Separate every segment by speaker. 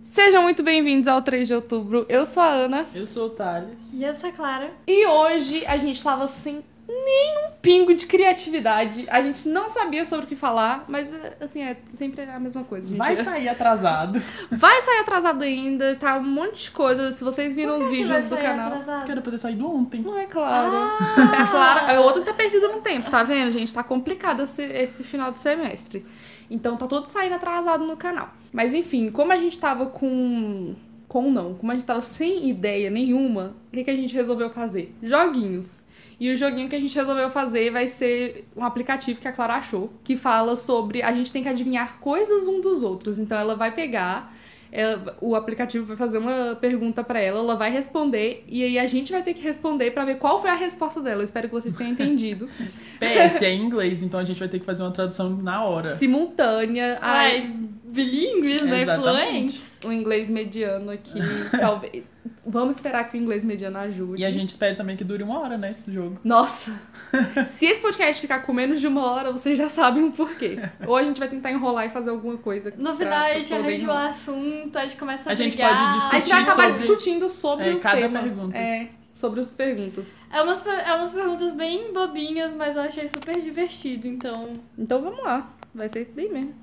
Speaker 1: Sejam muito bem-vindos ao 3 de outubro. Eu sou a Ana
Speaker 2: Eu sou o Thales.
Speaker 3: E essa Clara?
Speaker 1: e hoje a gente tava sem nenhum pingo de criatividade. A gente não sabia sobre o que falar, mas é, assim, é sempre a mesma coisa, gente.
Speaker 2: Vai sair atrasado.
Speaker 1: Vai sair atrasado ainda, tá um monte de coisa. Se vocês viram os vídeos do canal.
Speaker 3: Atrasado?
Speaker 2: Quero poder sair do ontem.
Speaker 1: Não é Clara. É a Clara. É o outro que tá perdido no tempo, tá vendo, gente? Tá complicado esse, esse final de semestre. Então tá tudo saindo atrasado no canal. Mas enfim, como a gente tava com. Com não, como a gente tava sem ideia nenhuma, o que, que a gente resolveu fazer? Joguinhos. E o joguinho que a gente resolveu fazer vai ser um aplicativo que a Clara achou, que fala sobre a gente tem que adivinhar coisas um dos outros. Então ela vai pegar ela- o aplicativo vai fazer uma pergunta pra ela, ela vai responder e aí a gente vai ter que responder pra ver qual foi a resposta dela. Eu espero que vocês tenham entendido.
Speaker 2: PS é em inglês, então a gente vai ter que fazer uma tradução na hora.
Speaker 1: Simultânea,
Speaker 3: Ai,
Speaker 1: ai,
Speaker 3: bilíngues, né?
Speaker 2: Exatamente.
Speaker 3: Fluentes.
Speaker 1: o inglês mediano aqui, talvez. Vamos esperar que o inglês mediano ajude.
Speaker 2: E a gente espera também que dure uma hora, né, esse jogo.
Speaker 1: Nossa! Se esse podcast ficar com menos de uma hora, vocês já sabem o porquê. Ou a gente vai tentar enrolar e fazer alguma coisa.
Speaker 3: No
Speaker 1: pra-
Speaker 3: final
Speaker 1: pra
Speaker 3: a gente
Speaker 1: poder
Speaker 3: arranja o
Speaker 1: enrolar.
Speaker 3: assunto, a gente começa a
Speaker 2: A gente
Speaker 3: brigar.
Speaker 2: pode
Speaker 1: A gente vai acabar
Speaker 2: sobre-
Speaker 1: discutindo sobre
Speaker 2: é,
Speaker 1: os
Speaker 2: cada
Speaker 1: temas.
Speaker 2: pergunta.
Speaker 1: É, sobre as perguntas.
Speaker 3: É umas, per- é umas perguntas bem bobinhas, mas eu achei super divertido, então...
Speaker 1: Então vamos lá. Vai ser isso daí mesmo.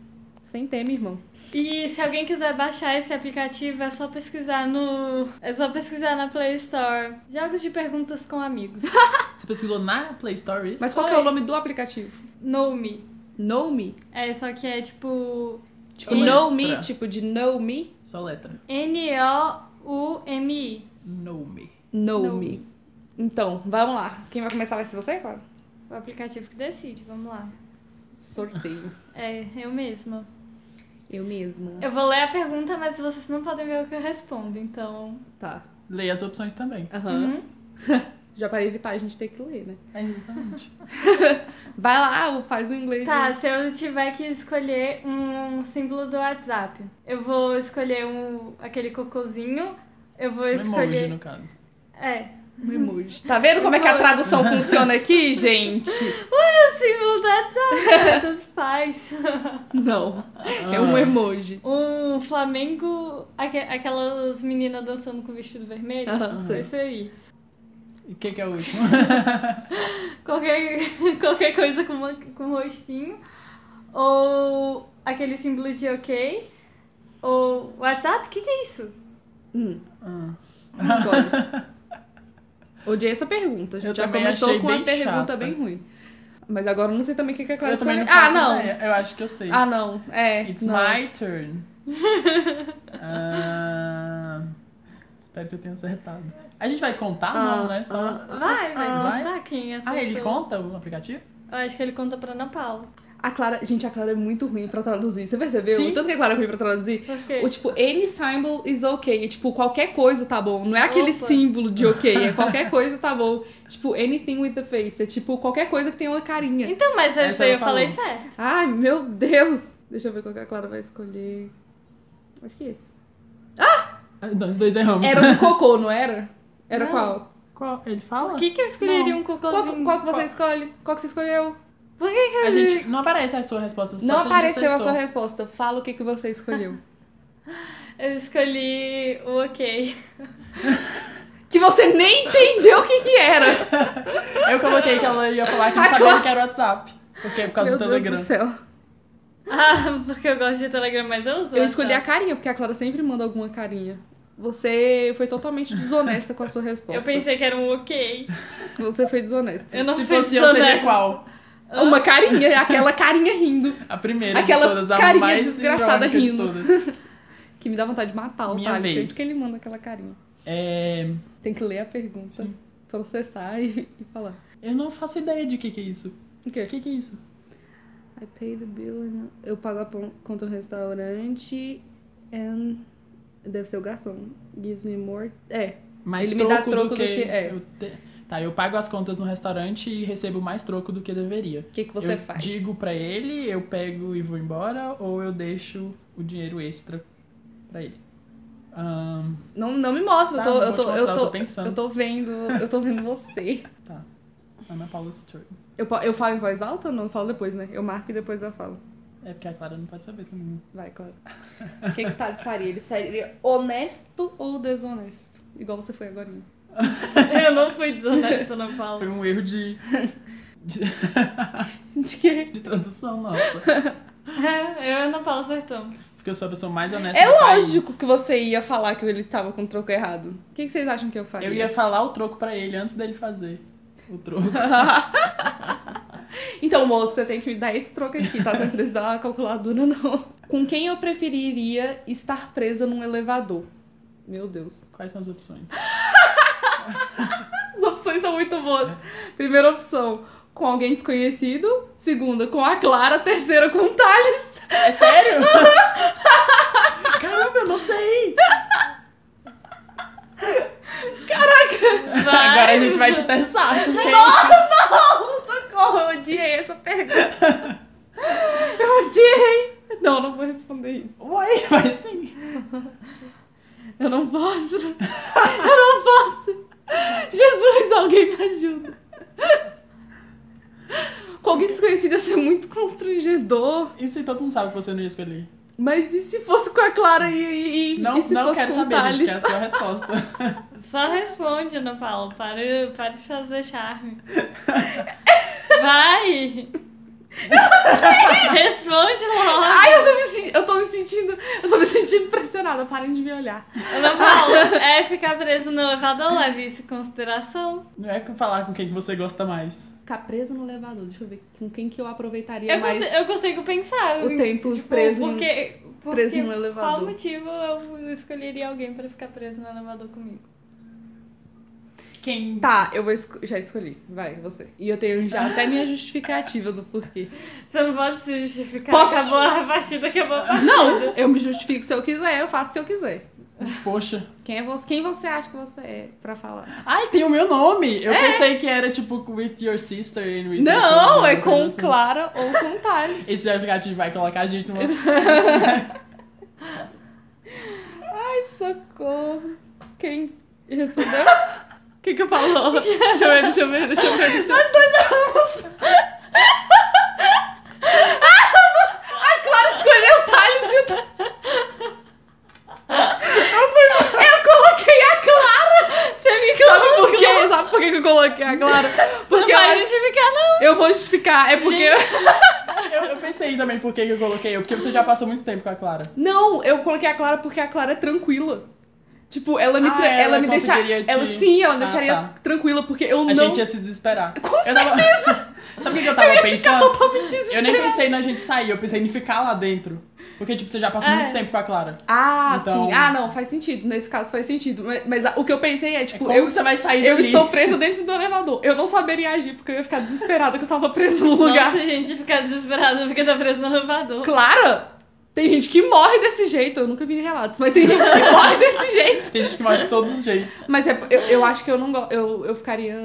Speaker 1: Sem tema, irmão.
Speaker 3: E se alguém quiser baixar esse aplicativo, é só pesquisar no... É só pesquisar na Play Store. Jogos de perguntas com amigos.
Speaker 2: Você pesquisou na Play Store isso?
Speaker 1: Mas qual que é o nome do aplicativo?
Speaker 3: know Me.
Speaker 1: Know Me.
Speaker 3: É, só que é tipo...
Speaker 1: Tipo,
Speaker 2: Letra.
Speaker 1: Know Me, tipo de Know Me,
Speaker 2: Só letra.
Speaker 3: N-O-U-M-I.
Speaker 2: Know me.
Speaker 1: Know,
Speaker 3: Know
Speaker 1: Me. Então, vamos lá. Quem vai começar vai ser você, Clara?
Speaker 3: O aplicativo que decide, vamos lá.
Speaker 1: Sorteio.
Speaker 3: É, eu mesma.
Speaker 1: Eu mesma.
Speaker 3: Eu vou ler a pergunta, mas vocês não podem ver o que eu respondo, então.
Speaker 1: Tá.
Speaker 2: Leia as opções também.
Speaker 1: Aham.
Speaker 3: Uhum.
Speaker 1: Já para evitar a gente ter que ler, né?
Speaker 2: Exatamente.
Speaker 1: Vai lá, faz o inglês.
Speaker 3: Tá,
Speaker 1: né?
Speaker 3: se eu tiver que escolher um símbolo do WhatsApp, eu vou escolher um, aquele cocôzinho, eu vou
Speaker 2: Um emoji,
Speaker 3: escolher.
Speaker 2: no caso.
Speaker 3: É,
Speaker 1: Um emoji. Tá vendo como é que a tradução funciona aqui, gente?
Speaker 3: o símbolo do WhatsApp, tanto faz.
Speaker 1: Não. É um
Speaker 2: Ah.
Speaker 1: emoji.
Speaker 3: Um Flamengo, aque- aquelas meninas dançando com vestido vermelho. é
Speaker 1: Aham, sei.
Speaker 3: Isso aí.
Speaker 2: E o que, que é o último?
Speaker 3: qualquer, qualquer coisa com, uma, com um rostinho, ou aquele símbolo de ok, ou WhatsApp, o que, que é isso?
Speaker 1: Hum,
Speaker 2: Ah.
Speaker 1: escolhe. Odiei essa pergunta. A
Speaker 2: Eu
Speaker 1: gente já
Speaker 2: também
Speaker 1: começou
Speaker 2: achei
Speaker 1: com uma
Speaker 2: bem
Speaker 1: pergunta
Speaker 2: chata.
Speaker 1: bem ruim. Mas agora eu não sei também o que que a Clara
Speaker 2: Eu também não
Speaker 1: escolheu.
Speaker 2: faço
Speaker 1: Ah, não.
Speaker 2: ideia. Eu acho que eu sei.
Speaker 1: Ah, não. É.
Speaker 2: It's
Speaker 1: não.
Speaker 2: my turn. Ah, espero que eu tenha acertado. A gente vai contar? não, né? Só...
Speaker 1: ah.
Speaker 3: Vai, vai
Speaker 2: Ah, vai?
Speaker 3: contar quem acertou.
Speaker 2: Ah, ele conta o aplicativo?
Speaker 3: Eu acho que ele conta pra Ana Paula.
Speaker 1: A Clara, gente, a Clara é muito ruim pra traduzir. Você percebeu?
Speaker 2: Sim.
Speaker 1: O tanto que a Clara é ruim pra traduzir.
Speaker 3: Por quê?
Speaker 1: O tipo, any symbol is okay. Tipo, qualquer coisa tá bom. Não é aquele
Speaker 3: Opa.
Speaker 1: símbolo de ok, é qualquer coisa tá bom. Tipo, anything with the face. É tipo, qualquer coisa que tenha uma carinha.
Speaker 3: Então, mas
Speaker 2: Essa
Speaker 3: essa aí
Speaker 2: ela
Speaker 3: eu falei
Speaker 2: falou.
Speaker 3: certo.
Speaker 1: Ai, meu Deus! Deixa eu ver qual que a Clara vai escolher. Acho que é esse.
Speaker 2: Ah, Nós dois erramos.
Speaker 1: Era um cocô, não era? Era
Speaker 3: Não.
Speaker 1: qual?
Speaker 2: Qual? Ele fala?
Speaker 3: Por que, que eu escolheria um
Speaker 1: Qual,
Speaker 3: cocôzinho?
Speaker 1: qual que você
Speaker 2: Qual-
Speaker 1: escolhe? Qual que você escolheu?
Speaker 3: Por que, que eu
Speaker 2: A gente não aparece a sua resposta. só
Speaker 1: é? não
Speaker 2: se gente
Speaker 1: apareceu a
Speaker 2: acertou.
Speaker 1: sua resposta. Fala o que, que você escolheu.
Speaker 3: eu escolhi o ok?
Speaker 1: que você nem entendeu o que que era.
Speaker 2: Eu coloquei que ela ia falar que não sabia o que era o WhatsApp. Porque por causa
Speaker 1: Meu
Speaker 2: do
Speaker 1: Deus
Speaker 2: Telegram.
Speaker 1: do céu.
Speaker 3: Ah, porque eu gosto de Telegram, mas eu uso.
Speaker 1: Eu escolhi a
Speaker 3: WhatsApp.
Speaker 1: carinha, porque a Clara sempre manda alguma carinha. Você foi totalmente desonesta com a sua resposta.
Speaker 3: Eu pensei que era um ok.
Speaker 1: Você foi desonesta.
Speaker 3: Eu não
Speaker 2: se
Speaker 3: fui
Speaker 2: fosse eu, seria
Speaker 1: né?
Speaker 3: desonesta.
Speaker 2: qual?
Speaker 1: Uma carinha, aquela carinha rindo.
Speaker 2: A primeira
Speaker 1: Aquela
Speaker 2: de todas, a
Speaker 1: carinha
Speaker 2: mais
Speaker 1: desgraçada
Speaker 2: irônica de
Speaker 1: rindo.
Speaker 2: todas.
Speaker 1: Que me dá vontade de matar o
Speaker 2: Minha
Speaker 1: Thales.
Speaker 2: vez.
Speaker 1: Sempre que ele manda aquela carinha.
Speaker 2: É,
Speaker 1: Tem que ler a pergunta, processar e, e falar.
Speaker 2: Eu não faço ideia de o que, que é isso.
Speaker 1: O
Speaker 2: O
Speaker 1: quê?
Speaker 2: que, que é isso?
Speaker 1: I pay the bill and... Eu pago a pon- conta do restaurante and... Deve ser o garçom. Gives me more... É.
Speaker 2: Mais
Speaker 1: Ele me dá troco do
Speaker 2: do que.
Speaker 1: que- é.
Speaker 2: eu te- Tá, eu pago as contas no restaurante e recebo mais troco do que deveria.
Speaker 1: O que, que você
Speaker 2: eu
Speaker 1: faz?
Speaker 2: digo pra ele, eu pego e vou embora, ou eu deixo o dinheiro extra pra ele. Ahn,
Speaker 1: Não, não me mostra.
Speaker 2: Tá,
Speaker 1: eu
Speaker 2: não
Speaker 1: tô...
Speaker 2: vou
Speaker 1: eu, tô,
Speaker 2: te mostrar, eu tô
Speaker 1: eu, tô
Speaker 2: pensando.
Speaker 1: eu tô vendo... Eu tô vendo você.
Speaker 2: tá. Ana Paula Sturm.
Speaker 1: Eu, pa- eu falo em voz alta ou não? Eu falo depois, né? Eu marco e depois eu falo.
Speaker 2: É porque a Clara não pode saber também. né?
Speaker 1: Vai, claro. O que que tá de Sari? Ele seria honesto ou desonesto? Igual você foi agora.
Speaker 3: Eu não fui desonesta, não falo.
Speaker 2: Foi um erro de,
Speaker 1: De quê?
Speaker 2: de tradução nossa.
Speaker 3: É, eu e a Ana Paula acertamos.
Speaker 2: Porque eu sou a pessoa mais honesta
Speaker 1: É
Speaker 2: do país.
Speaker 1: lógico que você ia falar que ele tava com o troco errado. O que, que vocês acham que eu faria?
Speaker 2: Eu ia falar o troco pra ele antes dele fazer o troco.
Speaker 1: Então, moço, você tem que me dar esse troco aqui, tá? Você não precisa dar uma calculadora, não. Com quem eu preferiria estar presa num elevador? Meu Deus.
Speaker 2: Quais são as opções?
Speaker 1: As opções são muito boas. Primeira opção, com alguém desconhecido. Segunda, com a Clara. Terceira, com o Thales.
Speaker 2: É sério? Caramba, eu não sei!
Speaker 3: Vai.
Speaker 2: Agora a gente vai te testar.
Speaker 1: Não, socorro, eu odiei essa pergunta. Eu odiei. Não, não vou responder isso.
Speaker 2: Uai, vai sim.
Speaker 1: Eu não posso. Eu não posso. Jesus, alguém me ajuda. Com alguém desconhecido ia ser muito constrangedor.
Speaker 2: Isso aí todo mundo sabe que você não ia escolher.
Speaker 1: Mas e se fosse com a Clara e, e,
Speaker 2: Não,
Speaker 1: e se
Speaker 2: não
Speaker 1: fosse
Speaker 2: quero
Speaker 1: com o
Speaker 2: saber,
Speaker 1: Thales?
Speaker 2: gente, quero a sua resposta.
Speaker 3: Só responde, Ana Paula. Para, para de fazer charme. Vai! Responde logo.
Speaker 1: Ai, eu tô, me, sen- eu tô me sentindo. Eu tô me sentindo pressionada. Parem de me olhar.
Speaker 3: Ana Paula, é ficar preso no elevador, leve isso em consideração.
Speaker 2: Não é falar com quem que você gosta mais.
Speaker 1: Ficar preso no elevador. Deixa eu ver com quem que eu aproveitaria
Speaker 3: Eu,
Speaker 1: mais.
Speaker 3: consigo, eu consigo pensar.
Speaker 1: O tempo
Speaker 3: tipo,
Speaker 1: preso em-
Speaker 3: porque, porque
Speaker 1: preso no
Speaker 3: Qual
Speaker 1: elevador.
Speaker 3: motivo eu escolheria alguém pra ficar preso no elevador comigo?
Speaker 2: Quem?
Speaker 1: Tá, eu vou esco- já escolhi. Vai, você. E eu tenho já até minha justificativa do porquê.
Speaker 3: Você não pode se justificar.
Speaker 1: Posso Ah.
Speaker 3: acabou a partida, acabou a partida.
Speaker 1: Não, eu me justifico se eu quiser, eu faço o que eu quiser.
Speaker 2: Poxa.
Speaker 1: Quem, é você, quem você acha que você é pra falar?
Speaker 2: Ai, tem o meu nome! Eu pensei que era tipo with your sister and with your
Speaker 1: É. Não,
Speaker 2: cousin,
Speaker 1: é
Speaker 2: uma
Speaker 1: com
Speaker 2: coisa assim.
Speaker 1: Clara ou com Thales.
Speaker 2: Esse aplicativo vai colocar a gente numa.
Speaker 1: Socorro. Quem respondeu? O que, que eu falo? Deixa eu ver, deixa eu ver, deixa eu ver. Deixa eu ver. Nós dois erramos! A Clara escolheu o Thales e o Thales. Eu coloquei a Clara! Você me Sabe por quê? Sabe por que que eu coloquei a Clara? Porque
Speaker 3: não
Speaker 1: eu,
Speaker 3: vai
Speaker 1: acho-
Speaker 3: justificar, não.
Speaker 1: eu vou justificar. É porque.
Speaker 2: eu, eu pensei também por que que eu coloquei eu, porque você já passou muito tempo com a Clara.
Speaker 1: Não, eu coloquei a Clara porque a Clara é tranquila. Tipo, ela me,
Speaker 2: Ah,
Speaker 1: tra- ela
Speaker 2: ela
Speaker 1: me deixa.
Speaker 2: conseguiria te-
Speaker 1: Ela, sim, ela me
Speaker 2: Ah,
Speaker 1: deixaria
Speaker 2: tá.
Speaker 1: tranquila, porque eu
Speaker 2: A
Speaker 1: não.
Speaker 2: gente é ia se desesperar.
Speaker 1: Com
Speaker 2: eu certeza! Sabe o que eu tava
Speaker 1: ia ficar
Speaker 2: pensando?
Speaker 1: totalmente
Speaker 2: Eu nem
Speaker 1: desesperada.
Speaker 2: pensei na gente sair, eu pensei em ficar lá dentro. Porque, tipo, você já passou
Speaker 3: É.
Speaker 2: muito tempo com a Clara.
Speaker 1: Ah,
Speaker 2: Então-
Speaker 1: sim. Ah, não, faz sentido. Nesse caso faz sentido. Mas, mas a- o que eu pensei é, tipo,
Speaker 2: Como
Speaker 1: eu,
Speaker 2: que você vai sair
Speaker 1: eu
Speaker 2: dali?
Speaker 1: estou presa dentro do elevador. Eu não saberia agir, porque eu ia ficar desesperada que eu tava presa num lugar.
Speaker 3: Nossa, gente, ficar desesperado porque tá preso no elevador.
Speaker 1: Clara! Tem gente que morre desse jeito. Eu nunca vi relatos, mas tem gente que morre desse jeito.
Speaker 2: Tem gente que morre de todos os jeitos.
Speaker 1: Mas é- eu, eu acho que eu não gosto. Eu, eu ficaria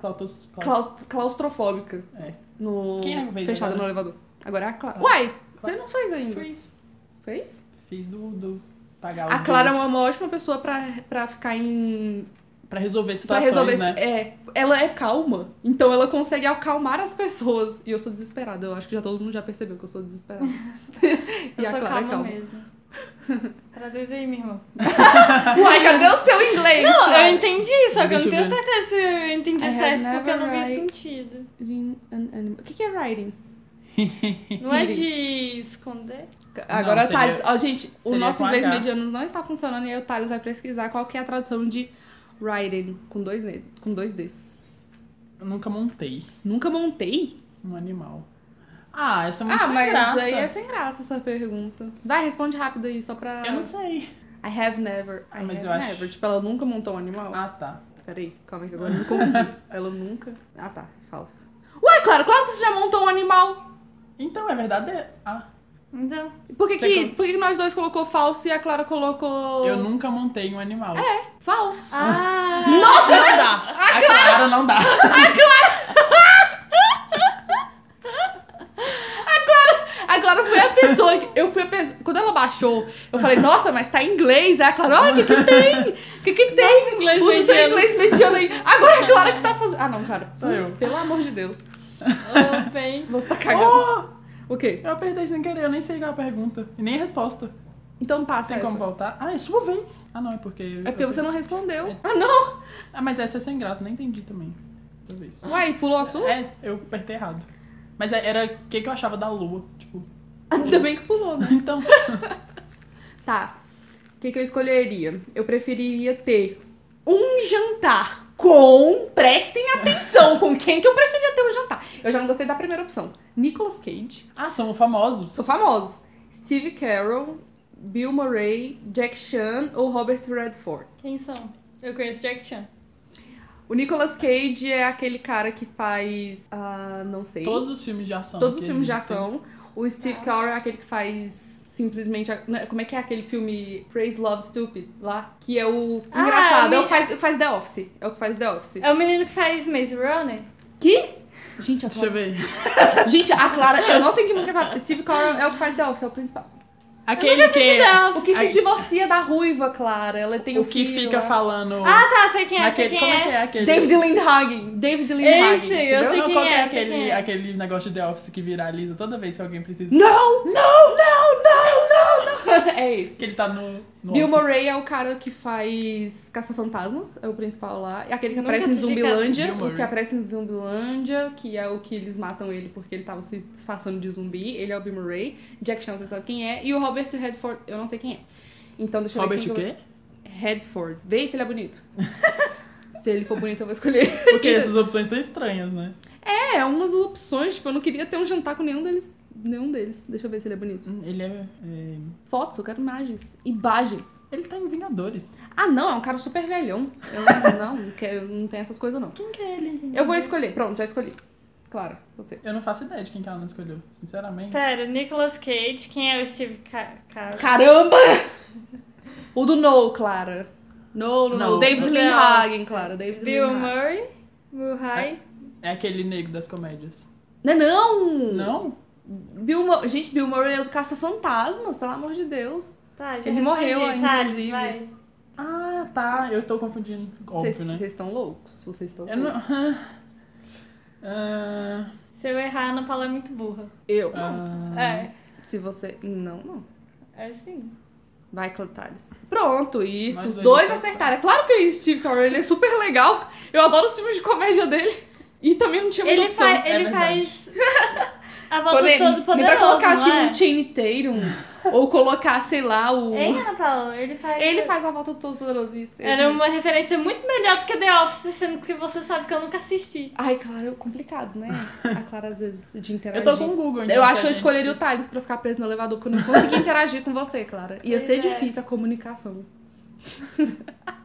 Speaker 2: Clautos, Claus-
Speaker 1: clau- claustrofóbica.
Speaker 2: É.
Speaker 1: No...
Speaker 2: Quem é que fez
Speaker 1: Fechada
Speaker 2: agora?
Speaker 1: no elevador. Agora é a Clara. Uai, você não fez ainda?
Speaker 2: Fiz.
Speaker 1: Fez?
Speaker 2: Fiz do, do pagar Ah, os
Speaker 1: A Clara é uma
Speaker 2: bills.
Speaker 1: uma ótima pessoa pra, pra ficar em
Speaker 2: Pra resolver
Speaker 1: Pra
Speaker 2: situações,
Speaker 1: resolver.
Speaker 2: né?
Speaker 1: É, ela é calma, então ela consegue acalmar as pessoas. E eu sou desesperada, eu acho que já todo mundo já percebeu que eu sou desesperada.
Speaker 3: Eu
Speaker 1: e a
Speaker 3: sou
Speaker 1: Clara
Speaker 3: calma,
Speaker 1: é calma.
Speaker 3: mesmo. Traduz aí, minha irmã.
Speaker 1: Uai, cadê o seu inglês?
Speaker 3: Não,
Speaker 1: Clara?
Speaker 3: eu entendi, só que eu
Speaker 2: Deixa eu
Speaker 3: não tenho
Speaker 2: ver.
Speaker 3: certeza se eu entendi
Speaker 1: I have
Speaker 3: certo, porque eu não vi
Speaker 1: never write-
Speaker 3: sentido.
Speaker 1: Rin- an- an- O que, que é writing?
Speaker 3: Não é de esconder?
Speaker 1: Agora,
Speaker 2: seria-
Speaker 1: Thales. Ó, gente, o
Speaker 2: seria
Speaker 1: nosso
Speaker 2: com
Speaker 1: inglês
Speaker 2: H.
Speaker 1: mediano não está funcionando e aí o Thales vai pesquisar qual que é a tradução de writing com dois, ne- com dois Ds.
Speaker 2: Eu nunca montei
Speaker 1: Nunca montei?
Speaker 2: um animal. Ah, essa é muito
Speaker 1: Ah,
Speaker 2: sem
Speaker 1: mas
Speaker 2: graça.
Speaker 1: aí é sem graça essa pergunta. Vai, responde rápido aí, só pra.
Speaker 2: Eu não sei.
Speaker 1: I have never. I
Speaker 2: Ah, mas
Speaker 1: have
Speaker 2: eu acho-
Speaker 1: never. Tipo, ela nunca montou um animal.
Speaker 2: Ah, tá.
Speaker 1: Peraí, calma aí que agora eu me confundi. ela nunca. Ah tá, falso. Ué, claro, claro que você já montou um animal.
Speaker 2: Então, é verdade... Ah,
Speaker 3: Então,
Speaker 1: Por que,
Speaker 2: Você
Speaker 1: que,
Speaker 2: con-
Speaker 1: por que que nós dois colocou falso e a Clara colocou.
Speaker 2: eu nunca montei um animal. É.
Speaker 1: Falso.
Speaker 3: ah,
Speaker 2: Nossa,
Speaker 1: né?
Speaker 2: não dá! A Clara não dá.
Speaker 1: A Clara foi a pessoa que. Eu fui a pessoa. Quando ela baixou, eu falei, nossa, mas tá em inglês. Aí a Clara, olha, o que, que tem? O que, que tem?
Speaker 3: inglês
Speaker 1: Usa seu
Speaker 3: mediano.
Speaker 1: inglês mediano aí. Agora é a Clara que tá fazendo. Ah, não, cara.
Speaker 2: Sou eu.
Speaker 1: Pelo amor de Deus.
Speaker 3: Ô, bem.
Speaker 1: Você tá cagando. O quê?
Speaker 2: Oh, Eu apertei sem querer, eu nem sei qual é a pergunta. E nem a resposta.
Speaker 1: Então passa
Speaker 2: Tem
Speaker 1: essa.
Speaker 2: como voltar? Ah, é sua vez. Ah, não, é porque.
Speaker 1: É porque você não respondeu.
Speaker 2: É.
Speaker 1: Ah, não!
Speaker 2: Ah, mas essa é sem graça, nem entendi também. Talvez.
Speaker 1: Ué, e pulou o assunto?
Speaker 2: É, eu apertei errado. Mas é- era o que, que eu achava da lua. Tipo,
Speaker 1: Ainda bem que pulou, né?
Speaker 2: então.
Speaker 1: Tá. O que, que eu escolheria? Eu preferiria ter um jantar com. Prestem atenção com quem que eu preferia ter um jantar. Eu já não gostei da primeira opção. Nicolas Cage.
Speaker 2: Ah, são famosos.
Speaker 1: São famosos. Steve Carell, Bill Murray, Jack Chan ou Robert Redford.
Speaker 3: Quem são? Eu conheço Jack Chan.
Speaker 1: O Nicolas Cage é aquele cara que faz. ah, não sei.
Speaker 2: Todos os filmes de ação.
Speaker 1: Todos
Speaker 2: que
Speaker 1: os filmes de
Speaker 2: existem.
Speaker 1: ação. O Steve
Speaker 3: Ah.
Speaker 1: Carell é aquele que faz simplesmente. a- né, Como é que é aquele filme Praise Love Stupid lá? Que é o
Speaker 3: Ah,
Speaker 1: engraçado.
Speaker 3: eu
Speaker 1: é o
Speaker 3: me-
Speaker 1: que faz, o que faz The Office. É o que faz The Office.
Speaker 3: É o menino que faz Maze Runner?
Speaker 1: Que? Gente, a
Speaker 2: Deixa eu
Speaker 1: Clara.
Speaker 2: ver.
Speaker 1: Gente, a Clara. Eu não sei que mundo que é Clara. Steve Carell é o que faz The Office, é o principal.
Speaker 2: Aquele que.
Speaker 1: O que se
Speaker 2: Ai.
Speaker 1: divorcia da ruiva, Clara. Ela tem o,
Speaker 2: O que
Speaker 1: filho
Speaker 2: fica
Speaker 1: lá.
Speaker 2: falando.
Speaker 3: Ah, tá, sei quem é, sei
Speaker 2: naquele,
Speaker 3: quem
Speaker 2: como é que
Speaker 3: é.
Speaker 2: é aquele?
Speaker 1: David Lindhagen. David Lindhagen.
Speaker 3: Esse, eu
Speaker 1: entendeu?
Speaker 3: sei
Speaker 2: não,
Speaker 3: quem
Speaker 2: qual
Speaker 3: é,
Speaker 2: que é
Speaker 3: sei
Speaker 2: aquele,
Speaker 3: quem é.
Speaker 2: aquele negócio de The Office que viraliza toda vez que alguém precisa.
Speaker 1: Não, não, não, não, não, não. É esse.
Speaker 2: Que ele tá no. no
Speaker 1: Bill
Speaker 2: Office.
Speaker 1: Murray é o cara que faz Caça-Fantasmas, é o principal lá. É aquele que
Speaker 3: Nunca
Speaker 1: aparece em
Speaker 3: assisti
Speaker 1: Zumbilândia,
Speaker 2: Caça- Bill
Speaker 1: o que
Speaker 2: Murray.
Speaker 1: aparece em Zumbilândia, que é o que eles matam ele porque ele tava se disfarçando de zumbi. Ele é o Bill Murray. Jack Chan, você sabe quem é. E o Robert Redford, eu não sei quem é. Então deixa eu ver
Speaker 2: Robert
Speaker 1: quem
Speaker 2: o
Speaker 1: que eu-
Speaker 2: quê?
Speaker 1: Redford. Vê se ele é bonito. se ele for bonito, eu vou escolher.
Speaker 2: Porque essas opções estão estranhas, né?
Speaker 1: É, umas opções, tipo, eu não queria ter um jantar com nenhum deles. Nenhum deles. Deixa eu ver se ele é bonito.
Speaker 2: Hum, Ele é, é-
Speaker 1: Fotos, eu quero imagens. Imagens.
Speaker 2: Ele tá em Vingadores.
Speaker 1: Ah, não, é um cara super velhão. Eu não, não, quero, não tem essas coisas, não.
Speaker 2: Quem que é ele? em
Speaker 1: Eu vou
Speaker 2: Vingadores?
Speaker 1: escolher. Pronto, já escolhi. Claro, você.
Speaker 2: Eu não faço ideia de quem que ela não escolheu, sinceramente.
Speaker 3: Pera, Nicolas Cage, quem é o Steve Ca- Carell?
Speaker 1: Caramba! O do No, Clara. No, no, no.
Speaker 2: No.
Speaker 1: David
Speaker 3: Não.
Speaker 1: Lindhagen, Clara. David
Speaker 3: Bill
Speaker 1: Lindhagen.
Speaker 3: Murray? Murray?
Speaker 2: É aquele negro das comédias.
Speaker 1: Não, é não!
Speaker 2: Não?
Speaker 1: Bill Mur- Gente, Bill Murray é o do Caça-Fantasmas, pelo amor de Deus.
Speaker 3: Tá, já
Speaker 1: Ele morreu,
Speaker 3: respondi.
Speaker 1: hein,
Speaker 3: tá,
Speaker 1: inclusive.
Speaker 3: vai.
Speaker 2: Ah, tá. Eu tô confundindo. Óbvio,
Speaker 1: Vocês
Speaker 2: né?
Speaker 1: vocês estão loucos? Vocês estão
Speaker 2: Eu não.
Speaker 1: loucos.
Speaker 2: Ah,
Speaker 3: Se eu errar, a Ana Paula é muito burra.
Speaker 1: Eu não.
Speaker 2: ah,
Speaker 3: É,
Speaker 1: Se você. Não, não.
Speaker 3: é sim.
Speaker 1: Vai, Clotales. Pronto, isso.
Speaker 2: Mais
Speaker 1: os
Speaker 2: dois
Speaker 1: dois acertaram.
Speaker 2: acertaram.
Speaker 1: É claro que o Steve Carell ele é super legal. Eu adoro os filmes de comédia dele. E também não tinha muita
Speaker 3: Ele,
Speaker 1: opção.
Speaker 3: fa
Speaker 2: é
Speaker 3: ele
Speaker 2: verdade.
Speaker 3: faz é a volta
Speaker 1: Porém,
Speaker 3: todo
Speaker 1: nem pra
Speaker 3: poderoso,
Speaker 1: colocar aqui
Speaker 3: não é?
Speaker 1: um Channing Tatum ou colocar, sei lá, o.
Speaker 3: Hein, Ana Paula? Ele faz...
Speaker 1: Ele faz a volta do todo poderoso, isso. ele
Speaker 3: É Era
Speaker 1: mesmo.
Speaker 3: uma referência muito melhor do que The Office, sendo que você sabe que eu nunca assisti.
Speaker 1: Ai, claro, é complicado, né? A Clara, às vezes, de
Speaker 2: Eu
Speaker 1: interagir.
Speaker 2: tô com o Google, então.
Speaker 1: Eu acho
Speaker 2: se a
Speaker 1: que eu
Speaker 2: gente-
Speaker 1: escolheria o Thales pra ficar preso no elevador, porque eu não conseguia interagir com você, Clara. Ia
Speaker 3: Pois
Speaker 1: ser
Speaker 3: é.
Speaker 1: difícil a comunicação.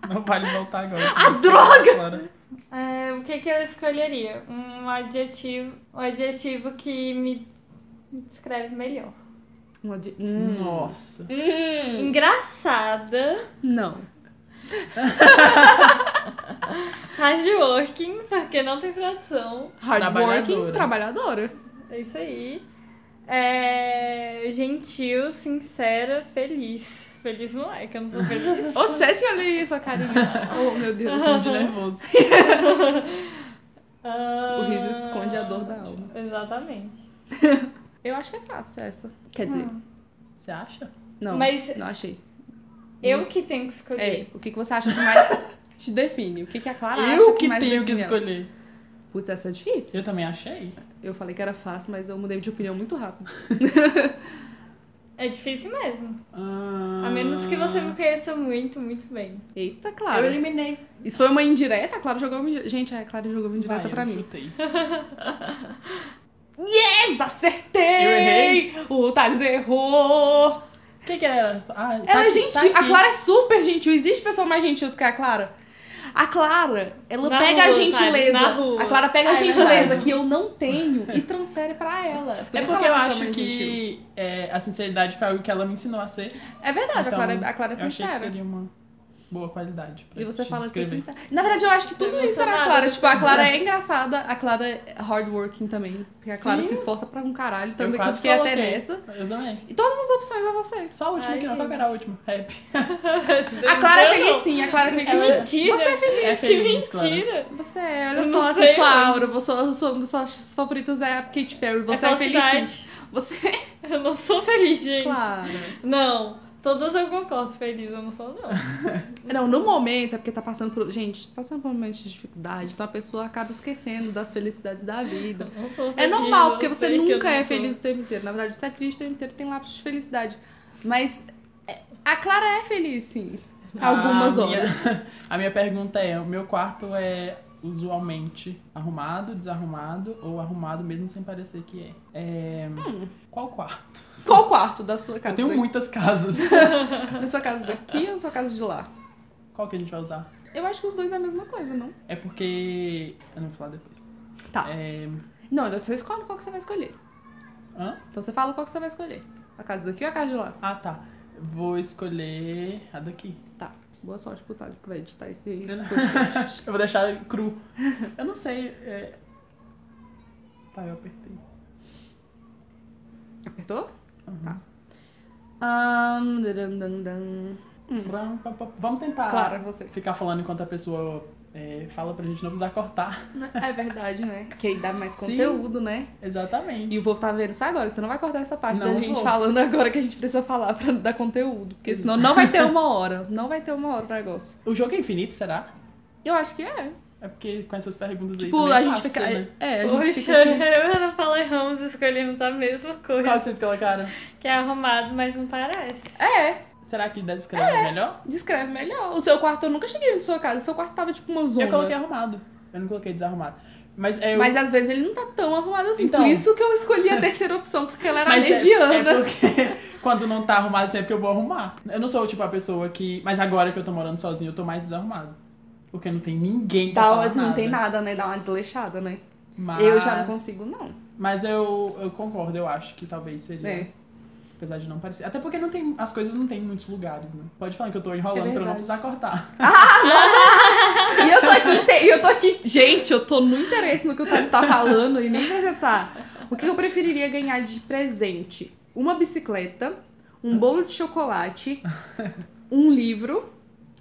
Speaker 2: Não vale voltar agora.
Speaker 1: Ah,
Speaker 2: droga! Agora.
Speaker 3: É, o que, que eu escolheria? Um adjetivo, um adjetivo que me me descreve melhor.
Speaker 1: Uma de- Hum.
Speaker 2: Nossa.
Speaker 1: Hum.
Speaker 3: Engraçada,
Speaker 1: Não.
Speaker 3: hardworking, porque não tem tradução.
Speaker 1: Hardworking,
Speaker 2: Trabalhadora.
Speaker 1: trabalhadora.
Speaker 3: É isso aí. É, gentil, sincera, feliz. Feliz não é, que eu não sou feliz.
Speaker 1: Você se olha aí, sua carinha. Oh, meu Deus.
Speaker 2: De nervoso.
Speaker 1: O riso esconde a dor da alma.
Speaker 3: Ah, Exatamente.
Speaker 1: Eu acho que é fácil essa. Quer dizer,
Speaker 2: Você acha?
Speaker 1: não.
Speaker 3: Mas-
Speaker 1: Não achei.
Speaker 3: Eu que tenho que escolher.
Speaker 1: É, o que, que você acha que mais te define? O que, que a Clara acha
Speaker 2: eu
Speaker 1: que,
Speaker 2: que
Speaker 1: mais
Speaker 2: tenho que
Speaker 1: define ela?
Speaker 2: escolher.
Speaker 1: Putz, essa é difícil.
Speaker 2: Eu também achei.
Speaker 1: Eu falei que era fácil, mas eu mudei de opinião muito rápido.
Speaker 3: É difícil mesmo.
Speaker 2: Ah,
Speaker 3: A menos que você me conheça muito, muito bem.
Speaker 1: Eita,
Speaker 2: Eu
Speaker 1: Clara.
Speaker 2: eliminei.
Speaker 1: Isso foi uma indireta? A Clara jogou uma indireta. Gente, a Clara jogou uma indireta
Speaker 2: Vai,
Speaker 1: tá pra
Speaker 2: eu
Speaker 1: mim.
Speaker 2: Chutei.
Speaker 1: Yes, acertei!
Speaker 2: Eu errei?
Speaker 1: O Thales errou!
Speaker 2: O que, que era? Ah, tá
Speaker 1: Ela é
Speaker 2: aqui,
Speaker 1: gentil.
Speaker 2: tá aqui.
Speaker 1: a Clara é super gentil. Existe pessoa mais gentil do que a Clara? A Clara, ela
Speaker 3: Na
Speaker 1: pega a
Speaker 3: rua,
Speaker 1: gentileza.
Speaker 3: Thales, na rua.
Speaker 1: A Clara pega a
Speaker 2: É
Speaker 1: gentileza
Speaker 2: verdade.
Speaker 1: que eu não tenho e transfere pra ela. Por
Speaker 2: É
Speaker 1: isso ela é
Speaker 2: porque eu
Speaker 1: a pessoa
Speaker 2: acho
Speaker 1: mais gentil.
Speaker 2: que é, a sinceridade foi algo que ela me ensinou a ser.
Speaker 1: É verdade,
Speaker 2: Então,
Speaker 1: a, Clara, a Clara é
Speaker 2: eu achei que
Speaker 1: sincera.
Speaker 2: seria uma boa qualidade. pra
Speaker 1: E você
Speaker 2: te
Speaker 1: fala assim,
Speaker 2: descrever.
Speaker 1: sincera. Na verdade, eu acho que tudo
Speaker 3: Tô
Speaker 1: isso era a
Speaker 3: emocionada.
Speaker 1: Clara. Tipo, a Clara é engraçada, a Clara é hardworking também. Porque a Clara
Speaker 2: Sim.
Speaker 1: se esforça pra um caralho também,
Speaker 2: Eu
Speaker 1: que eu
Speaker 2: quase
Speaker 1: fiquei até
Speaker 2: coloquei.
Speaker 1: nessa.
Speaker 2: Eu também.
Speaker 1: E todas as opções é você.
Speaker 2: Só a última
Speaker 3: Ai,
Speaker 2: que não. Qual que era a última? Rap.
Speaker 1: A Clara é feliz sim, a Clara é
Speaker 3: um É
Speaker 1: feliz.
Speaker 3: mentira.
Speaker 1: Você é feliz.
Speaker 2: É feliz,
Speaker 3: que
Speaker 2: Clara.
Speaker 3: mentira.
Speaker 1: Você é, olha
Speaker 3: Eu
Speaker 1: só,
Speaker 3: não
Speaker 1: essa
Speaker 3: sei
Speaker 1: sua
Speaker 3: onde.
Speaker 1: aura, você, sua, suas um favoritas é a Katy Perry, você é,
Speaker 3: é
Speaker 1: feliz. sim.
Speaker 3: falsidade.
Speaker 1: Você.
Speaker 3: Eu não sou feliz, gente.
Speaker 1: Claro.
Speaker 3: Não. Todas eu concordo, feliz eu não sou, não.
Speaker 1: Não, no momento, é porque tá passando por. Gente, tá passando por um momento de dificuldade, então a pessoa acaba esquecendo das felicidades da vida.
Speaker 3: Eu não sou
Speaker 1: É
Speaker 3: feliz,
Speaker 1: normal,
Speaker 3: eu
Speaker 1: porque você
Speaker 3: sei que eu
Speaker 1: nunca
Speaker 3: não
Speaker 1: é
Speaker 3: sou.
Speaker 1: feliz o tempo inteiro. Na verdade, você é triste o tempo inteiro, tem lapsos de felicidade. Mas é, a Clara é feliz, sim.
Speaker 3: Ah,
Speaker 1: Algumas
Speaker 2: A minha-
Speaker 1: horas.
Speaker 2: a minha pergunta é: o meu quarto é usualmente arrumado, desarrumado ou arrumado mesmo sem parecer que é? É,
Speaker 1: Hum.
Speaker 2: Qual quarto?
Speaker 1: Qual quarto da sua casa?
Speaker 2: Eu tenho muitas casas.
Speaker 1: Da sua casa daqui ou da sua casa de lá?
Speaker 2: Qual que a gente vai usar?
Speaker 1: Eu acho que os dois é a mesma coisa, não?
Speaker 2: É porque. Eu não vou falar depois.
Speaker 1: Tá.
Speaker 2: É,
Speaker 1: Não, então você escolhe qual que você vai escolher.
Speaker 2: hã?
Speaker 1: Então você fala qual que você vai escolher. A casa daqui ou a casa de lá?
Speaker 2: Ah, tá. Vou escolher a daqui.
Speaker 1: Tá. Boa sorte pro Thales que vai editar esse podcast.
Speaker 2: Eu vou deixar cru. Eu não sei. é- Tá, eu apertei.
Speaker 1: Apertou?
Speaker 2: Uhum.
Speaker 1: Tá. Ahn, daram, dam, dam.
Speaker 2: Ram, pa, pa, Vamos tentar
Speaker 1: Clara, você.
Speaker 2: ficar falando enquanto a pessoa é, fala pra gente não precisar cortar.
Speaker 1: É verdade, né? Que aí dá mais
Speaker 2: Sim.
Speaker 1: conteúdo, né?
Speaker 2: Exatamente.
Speaker 1: E o povo tá vendo isso agora. Você não vai cortar essa parte
Speaker 2: Não
Speaker 1: da gente
Speaker 2: vou.
Speaker 1: falando agora que a gente precisa falar pra dar conteúdo. Porque senão não vai ter uma hora. Não vai ter uma hora o negócio.
Speaker 2: O jogo é infinito, será?
Speaker 1: Eu acho que é.
Speaker 2: É porque com essas perguntas aí.
Speaker 1: Tipo,
Speaker 2: também
Speaker 1: a
Speaker 2: é
Speaker 1: gente
Speaker 2: fácil,
Speaker 1: fica.
Speaker 2: Né?
Speaker 1: É, a gente
Speaker 3: Poxa,
Speaker 1: fica aqui.
Speaker 3: eu e Ana Paula erramos, escolhemos a mesma coisa.
Speaker 2: Qual que vocês colocaram?
Speaker 3: Que é arrumado, mas não parece.
Speaker 1: É,
Speaker 2: Será que dá descrever melhor?
Speaker 1: descreve melhor. O seu quarto, eu nunca cheguei na sua casa. O seu quarto tava tipo uma zona.
Speaker 2: Eu coloquei arrumado. Eu não coloquei desarrumado. Mas é.
Speaker 1: Mas às vezes ele não tá tão arrumado assim.
Speaker 2: Então.
Speaker 1: Por isso que eu escolhi a terceira opção, porque ela era
Speaker 2: Mas é-
Speaker 1: mediana.
Speaker 2: É, porque quando não tá arrumado sempre eu vou arrumar. Eu não sou tipo a pessoa que. Mas agora que eu tô morando sozinho, eu tô mais desarrumado. Porque não tem ninguém pra
Speaker 1: Dá
Speaker 2: falar
Speaker 1: uma, Tá não tem nada, né? Dá uma desleixada, né? Eu já não
Speaker 2: Mas-
Speaker 1: consigo, não.
Speaker 2: Mas eu, eu concordo, eu acho que talvez seria.
Speaker 1: É.
Speaker 2: Apesar de não parecer. Até porque não tem, as coisas não tem em muitos lugares, né? Pode falar que eu tô enrolando
Speaker 1: É
Speaker 2: pra eu não
Speaker 1: verdade.
Speaker 2: precisar cortar.
Speaker 1: E eu tô aqui, inte- e eu tô aqui, gente, eu tô no interesse no que o Thales tá falando e nem apresentar. O que eu preferiria ganhar de presente? Uma bicicleta, um bolo de chocolate, um livro,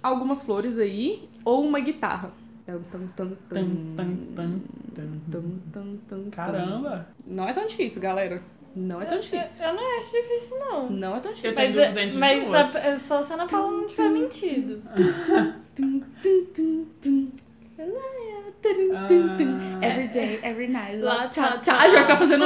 Speaker 1: algumas flores aí, ou uma guitarra. Tan, tan, tan, tan.
Speaker 2: Tum, tum, tum, tum.
Speaker 1: Tan, tan, tan, tan.
Speaker 2: Caramba!
Speaker 1: Não é tão difícil, galera. Não é tão difícil.
Speaker 3: Eu, eu não acho difícil, não.
Speaker 1: Não é tão difícil.
Speaker 2: tenho
Speaker 3: Mas,
Speaker 2: dúvida entre
Speaker 3: mas
Speaker 2: duas.
Speaker 3: só- é só se a Ana Paula não tiver mentido.
Speaker 1: Tum, tum, tum, tum. Tum, tum,
Speaker 2: Ah.
Speaker 1: tum. Every day, every night.
Speaker 3: Lá,
Speaker 1: Lá,
Speaker 3: tá,
Speaker 1: tá, tá.
Speaker 3: tá.
Speaker 1: A gente vai ficar fazendo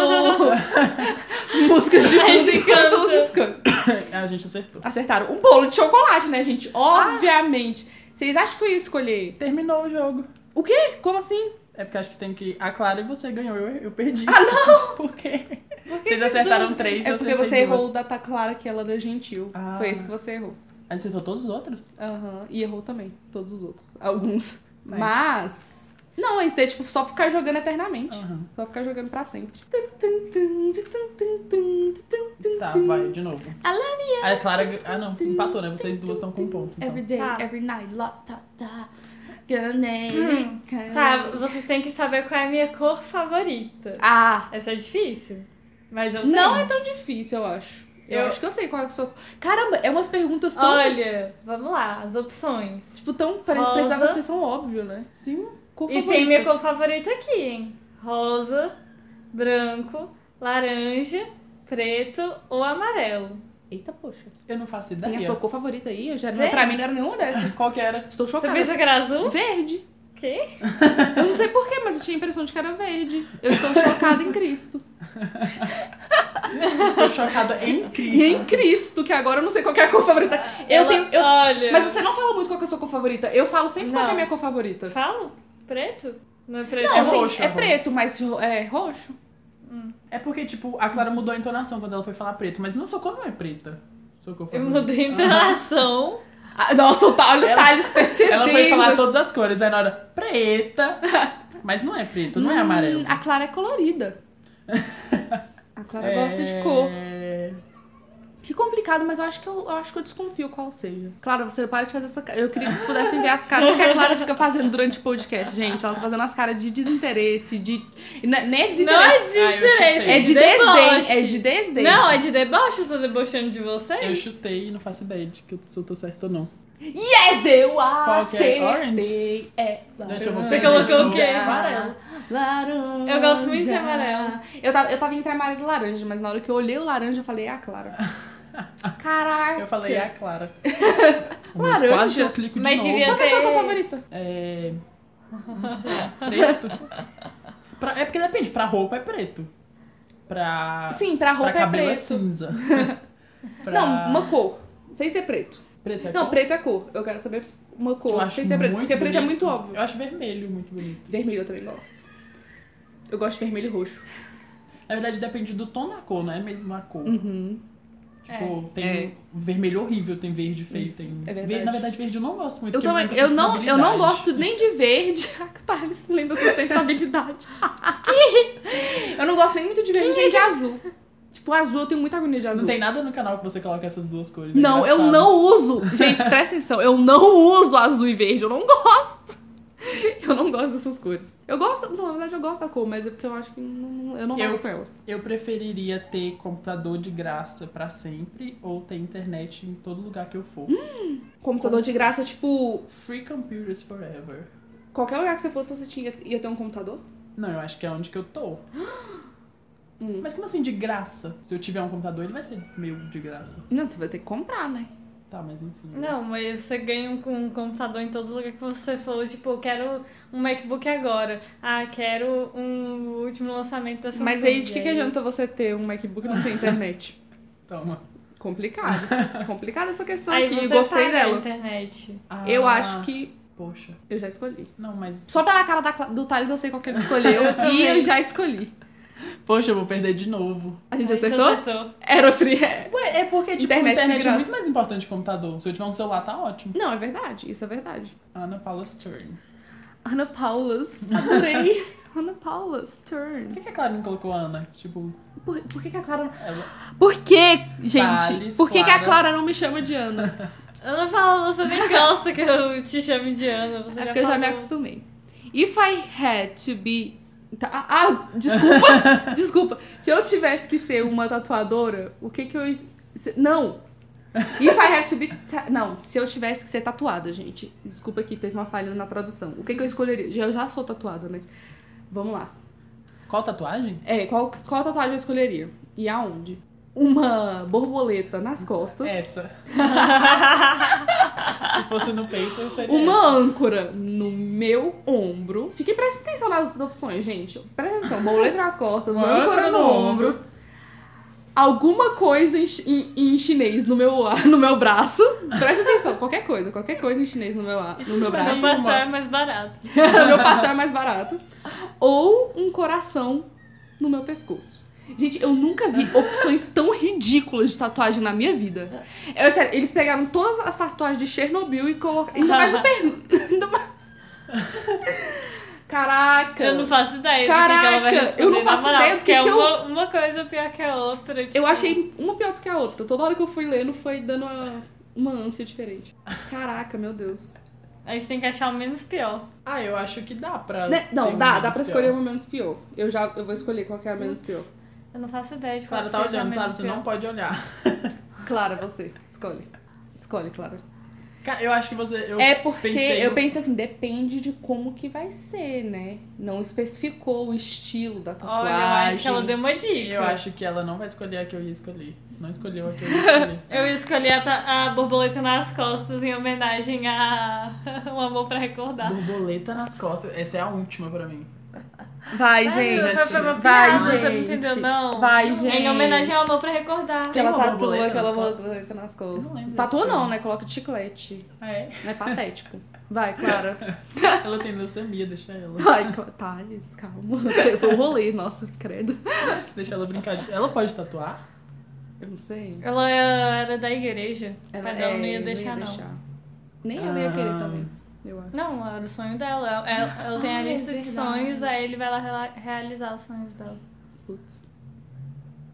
Speaker 1: músicas de
Speaker 3: Aí
Speaker 1: fundo
Speaker 3: de
Speaker 1: enquanto
Speaker 3: canto.
Speaker 1: os cantos.
Speaker 2: A gente acertou.
Speaker 1: Acertaram. Um bolo de chocolate, né, gente?
Speaker 2: Ah.
Speaker 1: Obviamente. Vocês acham que eu ia escolher?
Speaker 2: Terminou o jogo.
Speaker 1: O quê? Como assim?
Speaker 2: É porque acho que tem que. A Clara e você ganhou, eu, eu perdi. Ah, não! Por quê? Vocês acertaram três,
Speaker 1: É
Speaker 2: eu
Speaker 1: porque
Speaker 2: acertei
Speaker 1: você errou
Speaker 2: duas.
Speaker 1: o da Tá Clara que ela era gentil.
Speaker 2: Ah.
Speaker 1: Foi isso que você errou.
Speaker 2: A gente acertou todos os outros?
Speaker 1: Aham. E errou também. Todos os outros. Alguns.
Speaker 2: Vai.
Speaker 1: Mas. Não, isso daí, tipo, só ficar jogando eternamente.
Speaker 2: Aham.
Speaker 1: Só ficar jogando pra sempre.
Speaker 2: Tá, vai, de novo.
Speaker 1: I love
Speaker 2: you. A Clara. Ah, não, empatou, né? Vocês duas estão com um ponto. Então.
Speaker 1: Every day,
Speaker 3: Tá.
Speaker 1: every night, la ta ta. Good night.
Speaker 3: Hum.
Speaker 1: good
Speaker 3: Tá,
Speaker 1: night.
Speaker 3: vocês têm que saber qual é a minha cor favorita.
Speaker 1: Ah,
Speaker 3: Essa é difícil. Mas eu
Speaker 1: não
Speaker 3: tenho.
Speaker 1: é tão difícil, eu acho. Eu,
Speaker 3: Eu-
Speaker 1: acho que eu sei qual é que eu sou. Caramba, é umas perguntas tão.
Speaker 3: Olha, vamos lá, as opções.
Speaker 1: Tipo, tão. pare-
Speaker 3: Rosa.
Speaker 1: Precisava ser tão óbvio, né?
Speaker 2: Sim.
Speaker 1: Cor
Speaker 3: E tem
Speaker 1: favorita.
Speaker 3: minha cor favorita aqui, hein? Rosa, branco, laranja, preto ou amarelo.
Speaker 1: Eita, poxa.
Speaker 2: Eu não faço
Speaker 1: Tem
Speaker 2: ideia.
Speaker 1: a sua cor favorita aí? Eu já...
Speaker 3: Vem.
Speaker 1: Pra mim não era nenhuma dessas.
Speaker 2: Qual que era?
Speaker 1: Estou
Speaker 3: Você
Speaker 1: chocada.
Speaker 3: pensa que era azul?
Speaker 1: Verde.
Speaker 3: Que?
Speaker 1: Eu não sei porquê, mas eu tinha a impressão de que era verde. Eu estou chocada em Cristo.
Speaker 2: Estou chocada em
Speaker 1: E
Speaker 2: Cristo.
Speaker 1: em Cristo, que agora eu não sei qual que é a cor favorita.
Speaker 2: Ah,
Speaker 1: Eu
Speaker 3: Ela-
Speaker 1: tenho. eu-
Speaker 3: Olha.
Speaker 1: Mas você não fala muito qual que é a sua cor favorita. Eu falo sempre qual que é a
Speaker 3: Não.
Speaker 1: minha cor favorita.
Speaker 3: Falo? Preto? Não é preto?
Speaker 1: Não,
Speaker 2: É
Speaker 1: assim,
Speaker 2: roxo, é
Speaker 1: é
Speaker 2: roxo.
Speaker 1: preto, mas ro- é roxo.
Speaker 2: É porque, tipo, a Clara mudou a entonação quando ela foi falar preto, mas não, sua cor não é preta. Sua cor foi
Speaker 3: Eu
Speaker 2: branca.
Speaker 3: mudei a entonação.
Speaker 1: Ah, nossa, o Thales
Speaker 2: Ela-
Speaker 1: Thales percebendo.
Speaker 2: Ela foi falar todas as cores, aí na hora, preta. Mas não é preta, não é
Speaker 1: Hum,
Speaker 2: amarelo.
Speaker 1: A Clara é colorida. A Clara
Speaker 2: É-
Speaker 1: gosta de cor. Que complicado, mas eu acho que eu, eu acho que eu desconfio qual seja. Clara, você para de fazer essa cara. Eu queria que vocês pudessem ver as caras que a Clara fica fazendo durante o podcast, gente. Ela tá fazendo as caras de desinteresse, de. e não é- Nem é
Speaker 3: Não é
Speaker 1: desinteresse.
Speaker 3: desinteresse.
Speaker 2: Ah,
Speaker 1: é de
Speaker 3: deboche.
Speaker 1: desdém. É de desdém.
Speaker 3: Não, é de deboche, eu tô debochando de
Speaker 2: Eu
Speaker 3: vocês.
Speaker 2: chutei e não faço ideia de que eu, se eu tô certo ou não.
Speaker 1: Yes, eu
Speaker 2: Qual que é?
Speaker 1: acertei. É laranja.
Speaker 2: Gente, eu vou
Speaker 3: Você colocou o quê?
Speaker 2: Amarelo.
Speaker 1: Laranja.
Speaker 3: Eu gosto muito de amarelo.
Speaker 1: Eu tava, eu tava entre amarelo e laranja, mas na hora que eu olhei o laranja, eu falei, ah, claro. Caraca.
Speaker 2: Eu falei, é a Clara. Mas
Speaker 1: Laranja.
Speaker 2: Quase eu clico de
Speaker 3: Mas
Speaker 2: novo.
Speaker 3: devia-
Speaker 1: Qual que é a sua cor favorita?
Speaker 2: É. Não sei, é preto. Pra- é porque depende, pra roupa é preto. Pra.
Speaker 1: Sim, pra roupa
Speaker 2: pra
Speaker 1: é
Speaker 2: cabelo é,
Speaker 1: preto.
Speaker 2: cinza. Pra-
Speaker 1: Não, uma cor. Sem ser preto.
Speaker 2: Preto é
Speaker 1: Não,
Speaker 2: cor?
Speaker 1: preto é cor. Eu quero saber uma
Speaker 2: Eu
Speaker 1: cor.
Speaker 2: acho
Speaker 1: Sem ser preto.
Speaker 2: muito
Speaker 1: Porque preto é
Speaker 2: bonito.
Speaker 1: muito óbvio.
Speaker 2: Eu acho vermelho muito bonito.
Speaker 1: Vermelho eu também gosto. Eu gosto de vermelho e roxo.
Speaker 2: Na verdade, depende do tom da cor, não é mesmo a cor.
Speaker 1: Uhum.
Speaker 2: Tipo,
Speaker 1: É.
Speaker 2: tem vermelho horrível, tem verde feio, tem.
Speaker 1: É verdade.
Speaker 2: Ver- Na verdade, verde eu não gosto muito.
Speaker 1: Eu
Speaker 2: porque
Speaker 1: também.
Speaker 2: muita
Speaker 1: Eu não, é eu não
Speaker 2: sustentabilidade.
Speaker 1: gosto nem de verde. Ah, tá, ele se lembra sustentabilidade. eu não gosto nem muito de verde nem de azul. Tipo, azul, eu tenho muita agonia de azul.
Speaker 2: Não tem nada no canal que você coloca essas duas cores. é
Speaker 1: Não, eu
Speaker 2: engraçado.
Speaker 1: não uso. Gente, presta atenção, eu não uso azul e verde, eu não gosto. Eu não gosto dessas cores. Eu gosto, não, na verdade eu gosto da cor, mas é porque eu acho que não- eu não
Speaker 2: Eu-
Speaker 1: gosto com elas.
Speaker 2: Eu preferiria ter computador de graça pra sempre ou ter internet em todo lugar que eu for.
Speaker 1: Hum? Computador de graça, tipo,
Speaker 2: Free computers forever.
Speaker 1: qualquer lugar que você fosse, você tinha, ia ter um computador?
Speaker 2: Não, eu acho que é onde que eu tô.
Speaker 1: Hum.
Speaker 2: Mas como assim de graça? Se eu tiver um computador, ele vai ser meu de graça.
Speaker 1: Não, você vai ter que comprar, né?
Speaker 2: Tá, mas enfim.
Speaker 3: Não, mas você ganha um, com um computador em todo lugar que você for. Tipo, eu quero um MacBook agora. Ah, quero um o último lançamento da Samsung.
Speaker 1: Mas aí de que, que
Speaker 3: Aí-
Speaker 1: adianta você ter um MacBook e não ter internet?
Speaker 2: Toma.
Speaker 1: Complicado. Complicada essa questão
Speaker 3: Aí
Speaker 1: tá aqui,
Speaker 3: você
Speaker 1: gostei
Speaker 3: paga a
Speaker 1: dela.
Speaker 3: internet.
Speaker 2: Ah,
Speaker 1: Eu acho que
Speaker 2: Poxa.
Speaker 1: eu já escolhi.
Speaker 2: Não, mas.
Speaker 1: Só pela cara da Cla- do Thales eu sei qual que ele escolheu e eu já escolhi.
Speaker 2: Poxa, eu vou perder de novo.
Speaker 1: A gente
Speaker 3: Aí você
Speaker 1: acertou? Era free. é.
Speaker 2: Ué, é porque, tipo,
Speaker 1: Internet de
Speaker 2: internet, internet é
Speaker 1: graça.
Speaker 2: muito mais importante que computador. Se eu tiver um celular, tá ótimo.
Speaker 1: Não, é verdade. Isso é verdade.
Speaker 2: Ana Paula Stern.
Speaker 1: Ana Paula's. Adorei. Ana Paula's
Speaker 2: Por
Speaker 1: turn.
Speaker 2: que, que a Clara não colocou Ana? Tipo,
Speaker 1: Por, por que, que a Clara.
Speaker 2: ela.
Speaker 1: Por que, gente?
Speaker 2: Thales,
Speaker 1: por que, que a
Speaker 2: Clara.
Speaker 1: Clara não me chama de Ana?
Speaker 3: Ana Paula, você nem gosta que eu te chame de Ana. Você
Speaker 1: É
Speaker 3: já
Speaker 1: porque eu já me
Speaker 3: falou.
Speaker 1: acostumei. If I had to be. Tá, ah, ah, desculpa! desculpa. Se eu tivesse que ser uma tatuadora, o que que eu. se- Não! If I had to be. ta- Não, se eu tivesse que ser tatuada, gente. Desculpa aqui, teve uma falha na tradução. O que que eu escolheria? Já- Eu já sou tatuada, né? Vamos lá.
Speaker 2: Qual tatuagem?
Speaker 1: É, qual, qual tatuagem eu escolheria? E aonde? Uma borboleta nas costas.
Speaker 3: É,
Speaker 2: Essa. Se fosse no peito, eu seria.
Speaker 1: Uma âncora no meu ombro. Fiquem prestando atenção nas opções, gente. Presta atenção. Borboleta nas costas,
Speaker 2: Uma
Speaker 1: âncora no ombro. Alguma coisa em, chi- em- em chinês no meu, ar- no meu braço. Presta atenção. Qualquer coisa. Qualquer coisa em chinês no meu, ar-
Speaker 3: Isso
Speaker 1: no meu
Speaker 3: tipo,
Speaker 1: braço.
Speaker 3: meu pastel é mais barato.
Speaker 1: O meu pastel é mais barato. Ou um coração no meu pescoço. Gente, eu nunca vi opções tão ridículas de tatuagem na minha vida. Eu, sério, eles pegaram todas as tatuagens de Chernobyl e colocaram. Ainda mais o per... ainda mais- Caraca!
Speaker 3: Eu não faço ideia do que que ela vai
Speaker 1: Caraca,
Speaker 3: responder.
Speaker 1: eu não
Speaker 3: na
Speaker 1: faço
Speaker 3: moral,
Speaker 1: ideia do que
Speaker 3: porque é
Speaker 1: que eu-
Speaker 3: uma, uma coisa pior que a outra. tipo,
Speaker 1: Eu achei uma pior do que a outra. Toda hora que eu fui lendo foi dando uma, uma ânsia diferente. Caraca, meu Deus.
Speaker 3: A gente tem que achar o menos pior.
Speaker 2: Ah, eu acho que dá pra.
Speaker 1: Né? Não, dá,
Speaker 2: ter um
Speaker 1: dá pra
Speaker 2: menos
Speaker 1: escolher
Speaker 2: pior.
Speaker 1: uma menos pior. Eu já eu vou escolher qual que é a menos pior.
Speaker 3: Eu não faço ideia de qual
Speaker 2: Clara
Speaker 3: que
Speaker 2: tá
Speaker 3: seja a
Speaker 2: olhando,
Speaker 3: menos
Speaker 2: Clara, você
Speaker 3: pior.
Speaker 2: não pode olhar.
Speaker 1: Clara, você. Escolhe. Escolhe, Clara.
Speaker 2: Cara, eu acho que você. Eu
Speaker 1: é porque
Speaker 2: pensei
Speaker 1: eu
Speaker 2: no-
Speaker 1: pensei assim, depende de como que vai ser, né? Não especificou o estilo da
Speaker 3: Olha,
Speaker 1: tatuagem.
Speaker 3: eu acho que ela deu uma
Speaker 2: E
Speaker 3: dica.
Speaker 2: Eu acho que ela não vai escolher a que eu ia escolher. Não escolheu a que eu ia escolher.
Speaker 3: Eu escolhi a, ta- a borboleta nas costas em homenagem a um amor pra
Speaker 1: Tá.
Speaker 3: recordar.
Speaker 2: Borboleta nas costas. Essa é a última pra mim.
Speaker 1: Vai,
Speaker 3: Ai,
Speaker 1: gente.
Speaker 3: foi- foi uma
Speaker 1: vai,
Speaker 3: piada,
Speaker 1: gente.
Speaker 3: você não entendeu, não?
Speaker 1: Vai,
Speaker 3: É
Speaker 1: gente.
Speaker 3: Em homenagem ao né? amor pra recordar.
Speaker 1: Que ela
Speaker 2: Tem uma
Speaker 1: tatua
Speaker 2: borboleta
Speaker 1: aquela
Speaker 2: nas costas?
Speaker 1: borboleta nas costas.
Speaker 2: Eu não lembro
Speaker 1: Tatua
Speaker 2: desse
Speaker 1: não,
Speaker 2: filme.
Speaker 1: né? Coloca de chiclete.
Speaker 2: Ah, é?
Speaker 1: Não é patético. Vai, Clara.
Speaker 2: Ela tem leucemia, deixa ela.
Speaker 1: Ai, Cla- Thales, calma. Eu sou o rolê, nossa, credo.
Speaker 2: Deixa ela brincar de. Ela pode tatuar?
Speaker 1: Eu não sei.
Speaker 3: Ela era da igreja.
Speaker 1: Ela-
Speaker 3: mas ela um não
Speaker 1: é,
Speaker 3: ia deixar, não.
Speaker 1: Nem eu ia querer
Speaker 2: Ah.
Speaker 1: também, eu acho.
Speaker 3: Não, era o sonho dela. Ela, ela- ela tem
Speaker 1: Ah,
Speaker 3: a
Speaker 1: é
Speaker 3: lista de
Speaker 1: verdade.
Speaker 3: sonhos, aí ele vai lá rela- realizar os sonhos dela.
Speaker 1: Putz.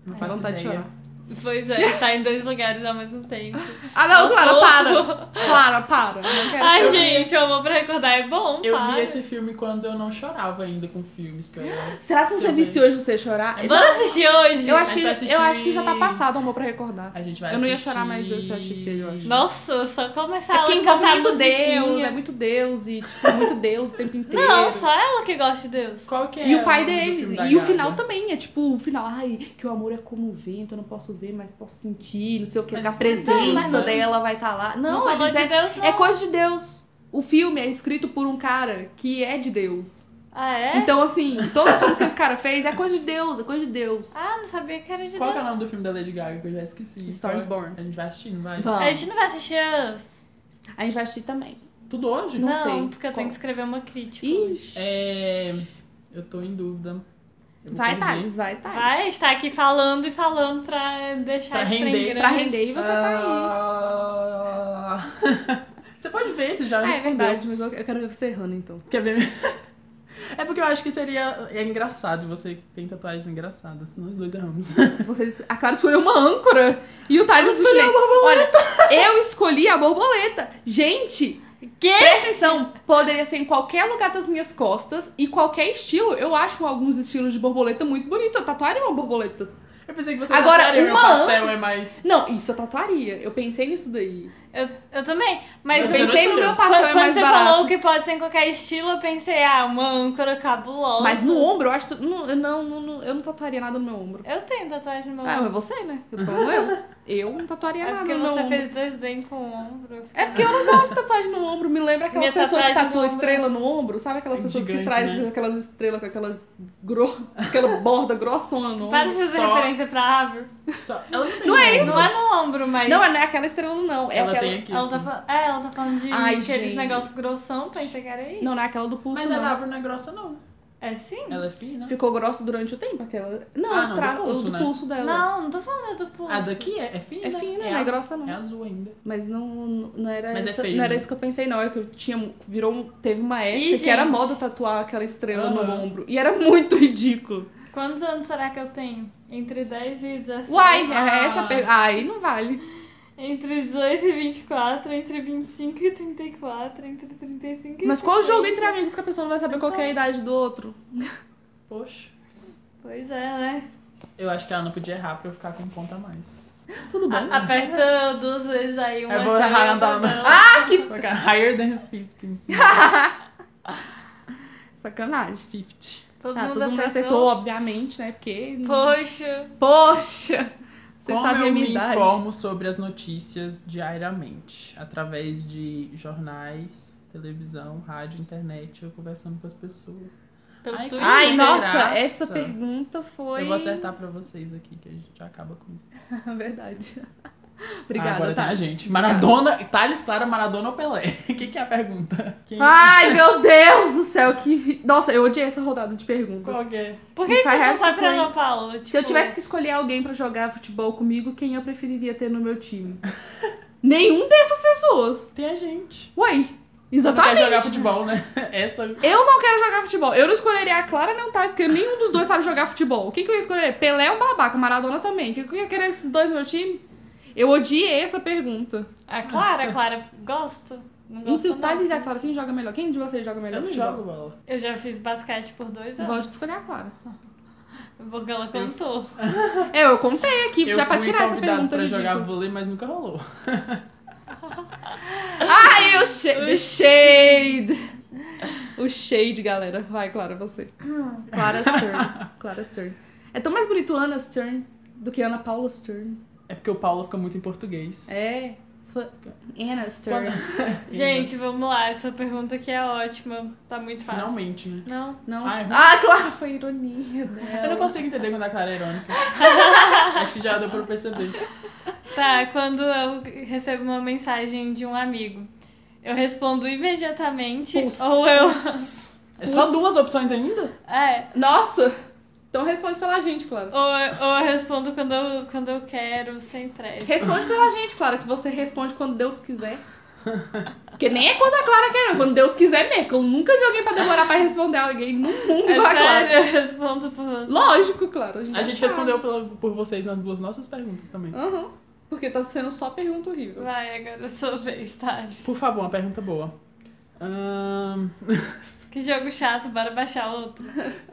Speaker 2: Não
Speaker 1: Ai,
Speaker 2: faço
Speaker 1: vontade de
Speaker 2: ideia.
Speaker 1: chorar.
Speaker 3: Pois é, está em dois lugares ao mesmo tempo.
Speaker 1: Ah, não,
Speaker 3: Não,
Speaker 1: Clara,
Speaker 3: fofo.
Speaker 1: para. Clara, para. Não quero
Speaker 3: Ai,
Speaker 1: ser-
Speaker 3: gente, eu vou pra recordar, é bom,
Speaker 2: Eu
Speaker 3: para.
Speaker 2: vi esse filme quando eu não chorava ainda com filmes que eu era.
Speaker 1: Será que se você
Speaker 2: Seu
Speaker 1: visse hoje você chorar?
Speaker 3: Bora assistir hoje?
Speaker 1: Eu acho,
Speaker 2: a
Speaker 1: que,
Speaker 2: gente vai assistir-
Speaker 1: eu acho que já tá passado, amor, pra recordar.
Speaker 2: A gente vai
Speaker 1: Eu não ia
Speaker 2: assistir-
Speaker 1: chorar mais hoje se eu assistisse ele, eu acho.
Speaker 3: Nossa, só começar
Speaker 1: É porque
Speaker 3: ela a
Speaker 1: envolve
Speaker 3: cantar
Speaker 1: muito
Speaker 3: musiquinha.
Speaker 1: Deus, é muito Deus e, tipo, muito Deus o tempo inteiro.
Speaker 3: Não, só ela que gosta de Deus.
Speaker 2: Qual que é
Speaker 1: E o pai
Speaker 2: nome do filme
Speaker 1: dele.
Speaker 2: da
Speaker 1: E o
Speaker 2: Gaga?
Speaker 1: final também. É tipo, o final, ai, que o amor é como o vento, eu não posso ver, mas posso sentir, não sei o quê.
Speaker 2: Mas
Speaker 1: que a
Speaker 2: isso não né?
Speaker 1: presença
Speaker 3: é, mas não.
Speaker 1: dela vai estar lá. Não,
Speaker 3: falou
Speaker 1: eles
Speaker 3: de
Speaker 1: é,
Speaker 3: Deus, não.
Speaker 1: é coisa de Deus. O filme é escrito por um cara que é de Deus.
Speaker 3: Ah, é?
Speaker 1: Então, assim, todos os filmes que esse cara fez é coisa de Deus, é coisa de Deus.
Speaker 3: Ah, não sabia que era de
Speaker 2: Qual que é
Speaker 3: Deus.
Speaker 2: o nome do filme da Lady Gaga que eu já esqueci? Então,
Speaker 1: Star is Born.
Speaker 2: A gente vai assistindo, vai.
Speaker 3: A gente não vai assistir as...
Speaker 1: A gente vai assistir também.
Speaker 2: Tudo hoje?
Speaker 1: Não sei.
Speaker 3: porque eu tenho que escrever uma crítica.
Speaker 1: Ixi.
Speaker 2: É... Eu tô em dúvida. Eu vou
Speaker 1: Vai,
Speaker 2: perder.
Speaker 1: Thales, vai, Thales.
Speaker 3: Vai estar aqui falando e falando pra deixar
Speaker 2: Pra
Speaker 3: esse trem
Speaker 2: render.
Speaker 3: grande.
Speaker 1: Pra render e você tá aí.
Speaker 2: Ah, você pode ver se já
Speaker 1: Ah, é
Speaker 2: respondeu.
Speaker 1: verdade, mas eu eu quero ver você errando então.
Speaker 2: Quer ver? É porque eu acho que seria. É engraçado, você tem tatuagens engraçadas, senão os dois erramos.
Speaker 1: Vocês, a Clara escolheu uma âncora e o Thales o chinês. Olha, eu escolhi a borboleta. Gente,
Speaker 3: Que?
Speaker 1: presta atenção. Poderia ser em qualquer lugar das minhas costas e qualquer estilo. Eu acho alguns estilos de borboleta muito bonito. Eu tatuaria uma borboleta.
Speaker 2: Eu pensei que você
Speaker 1: Agora,
Speaker 2: tatuaria, meu
Speaker 1: uma
Speaker 2: pastel é mais.
Speaker 1: Não, isso eu tatuaria. Eu pensei nisso daí.
Speaker 3: Eu, eu também.
Speaker 1: Eu
Speaker 3: Mas
Speaker 2: Você não
Speaker 1: pensei no
Speaker 2: escolheu.
Speaker 1: meu
Speaker 3: quando,
Speaker 1: pastel é
Speaker 3: quando
Speaker 1: mais
Speaker 3: você
Speaker 1: barato.
Speaker 3: falou que pode ser em qualquer estilo, eu pensei, ah, uma âncora cabulosa.
Speaker 1: Mas no ombro, eu acho. Não, eu não, não- não- eu não tatuaria nada no meu ombro.
Speaker 3: Eu tenho tatuagem no meu
Speaker 1: Ah,
Speaker 3: ombro.
Speaker 1: mas você, né? Eu tô falando eu. Eu não tatuaria
Speaker 3: É
Speaker 1: nada
Speaker 3: porque
Speaker 1: no meu
Speaker 3: você
Speaker 1: ombro.
Speaker 3: fez desdém com o ombro. eu fiquei-
Speaker 1: É porque eu não gosto de tatuagem no ombro. Me lembra aquelas
Speaker 3: Minha
Speaker 1: pessoas que
Speaker 3: tatuagem no
Speaker 1: tatuam
Speaker 3: ombro.
Speaker 1: estrela no ombro. Sabe aquelas pessoas que
Speaker 2: Gigante,
Speaker 1: trazem
Speaker 2: né?
Speaker 1: aquelas estrelas com aquela, gro... aquela borda grossona no
Speaker 3: Para
Speaker 1: ombro?
Speaker 3: de fazer
Speaker 2: Só-
Speaker 3: referência pra árvore.
Speaker 2: Só... Ela não tem
Speaker 1: Não é
Speaker 2: nome.
Speaker 3: Não é no ombro, mas.
Speaker 1: Não, não é aquela estrela, não. É
Speaker 2: Ela
Speaker 1: aquela...
Speaker 2: tem aqui.
Speaker 3: Ela tá,
Speaker 2: assim.
Speaker 3: fal- é, ela tá falando de
Speaker 1: Ai,
Speaker 3: aqueles
Speaker 1: gente.
Speaker 3: negócios grossão, pensei que era isso.
Speaker 1: Não, não é aquela do pulso,
Speaker 2: Mas a
Speaker 1: não.
Speaker 2: da árvore não é grossa, não.
Speaker 3: É sim?
Speaker 2: Ela é fina.
Speaker 1: Ficou grossa durante o tempo, aquela... Não,
Speaker 2: Ah, não,
Speaker 1: tra-
Speaker 2: do
Speaker 1: o
Speaker 2: pulso,
Speaker 1: do
Speaker 2: né?
Speaker 1: pulso dela.
Speaker 3: Não, não tô falando do pulso.
Speaker 2: A daqui é, é fina.
Speaker 1: É fina,
Speaker 2: é
Speaker 1: não é
Speaker 2: azul-
Speaker 1: grossa, não.
Speaker 2: É azul ainda.
Speaker 1: Mas não, não era
Speaker 2: Mas é
Speaker 1: essa-
Speaker 2: feio,
Speaker 1: não era
Speaker 2: né?
Speaker 1: isso que eu pensei, não. É que eu tinha. Virou um- teve uma época
Speaker 3: Ih,
Speaker 1: que era
Speaker 3: gente.
Speaker 1: moda tatuar aquela estrela no
Speaker 2: Aham.
Speaker 1: ombro. E era muito ridículo.
Speaker 3: Quantos anos será que eu tenho? Entre 10 e 17.
Speaker 1: Uai,
Speaker 2: Ah.
Speaker 1: é essa pergunta. Aí não vale.
Speaker 3: Entre 18 e 24, entre 25 e 34, entre 35 e
Speaker 1: Mas qual o jogo
Speaker 3: 50?
Speaker 1: entre amigos que a pessoa não vai saber qual que é a
Speaker 2: Então.
Speaker 1: idade do outro?
Speaker 2: Poxa.
Speaker 3: Pois é, né?
Speaker 2: Eu acho que ela não podia errar pra eu ficar com um ponto a mais.
Speaker 1: Tudo né? bom.
Speaker 3: A- aperta duas vezes aí, uma
Speaker 2: Eu vou
Speaker 3: sem
Speaker 2: É errar,
Speaker 3: outra
Speaker 2: não, não.
Speaker 3: não.
Speaker 1: Ah, que
Speaker 2: Vai ficar higher than 50.
Speaker 1: sacanagem.
Speaker 2: 50.
Speaker 3: Todo,
Speaker 1: Tá,
Speaker 3: mundo,
Speaker 1: todo mundo acertou,
Speaker 3: acertou.
Speaker 1: obviamente, né? Porque.
Speaker 3: Poxa,
Speaker 1: Poxa! Você
Speaker 2: Como
Speaker 1: sabe
Speaker 2: eu
Speaker 1: a minha
Speaker 2: me
Speaker 1: idade.
Speaker 2: informo sobre as notícias diariamente? Através de jornais, televisão, rádio, internet, eu conversando com as pessoas.
Speaker 3: pelo
Speaker 2: Ai,
Speaker 3: Twitter.
Speaker 1: Ai,
Speaker 2: Que
Speaker 1: nossa,
Speaker 2: graça.
Speaker 1: essa pergunta foi.
Speaker 2: Eu vou acertar pra vocês aqui, que a gente acaba com isso.
Speaker 1: Verdade.
Speaker 2: Ah,
Speaker 1: Obrigada,
Speaker 2: Agora
Speaker 1: tá?
Speaker 2: tem a gente. Maradona, Thales Clara, Maradona ou Pelé? O que, que é a pergunta? Quem...
Speaker 1: Ai, meu Deus do céu, que. Nossa, eu odiei essa rodada de perguntas.
Speaker 2: Qual Tipo- que é?
Speaker 3: Por que
Speaker 1: If I
Speaker 3: você
Speaker 1: have
Speaker 3: não vai
Speaker 1: to
Speaker 3: pra
Speaker 1: play-
Speaker 3: São Paulo? Tipo,
Speaker 1: Se eu tivesse que escolher alguém pra jogar futebol comigo, quem eu preferiria ter no meu time? Nenhum dessas pessoas.
Speaker 2: Tem a gente.
Speaker 1: Uai,
Speaker 2: Você não quer
Speaker 1: exatamente.
Speaker 2: jogar futebol, né? Essa...
Speaker 1: Eu não quero jogar futebol. Eu não escolheria a Clara nem o Thais, porque nenhum dos dois sabe jogar futebol. O que, que eu ia escolher? Pelé é um babaca, Maradona também. O que, que eu ia querer esses dois no meu time? Eu odiei essa pergunta.
Speaker 3: A é Clara, a Clara, gosto. Não gosto
Speaker 1: Entre o
Speaker 3: não.
Speaker 1: Thales e a Clara, quem joga melhor? Quem de vocês joga melhor?
Speaker 2: Eu não
Speaker 1: futebol?
Speaker 2: jogo bola.
Speaker 3: Eu já fiz basquete por dois
Speaker 1: Eu
Speaker 3: anos.
Speaker 1: gosto de escolher a Clara.
Speaker 3: Porque ela cantou.
Speaker 1: É, eu contei aqui,
Speaker 2: Eu
Speaker 1: já pra
Speaker 2: fui
Speaker 1: tirar essa
Speaker 2: convidado
Speaker 1: pergunta
Speaker 2: pra
Speaker 1: ridícula.
Speaker 2: jogar vôlei, mas nunca rolou.
Speaker 1: Ai, o shade. shade. O shade, galera. Vai, Clara, você. Clara Stern. Clara Stern. É tão mais bonito Ana Stern do que Ana Paula Stern.
Speaker 2: É porque o Paulo fica muito em português.
Speaker 1: É. se for- Ana Stern.
Speaker 3: Gente, vamos lá. Essa pergunta aqui é ótima. Tá muito fácil.
Speaker 2: Finalmente, né?
Speaker 3: Não.
Speaker 1: Não.
Speaker 2: Ai,
Speaker 1: Ah, claro, foi ironia dela.
Speaker 2: Eu não consigo entender quando a Clara é irônica. Acho que já deu pra perceber.
Speaker 3: Tá, quando eu recebo uma mensagem de um amigo, eu respondo imediatamente
Speaker 1: Putz.
Speaker 3: ou eu.
Speaker 2: É só duas opções ainda?
Speaker 3: É.
Speaker 1: Nossa! Então responde pela gente, Clara.
Speaker 3: Ou, eu- ou eu respondo quando eu, quando eu quero, sem pressa.
Speaker 1: Responde pela gente, Clara, que você responde quando Deus quiser. Porque nem é quando a Clara quer, não. Quando Deus quiser mesmo. que Eu nunca vi alguém pra demorar pra responder alguém no mundo igual a Clara.
Speaker 3: É sério, eu respondo por você.
Speaker 1: Lógico, claro.
Speaker 2: A gente respondeu pela- por vocês nas duas nossas perguntas também.
Speaker 1: Aham. Porque tá sendo só pergunta horrível.
Speaker 3: Vai, agora eu sou vez, Thales.
Speaker 2: Por favor, uma pergunta boa. Ahn,
Speaker 3: Que jogo chato, bora baixar outro.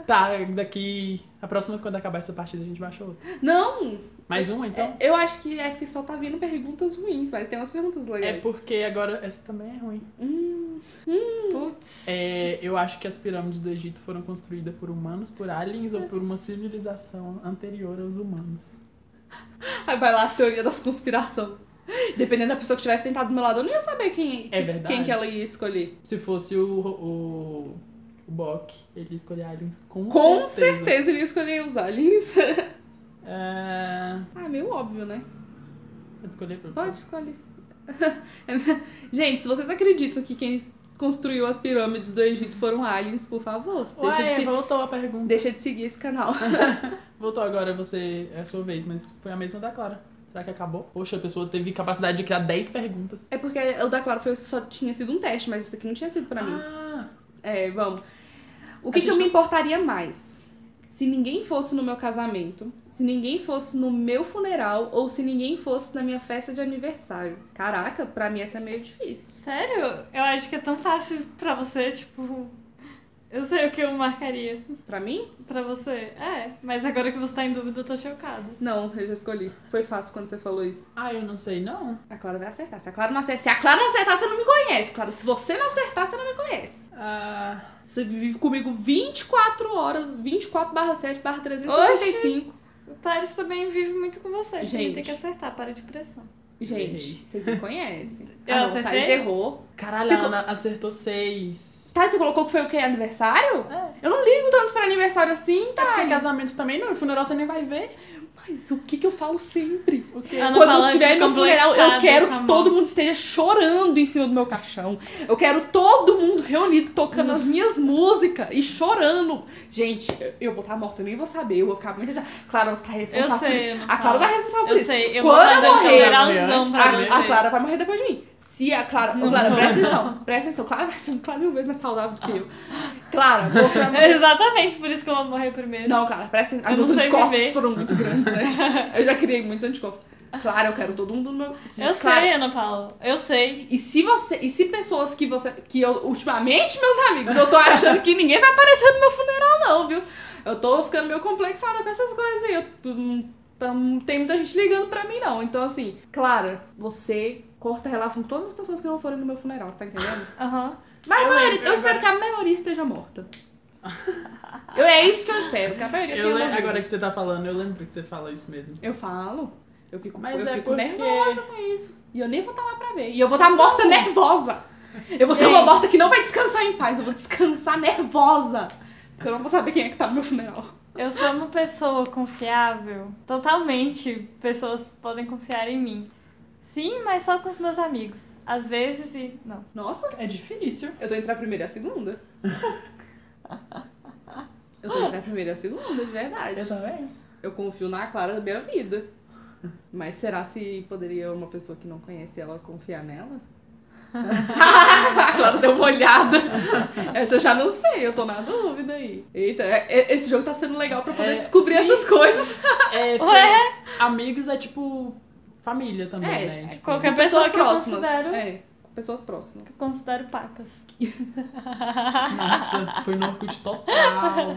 Speaker 2: tá, daqui. A próxima, quando acabar essa partida, a gente baixa outra.
Speaker 1: Não!
Speaker 2: Mais uma, então?
Speaker 1: É, eu acho que é que só tá vindo perguntas ruins, mas tem umas perguntas legais.
Speaker 2: É porque agora essa também é ruim.
Speaker 1: Hum,
Speaker 3: Putz.
Speaker 2: É, eu acho que as pirâmides do Egito foram construídas por humanos, por aliens ou por uma civilização anterior aos humanos.
Speaker 1: aí vai lá as teorias das conspiração. Dependendo da pessoa que estivesse sentada do meu lado, eu não ia saber quem,
Speaker 2: É verdade.
Speaker 1: quem que ela ia escolher.
Speaker 2: Se fosse o, o, o Bok, ele ia escolher aliens com,
Speaker 1: Com
Speaker 2: certeza.
Speaker 1: certeza, ele ia escolher os aliens.
Speaker 2: É,
Speaker 1: ah, meio óbvio, né?
Speaker 2: Pode escolher pra
Speaker 1: Pode escolher. É Gente, se vocês acreditam que quem construiu as pirâmides do Egito foram aliens, por favor, deixa,
Speaker 2: Ué,
Speaker 1: de, se-
Speaker 2: voltou a pergunta.
Speaker 1: deixa de seguir esse canal.
Speaker 2: Voltou agora, você é a sua vez, mas foi a mesma da Clara. Será que acabou? Poxa, a pessoa teve capacidade de criar 10 perguntas.
Speaker 1: É porque o da Clara foi, só tinha sido um teste, mas isso aqui não tinha sido pra mim.
Speaker 2: Ah,
Speaker 1: É, vamos. O
Speaker 2: A
Speaker 1: que, que
Speaker 2: gente
Speaker 1: eu me
Speaker 2: não-
Speaker 1: importaria mais? Se ninguém fosse no meu casamento, se ninguém fosse no meu funeral ou se ninguém fosse na minha festa de aniversário. Caraca, pra mim essa é meio difícil.
Speaker 3: Sério? Eu acho que é tão fácil pra você, tipo. Eu sei o que eu marcaria
Speaker 1: Pra mim?
Speaker 3: pra você. É, mas agora que você tá em dúvida, eu tô chocada.
Speaker 1: Não, eu já escolhi. Foi fácil quando você falou isso.
Speaker 2: ah, eu não sei, não.
Speaker 1: A Clara vai acertar. Se a Clara não acertar, se a Clara não acertar, você não me conhece. Clara, se você não acertar, você não me conhece.
Speaker 2: Ah,
Speaker 1: Você vive comigo 24 horas, 24 barra 7 barra 365.
Speaker 3: O Thales também vive muito com você. Gente.
Speaker 1: Gente.
Speaker 3: Tem que acertar, para de pressão.
Speaker 1: Gente, vocês me conhecem.
Speaker 3: Eu
Speaker 1: ah, não,
Speaker 3: acertei?
Speaker 1: Thais errou.
Speaker 2: caralho,
Speaker 1: Você
Speaker 2: a
Speaker 1: co-
Speaker 2: Ana acertou 6.
Speaker 1: Tá, você colocou que foi o quê? Aniversário?
Speaker 3: É.
Speaker 1: Eu não ligo tanto pra aniversário assim, tá?
Speaker 2: casamento também não, e funeral você nem vai ver.
Speaker 1: Mas o que que eu falo sempre?
Speaker 2: O quê?
Speaker 3: Ah, não.
Speaker 1: Quando
Speaker 3: fala
Speaker 1: eu tiver
Speaker 3: que
Speaker 1: meu funeral, eu
Speaker 3: complexada
Speaker 1: quero
Speaker 3: com a
Speaker 1: que
Speaker 3: mão.
Speaker 1: todo mundo esteja chorando em cima do meu caixão. Eu quero todo mundo reunido tocando
Speaker 3: Uhum.
Speaker 1: as minhas músicas e chorando. Gente, eu vou estar morta, eu nem vou saber. Eu vou ficar muito. Clara, você tá responsável
Speaker 3: Eu sei,
Speaker 1: por
Speaker 3: eu
Speaker 1: isso.
Speaker 3: não
Speaker 1: A Clara
Speaker 3: falo.
Speaker 1: tá responsável por
Speaker 3: Eu
Speaker 1: isso.
Speaker 3: sei, eu
Speaker 1: Quando
Speaker 3: vou
Speaker 1: eu
Speaker 3: fazer um
Speaker 1: morrer,
Speaker 3: funeralzão pra você.
Speaker 1: A, a Clara vai morrer depois de mim. Se a Clara. Ô, Clara, presta atenção, presta atenção. Clara vai ser um Clara mil vezes mais saudável do que eu. Clara, você vai morrer.
Speaker 3: Exatamente, por isso que eu vou morrer primeiro.
Speaker 1: Não, Clara, presta atenção.
Speaker 3: Eu não
Speaker 1: Os
Speaker 3: sei
Speaker 1: anticorpos
Speaker 3: viver.
Speaker 1: foram muito grandes, né? Eu já criei muitos anticorpos. Claro, eu quero todo mundo no meu.
Speaker 3: Eu
Speaker 1: Clara,
Speaker 3: sei, Ana Paula. Eu sei.
Speaker 1: E se você. E se pessoas que você. Que eu, ultimamente, meus amigos, eu tô achando que ninguém vai aparecer no meu funeral, não, viu? Eu tô ficando meio complexada com essas coisas aí. Eu, hum, tam- não tem muita gente ligando pra mim, não. Então, assim, Clara, você corta a relação com todas as pessoas que não forem no meu funeral, você tá entendendo?
Speaker 3: Aham.
Speaker 1: Mas
Speaker 2: Eu
Speaker 1: a maioria-
Speaker 2: lembro
Speaker 1: eu espero que a maioria esteja morta. Eu, é isso que eu espero, que a maioria
Speaker 2: Eu
Speaker 1: tenha
Speaker 2: lem-
Speaker 1: morrido.
Speaker 2: agora que você tá falando, eu lembro que você fala isso mesmo.
Speaker 1: Eu falo. Eu fico,
Speaker 2: Mas
Speaker 1: eu
Speaker 2: é
Speaker 1: fico
Speaker 2: porque-
Speaker 1: nervosa com isso. E eu nem vou estar lá pra ver. E eu vou estar morta nervosa. Eu vou ser uma
Speaker 3: Gente.
Speaker 1: morta que não vai descansar em paz. Eu vou descansar nervosa. Porque eu não vou saber quem é que tá no meu funeral.
Speaker 3: Eu sou uma pessoa confiável. Totalmente pessoas podem confiar em mim. Sim, mas só com os meus amigos. Às vezes e. Não.
Speaker 1: Nossa,
Speaker 2: É difícil.
Speaker 1: eu tô entre a primeira e a segunda. Eu tô entre a primeira e a segunda, de
Speaker 2: Eu
Speaker 1: verdade.
Speaker 2: também.
Speaker 1: Eu confio na Clara da minha vida. Mas será se poderia uma pessoa que não conhece ela confiar nela? a Clara deu uma olhada. Essa eu já não sei, eu tô na dúvida aí. Eita, é- é- esse jogo tá sendo legal pra poder
Speaker 2: É,
Speaker 1: descobrir
Speaker 2: sim.
Speaker 1: essas coisas.
Speaker 2: É,
Speaker 3: Ué?
Speaker 2: ser- amigos é tipo família também,
Speaker 1: É,
Speaker 2: né?
Speaker 1: é
Speaker 2: Tipo,
Speaker 3: Qualquer pessoa que eu
Speaker 1: próximas.
Speaker 3: considero.
Speaker 1: É, pessoas próximas.
Speaker 3: que eu Considero papas.
Speaker 2: Nossa, foi no Orkut total.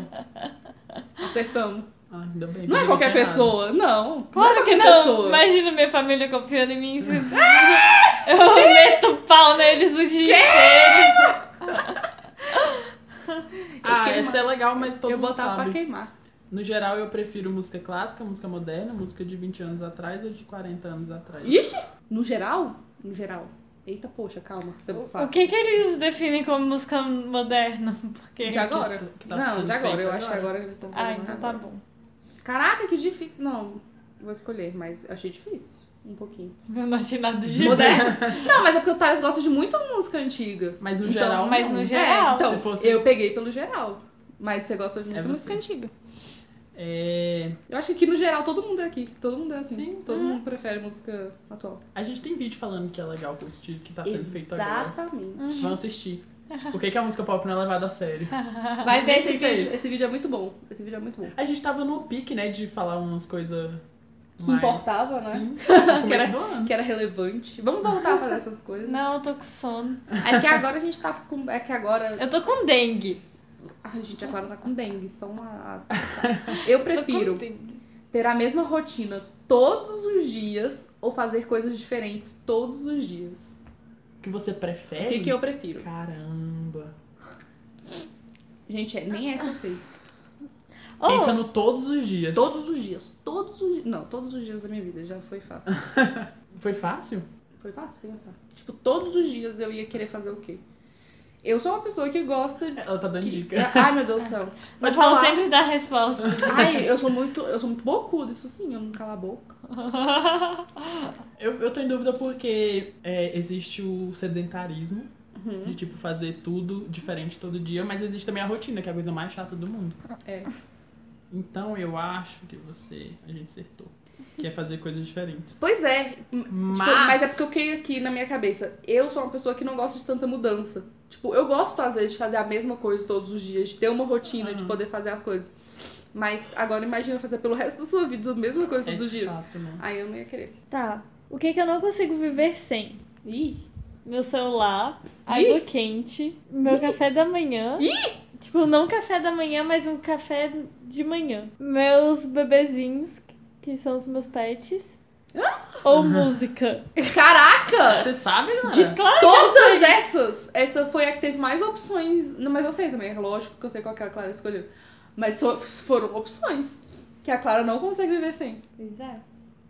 Speaker 1: Acertamos.
Speaker 2: Ah, ainda bem.
Speaker 1: Não é
Speaker 2: inclusive,
Speaker 1: qualquer
Speaker 2: tinha errado.
Speaker 1: pessoa, não. é
Speaker 3: Claro que
Speaker 1: qualquer
Speaker 3: não!
Speaker 1: pessoa.
Speaker 3: Imagina minha família confiando em mim. se- eu meto pau neles o dia inteiro.
Speaker 2: Ah,
Speaker 1: queima-
Speaker 2: essa é legal, mas todo
Speaker 1: eu
Speaker 2: mundo
Speaker 1: botava
Speaker 2: sabe.
Speaker 1: pra queimar.
Speaker 2: No geral, eu prefiro música clássica, música moderna, música de 20 anos atrás ou de 40 anos atrás.
Speaker 1: Ixi! No geral? No geral. Eita, poxa, calma. que tá fácil.
Speaker 3: O que, que eles definem como música moderna? Porque.
Speaker 1: De agora?
Speaker 2: que- que tá
Speaker 1: não,
Speaker 2: sendo
Speaker 1: de agora.
Speaker 2: feito
Speaker 1: Eu acho que
Speaker 2: agora.
Speaker 1: agora eles estão
Speaker 3: Ah, então tá bom.
Speaker 1: Caraca, que difícil. Não, vou escolher, mas eu achei difícil. Um pouquinho.
Speaker 3: Eu não achei nada de
Speaker 1: Modesta? não, mas é porque o Thales gosta de muita música antiga.
Speaker 2: Mas no
Speaker 1: Então,
Speaker 2: geral.
Speaker 3: mas
Speaker 2: não.
Speaker 3: no geral.
Speaker 1: É, então,
Speaker 2: Se fosse-
Speaker 1: eu peguei pelo geral. Mas você gosta de muita
Speaker 2: É
Speaker 1: música
Speaker 2: você.
Speaker 1: antiga.
Speaker 2: É,
Speaker 1: Eu acho que aqui no geral todo mundo é aqui. Todo mundo é assim.
Speaker 2: Sim.
Speaker 1: todo
Speaker 2: É.
Speaker 1: mundo prefere música atual.
Speaker 2: a gente tem vídeo falando que é legal com o estilo que tá sendo feito agora.
Speaker 1: Exatamente.
Speaker 2: Vão assistir. Por que, que a música pop não é levada a sério?
Speaker 1: Vai ver
Speaker 2: Nem
Speaker 1: esse
Speaker 2: sei se é
Speaker 1: vídeo.
Speaker 2: isso.
Speaker 1: Esse vídeo é muito bom. Esse vídeo é muito bom.
Speaker 2: A gente tava no pique, né, de falar umas coisas
Speaker 1: Que
Speaker 2: mais...
Speaker 1: importava, né?
Speaker 2: Sim, no
Speaker 1: Que era-
Speaker 2: começo do ano.
Speaker 1: Que era relevante. Vamos voltar a fazer essas coisas.
Speaker 3: Não, eu tô com sono.
Speaker 1: É que agora a gente tá com. É que agora.
Speaker 3: Eu tô com dengue.
Speaker 1: A gente agora tá com dengue. São as. Eu
Speaker 3: Eu tô com
Speaker 1: prefiro
Speaker 3: dengue.
Speaker 1: ter a mesma rotina todos os dias ou fazer coisas diferentes todos os dias.
Speaker 2: Que você prefere?
Speaker 3: É.
Speaker 1: O que, que eu prefiro?
Speaker 2: Caramba.
Speaker 1: Gente, é, nem essa eu sei.
Speaker 3: Oh,
Speaker 2: Pensando todos os dias.
Speaker 1: Todos os dias. Todos os dias. Não, todos os dias da minha vida. Já foi fácil.
Speaker 2: Foi fácil?
Speaker 1: Foi fácil pensar. Tipo, todos os dias eu ia querer fazer o quê? Eu sou uma pessoa que gosta de.
Speaker 2: Ela tá dando
Speaker 1: que- é?
Speaker 2: dica.
Speaker 1: Ai, meu Deus do céu.
Speaker 3: Pode
Speaker 1: Pode
Speaker 3: falar
Speaker 1: falar.
Speaker 3: sempre da resposta.
Speaker 1: Ai, eu sou muito. Eu sou muito bocuda, isso sim, eu não calo a boca.
Speaker 2: Eu, eu tô em dúvida porque é, existe o sedentarismo,
Speaker 1: Uhum.
Speaker 2: de tipo fazer tudo diferente todo dia, mas existe também a rotina, que é a coisa mais chata do mundo.
Speaker 1: É.
Speaker 2: Então eu acho que você. A gente acertou. Que é fazer coisas diferentes.
Speaker 1: Pois é. m- tipo,
Speaker 2: Mas.
Speaker 1: mas é porque eu fiquei aqui na minha cabeça. Eu sou uma pessoa que não gosta de tanta mudança. Tipo, eu gosto às vezes de fazer a mesma coisa todos os dias, de ter uma rotina, de
Speaker 2: Aham.
Speaker 1: poder fazer as coisas. Mas agora imagina fazer pelo resto da sua vida a mesma coisa todos os
Speaker 2: é
Speaker 1: dias.
Speaker 2: chato, né?
Speaker 1: Aí eu não ia querer.
Speaker 3: Tá. O que que eu não consigo viver sem?
Speaker 1: Ih,
Speaker 3: Meu celular, água quente, meu café da manhã. Tipo, não café da manhã, mas um café de manhã. Meus bebezinhos, que- que são os meus pets. Ou música.
Speaker 1: caraca!
Speaker 2: Você sabe, né?
Speaker 1: De todas essas, essa foi a que teve mais opções. Não, mas eu sei também, é lógico que eu sei qual que a Clara escolheu. Mas so- foram opções que a Clara não consegue viver sem.
Speaker 3: Pois é.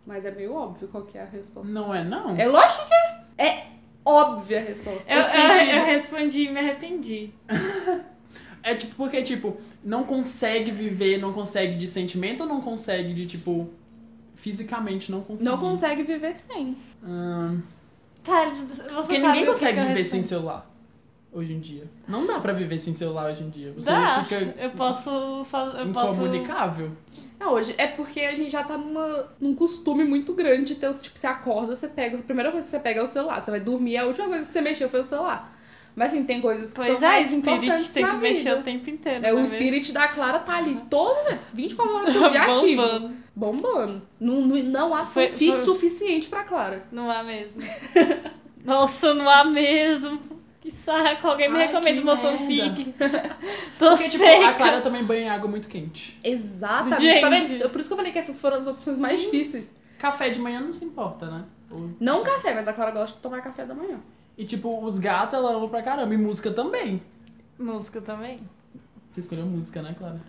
Speaker 1: Mas é meio óbvio qual que é a resposta.
Speaker 2: Não é, não?
Speaker 1: É lógico que é. É óbvia a resposta.
Speaker 3: Eu,
Speaker 1: Eu senti.
Speaker 3: eu, eu respondi e me arrependi.
Speaker 2: É tipo, porque, tipo, não consegue viver, não consegue de sentimento ou não consegue de, tipo, fisicamente não consegue?
Speaker 1: Não consegue viver sem.
Speaker 3: Tá, você
Speaker 2: porque
Speaker 3: sabe
Speaker 2: ninguém
Speaker 3: o que é
Speaker 2: consegue
Speaker 3: que eu
Speaker 2: viver sem
Speaker 3: respondi.
Speaker 2: celular hoje em dia. Não dá pra viver sem celular hoje em dia. Você
Speaker 3: Dá.
Speaker 2: fica
Speaker 3: Eu posso fazer. Eu posso.
Speaker 2: incomunicável.
Speaker 1: Não, hoje é porque a gente já tá numa, num costume muito grande de ter os. Tipo, você acorda, você pega. A primeira coisa que você pega é o celular. Você vai dormir, a última coisa que você mexeu foi o celular. Mas assim, tem coisas que
Speaker 3: Pois
Speaker 1: são
Speaker 3: é, o
Speaker 1: mais
Speaker 3: Spirit
Speaker 1: importantes
Speaker 3: tem
Speaker 1: na
Speaker 3: que mexer
Speaker 1: vida.
Speaker 3: o tempo inteiro.
Speaker 1: É, o
Speaker 3: pra ver.
Speaker 1: spirit da Clara tá ali todo 24 horas por dia ativo.
Speaker 3: Bombando.
Speaker 1: Bombando. Não, não, não há
Speaker 3: Foi-
Speaker 1: fanfic
Speaker 3: foi-
Speaker 1: suficiente pra Clara.
Speaker 3: Não há mesmo. Nossa, não há mesmo. Que saco. Alguém me
Speaker 2: Ai,
Speaker 3: recomenda
Speaker 2: que
Speaker 3: uma
Speaker 2: merda.
Speaker 3: fanfic. Tô
Speaker 2: Porque, tipo, a
Speaker 3: seca.
Speaker 2: Clara também banha água muito quente.
Speaker 1: Exatamente.
Speaker 3: Gente.
Speaker 1: Tá vendo? Por isso que eu falei que essas foram as opções mais
Speaker 2: Sim.
Speaker 1: difíceis.
Speaker 2: Café de manhã não se importa, né? Ou-
Speaker 1: Não café, mas a Clara gosta de tomar café da manhã.
Speaker 2: E, tipo, os gatos ela ama pra caramba. E música também.
Speaker 3: Música também?
Speaker 2: Você escolheu música, né, Clara?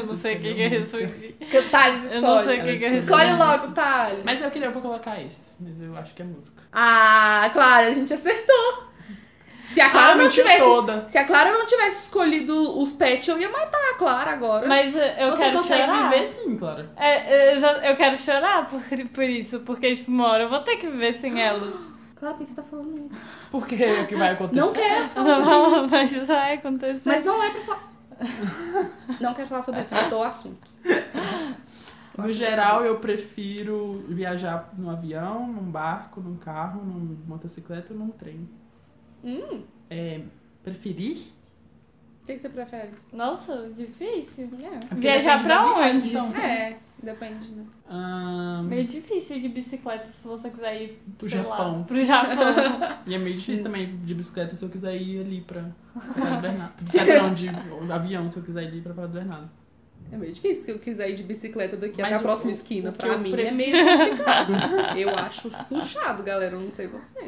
Speaker 3: Eu não sei o que que eu respondi.
Speaker 1: Que- Thales,
Speaker 3: Eu não sei
Speaker 1: escolhe.
Speaker 3: o que que eu
Speaker 2: Ela
Speaker 3: respondi.
Speaker 1: Escolhe logo, Thales.
Speaker 2: Mas eu queria, eu vou colocar esse. Mas eu acho que é música.
Speaker 1: Ah, Clara, a gente acertou. Se a Clara
Speaker 2: Ah,
Speaker 1: não
Speaker 2: mentiu
Speaker 1: tivesse.
Speaker 2: toda.
Speaker 1: Se a Clara não tivesse escolhido os pets, eu ia matar a Clara agora.
Speaker 3: Mas eh, eu
Speaker 2: Você
Speaker 3: quero
Speaker 2: consegue
Speaker 3: chorar.
Speaker 2: viver sim, Clara.
Speaker 3: É, eu, já- eu quero chorar por, por isso, porque tipo, uma hora eu vou ter que viver sem elas.
Speaker 1: Clara, por que você tá falando isso?
Speaker 2: Porque é o que vai acontecer.
Speaker 1: Não quero falar sobre isso.
Speaker 3: Mas isso vai acontecer.
Speaker 1: Ah, tá Mas não é pra falar. Não quero falar sobre isso, mudou o assunto.
Speaker 2: No geral, eu prefiro viajar num avião, num barco, num carro, num motocicleta ou num trem.
Speaker 1: Hum,
Speaker 2: É, preferir?
Speaker 1: o que, que você prefere?
Speaker 3: Nossa, difícil.
Speaker 2: É
Speaker 1: É.
Speaker 2: porque
Speaker 3: Viajar
Speaker 2: depende
Speaker 3: pra
Speaker 2: da viagem,
Speaker 3: onde?
Speaker 2: então.
Speaker 1: É, depende, né?
Speaker 2: Ahn,
Speaker 3: Meio difícil de bicicleta se você quiser ir
Speaker 2: pro
Speaker 3: sei
Speaker 2: Japão.
Speaker 3: Lá, pro Japão.
Speaker 2: E é meio difícil também de bicicleta se eu quiser ir ali pra Praia do Bernardo. Bicicleta não, de avião se eu quiser ir pra Praia do Bernardo.
Speaker 1: É meio difícil que eu quiser ir de bicicleta daqui
Speaker 2: Mas
Speaker 1: até a
Speaker 2: o-
Speaker 1: próxima
Speaker 2: o-
Speaker 1: esquina.
Speaker 2: o que
Speaker 1: pra
Speaker 2: eu
Speaker 1: mim é
Speaker 2: prefiro-
Speaker 1: meio complicado. eu acho puxado, galera. Eu não sei você.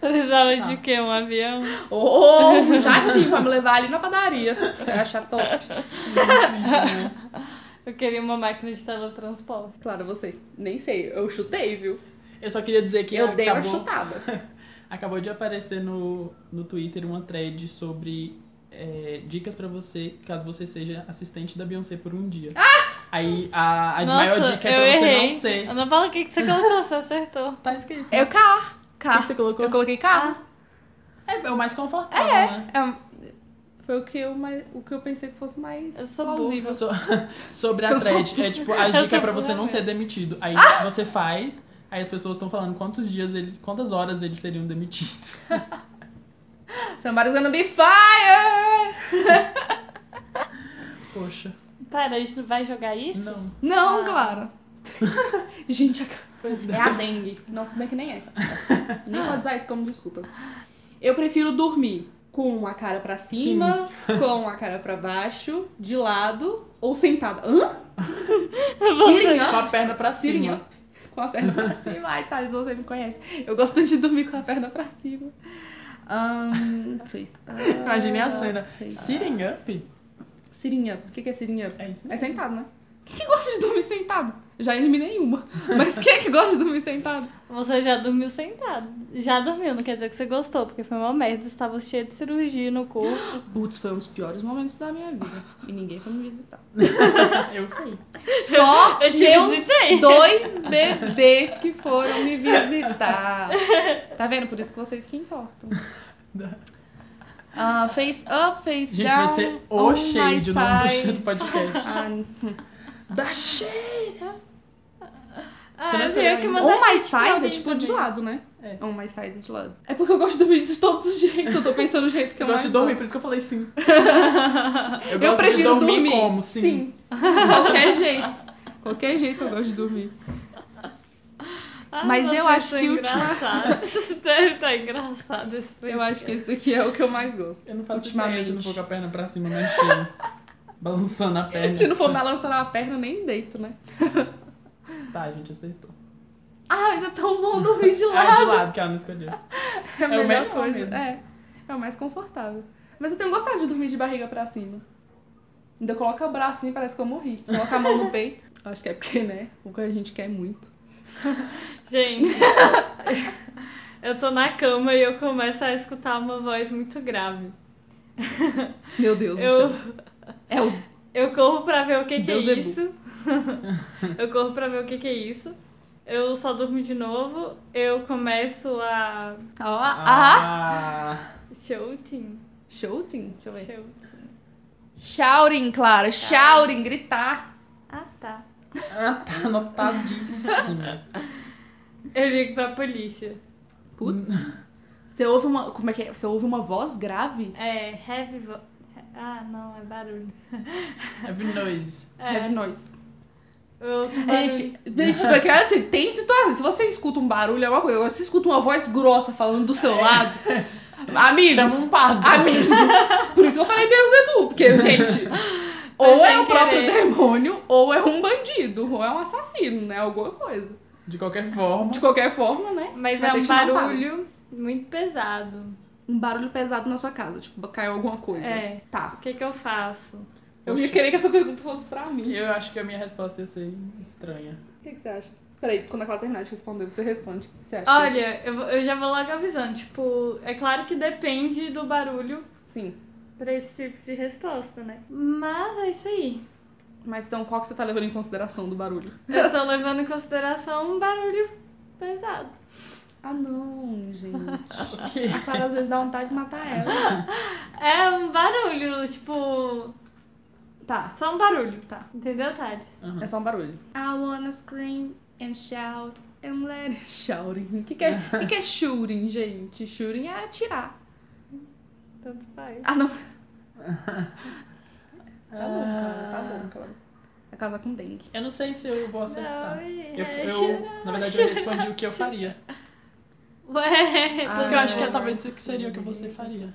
Speaker 3: Precisava
Speaker 2: Tá.
Speaker 3: de quê? Um avião?
Speaker 1: Ô, oh, um jatinho pra me levar ali na padaria. Eu acho top.
Speaker 3: Eu queria uma máquina de teletransporte.
Speaker 1: Claro, você. Nem sei. Eu chutei, viu?
Speaker 2: Eu só queria dizer que
Speaker 1: eu dei uma
Speaker 2: acabou,
Speaker 1: chutada.
Speaker 2: acabou de aparecer no, no Twitter uma thread sobre é, dicas pra você, caso você seja assistente da Beyoncé por um dia. Aí a, a
Speaker 3: Ah! Nossa,
Speaker 2: maior dica é
Speaker 3: eu
Speaker 2: pra você
Speaker 3: errei.
Speaker 2: não ser.
Speaker 3: Ana Paula, o que, que você colocou? Você acertou.
Speaker 2: Tá escrito.
Speaker 1: É o carro.
Speaker 2: O que
Speaker 1: Carro.
Speaker 2: você colocou?
Speaker 1: Eu coloquei carro.
Speaker 3: É,
Speaker 2: É, o mais confortável, né?
Speaker 1: É um- Foi o que eu, mais- o que eu pensei que fosse mais
Speaker 3: Eu sou
Speaker 1: plausível.
Speaker 2: So- sobre a
Speaker 1: Eu sou
Speaker 2: thread, é tipo, a
Speaker 3: Eu
Speaker 2: dica é
Speaker 3: sou Ah!
Speaker 2: pra você
Speaker 3: burra,
Speaker 2: não
Speaker 3: velho.
Speaker 2: ser demitido. Aí você faz, aí as pessoas estão falando quantos dias eles, quantas horas eles seriam demitidos.
Speaker 1: Somebody's gonna be fire!
Speaker 2: Poxa,
Speaker 3: Para, a gente não vai jogar isso?
Speaker 2: não.
Speaker 1: Não,
Speaker 3: Ah.
Speaker 1: Clara. Gente, a- é a dengue. Não, se bem que nem é. Nem pode usar isso como desculpa. Eu prefiro dormir com a cara pra cima, com a cara pra baixo, de lado ou sentada. Hã? Sitting up?
Speaker 2: Com a perna pra
Speaker 1: Sitting
Speaker 2: cima.
Speaker 1: up. Com a perna pra cima. Ai, Thales, você me conhece. Eu gosto de dormir com a perna pra cima. Ahn, face up,
Speaker 2: Imaginei a
Speaker 3: Ah,
Speaker 2: cena.
Speaker 1: face up.
Speaker 2: Sitting up?
Speaker 1: Sitting up. O que que é sitting up?
Speaker 2: É isso
Speaker 1: É
Speaker 2: mesmo.
Speaker 1: sentado, né? Quem gosta de dormir sentado? Já eliminei uma. Mas quem é que gosta de dormir sentado?
Speaker 3: Você já dormiu sentado. Já dormiu, não quer dizer que você gostou, porque foi uma merda. Você tava cheio de cirurgia no corpo.
Speaker 1: Putz, foi um dos piores momentos da minha vida. E ninguém foi me visitar.
Speaker 2: Eu fui.
Speaker 1: Só
Speaker 3: Eu te
Speaker 1: meus
Speaker 3: visitei.
Speaker 1: dois bebês que foram me visitar. Tá vendo? Por isso que vocês que importam. Ah, face up, face
Speaker 2: Gente,
Speaker 1: down.
Speaker 2: vai ser o
Speaker 1: on
Speaker 2: shade o nome do
Speaker 1: my
Speaker 2: cheio do
Speaker 1: side.
Speaker 2: podcast.
Speaker 1: Ah,
Speaker 2: Da shade!
Speaker 3: Ah,
Speaker 2: não
Speaker 3: eu
Speaker 2: escolheu
Speaker 3: tenho que
Speaker 2: ainda.
Speaker 3: mandar
Speaker 1: On my
Speaker 3: shade pra
Speaker 1: side é
Speaker 3: alguém
Speaker 1: tipo de
Speaker 3: também.
Speaker 1: lado, né?
Speaker 2: É.
Speaker 1: On my side é de lado. É porque eu gosto de dormir de todos os jeitos. Eu tô pensando no jeito que
Speaker 2: Eu
Speaker 1: eu,
Speaker 2: gosto de
Speaker 1: mais
Speaker 2: dormir, por isso que eu falei sim. Eu,
Speaker 1: Eu,
Speaker 2: gosto
Speaker 1: prefiro
Speaker 2: de dormir,
Speaker 1: dormir.
Speaker 2: como? Sim.
Speaker 1: Qualquer jeito. Qualquer jeito eu gosto de dormir.
Speaker 3: Ah,
Speaker 1: Mas eu
Speaker 3: vocês
Speaker 1: acho
Speaker 3: são
Speaker 1: que o último-
Speaker 3: engraçados. Deve estar engraçado esse
Speaker 1: Eu acho que esse aqui é o que eu mais gosto.
Speaker 2: Eu não faço ideia
Speaker 1: Ultimamente.
Speaker 2: se não for com a perna pra cima mexendo. Balançando a perna.
Speaker 1: Se não for balançando a perna, nem deito, né?
Speaker 2: Tá, gente, acertou.
Speaker 1: Ah, mas é tão bom dormir de
Speaker 2: Ah, de
Speaker 1: lado.
Speaker 2: lado que ela não escolheu.
Speaker 1: É a
Speaker 2: É o
Speaker 1: melhor
Speaker 2: melhor
Speaker 1: coisa.
Speaker 2: mesmo.
Speaker 1: É. É o mais confortável. Mas eu tenho gostado de dormir de barriga pra cima. Ainda coloca o braço assim, parece que eu morri. Coloca a mão no peito. Acho que é porque, né? O que a gente quer muito.
Speaker 3: Gente, eu tô na cama e eu começo a escutar uma voz muito grave.
Speaker 1: Meu Deus
Speaker 3: Eu,
Speaker 1: do céu. É o
Speaker 3: eu corro pra ver o que, que é
Speaker 1: Beuzebu.
Speaker 3: isso. eu corro pra ver o que, que é isso. Eu só durmo de novo. Eu começo a.
Speaker 1: Ah, ah.
Speaker 2: Ah!
Speaker 3: Shouting?
Speaker 1: Shouting? Deixa eu ver.
Speaker 3: Shouting.
Speaker 1: Shouting, Clara. Shouting, gritar.
Speaker 3: Ah, tá.
Speaker 2: Ah, tá anotadíssima.
Speaker 3: Eu ligo pra polícia.
Speaker 1: Putz. Você ouve uma. Como é que é? Você ouve uma voz grave?
Speaker 3: É, heavy. Vo... Ah, não, é barulho. É,
Speaker 2: Heavy noise.
Speaker 1: Heavy noise.
Speaker 3: Eu ouço um barulho.
Speaker 1: Gente, gente, porque assim, tem situações. Se você escuta um barulho, é uma coisa. Agora, se você escuta uma voz grossa falando do seu lado. Amigos.
Speaker 2: Chama um pardo.
Speaker 1: Amigos. Por isso que eu falei Beuzebu, porque, gente. ou
Speaker 3: Mas
Speaker 1: é
Speaker 3: sem
Speaker 1: o próprio
Speaker 3: querer.
Speaker 1: demônio, ou é um bandido, ou é um assassino, né? Alguma coisa.
Speaker 2: De qualquer forma.
Speaker 1: De qualquer forma, né?
Speaker 3: Mas
Speaker 1: vai
Speaker 3: é
Speaker 1: ter que
Speaker 3: um
Speaker 1: chamar um padre.
Speaker 3: barulho muito pesado.
Speaker 1: Um barulho pesado na sua casa, tipo, caiu alguma coisa.
Speaker 3: É.
Speaker 1: Tá.
Speaker 3: O que que eu faço?
Speaker 1: Eu ia querer que essa pergunta fosse pra mim.
Speaker 2: Eu acho que a minha resposta ia ser estranha.
Speaker 1: O que, que você acha? Peraí, quando ela terminar de responder, você responde. O que você acha?
Speaker 3: Olha, eu, vou- eu já vou logo avisando. Tipo, é claro que depende do barulho
Speaker 1: Sim.
Speaker 3: pra esse tipo de resposta, né? Mas é isso aí.
Speaker 1: Mas então, qual que você tá levando em consideração do barulho?
Speaker 3: Eu tô levando em consideração um barulho pesado.
Speaker 1: Ah, não, gente.
Speaker 2: O quê?
Speaker 1: A Clara às vezes dá vontade de matar ela.
Speaker 3: É um barulho, tipo,
Speaker 1: Tá,
Speaker 3: só um barulho.
Speaker 1: tá.
Speaker 3: Entendeu, Thales?
Speaker 1: É só um barulho. I wanna scream and shout and let it shouting. O que, que, é, o que, que é shooting, gente? Shooting é atirar.
Speaker 3: Tanto faz.
Speaker 1: Ah, não. Tá bom, Clara. Tá bom, Clara. A Clara tá com dengue.
Speaker 2: Ah, Eu não sei se eu vou acertar.
Speaker 3: Não,
Speaker 2: Eu,
Speaker 3: é,
Speaker 2: eu, na verdade, eu respondi o que eu faria.
Speaker 3: Ué,
Speaker 1: Ah,
Speaker 2: Porque eu acho que é talvez isso que seria o que você faria.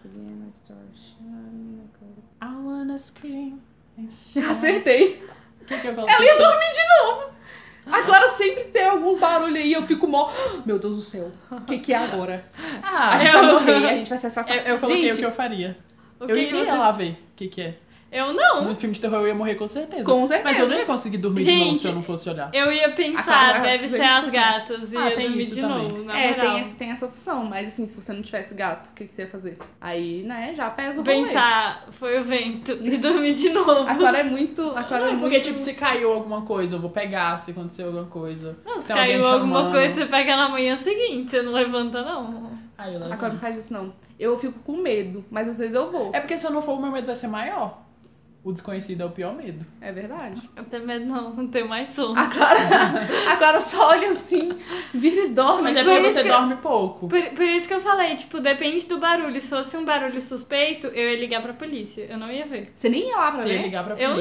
Speaker 2: I wanna scream. Ah,
Speaker 1: Acertei.
Speaker 2: O que, que eu
Speaker 1: Ela ia dormir de novo. A Clara sempre tem alguns barulhos aí, eu fico mó. Meu Deus do céu, o que, que é agora?
Speaker 2: Ah,
Speaker 1: A gente
Speaker 3: eu-
Speaker 1: vai morrer, a gente vai ser assassinado.
Speaker 2: eu, eu coloquei
Speaker 1: gente,
Speaker 2: o que eu faria.
Speaker 3: o
Speaker 2: é- eu
Speaker 3: que que
Speaker 2: iria
Speaker 3: você...
Speaker 2: lá ver o que, que é.
Speaker 3: Eu não.
Speaker 2: No filme de terror eu ia morrer com certeza.
Speaker 1: Com certeza.
Speaker 2: Mas eu não ia conseguir dormir de novo
Speaker 3: Gente,
Speaker 2: se eu não fosse olhar.
Speaker 3: Eu ia
Speaker 1: Agora,
Speaker 3: pensar, deve
Speaker 1: gente,
Speaker 3: ser as
Speaker 1: você-
Speaker 3: gatas. E
Speaker 2: Ah,
Speaker 3: ia
Speaker 2: tem
Speaker 3: dormir
Speaker 2: isso
Speaker 3: de
Speaker 2: também.
Speaker 3: novo, na
Speaker 1: É,
Speaker 3: moral.
Speaker 1: tem, esse- tem essa opção, mas assim, se você não tivesse gato, o que, que você ia fazer? Aí, né, já pesa o rolê.
Speaker 3: Pensar, foi o vento, e dormir de novo.
Speaker 1: A Clara é muito. A Clara é
Speaker 2: Não,
Speaker 1: muito...
Speaker 2: porque, tipo, se caiu alguma coisa, eu vou pegar, se aconteceu alguma coisa.
Speaker 3: Não, se
Speaker 2: tem alguém
Speaker 3: caiu alguma
Speaker 2: chamando.
Speaker 3: coisa, você pega na manhã seguinte, você não levanta, não.
Speaker 2: Ah, eu levo.
Speaker 1: Agora não faz isso, não. Eu fico com medo, mas às vezes eu vou.
Speaker 2: É porque se eu não for, o meu medo vai ser maior. O desconhecido é o pior medo.
Speaker 1: É verdade.
Speaker 3: Eu tenho medo, não, não tenho mais sono.
Speaker 1: A Clara, a Clara só olha assim, vira e dorme.
Speaker 2: Mas é
Speaker 3: por
Speaker 2: porque
Speaker 3: isso
Speaker 2: você
Speaker 3: que-
Speaker 2: dorme pouco.
Speaker 3: Por, por isso que eu falei, tipo, depende do barulho. Se fosse um barulho suspeito, eu ia ligar pra polícia. Eu não ia ver.
Speaker 1: Você nem ia lá pra
Speaker 2: Você ia
Speaker 1: ver?
Speaker 2: ligar pra polícia.
Speaker 3: Eu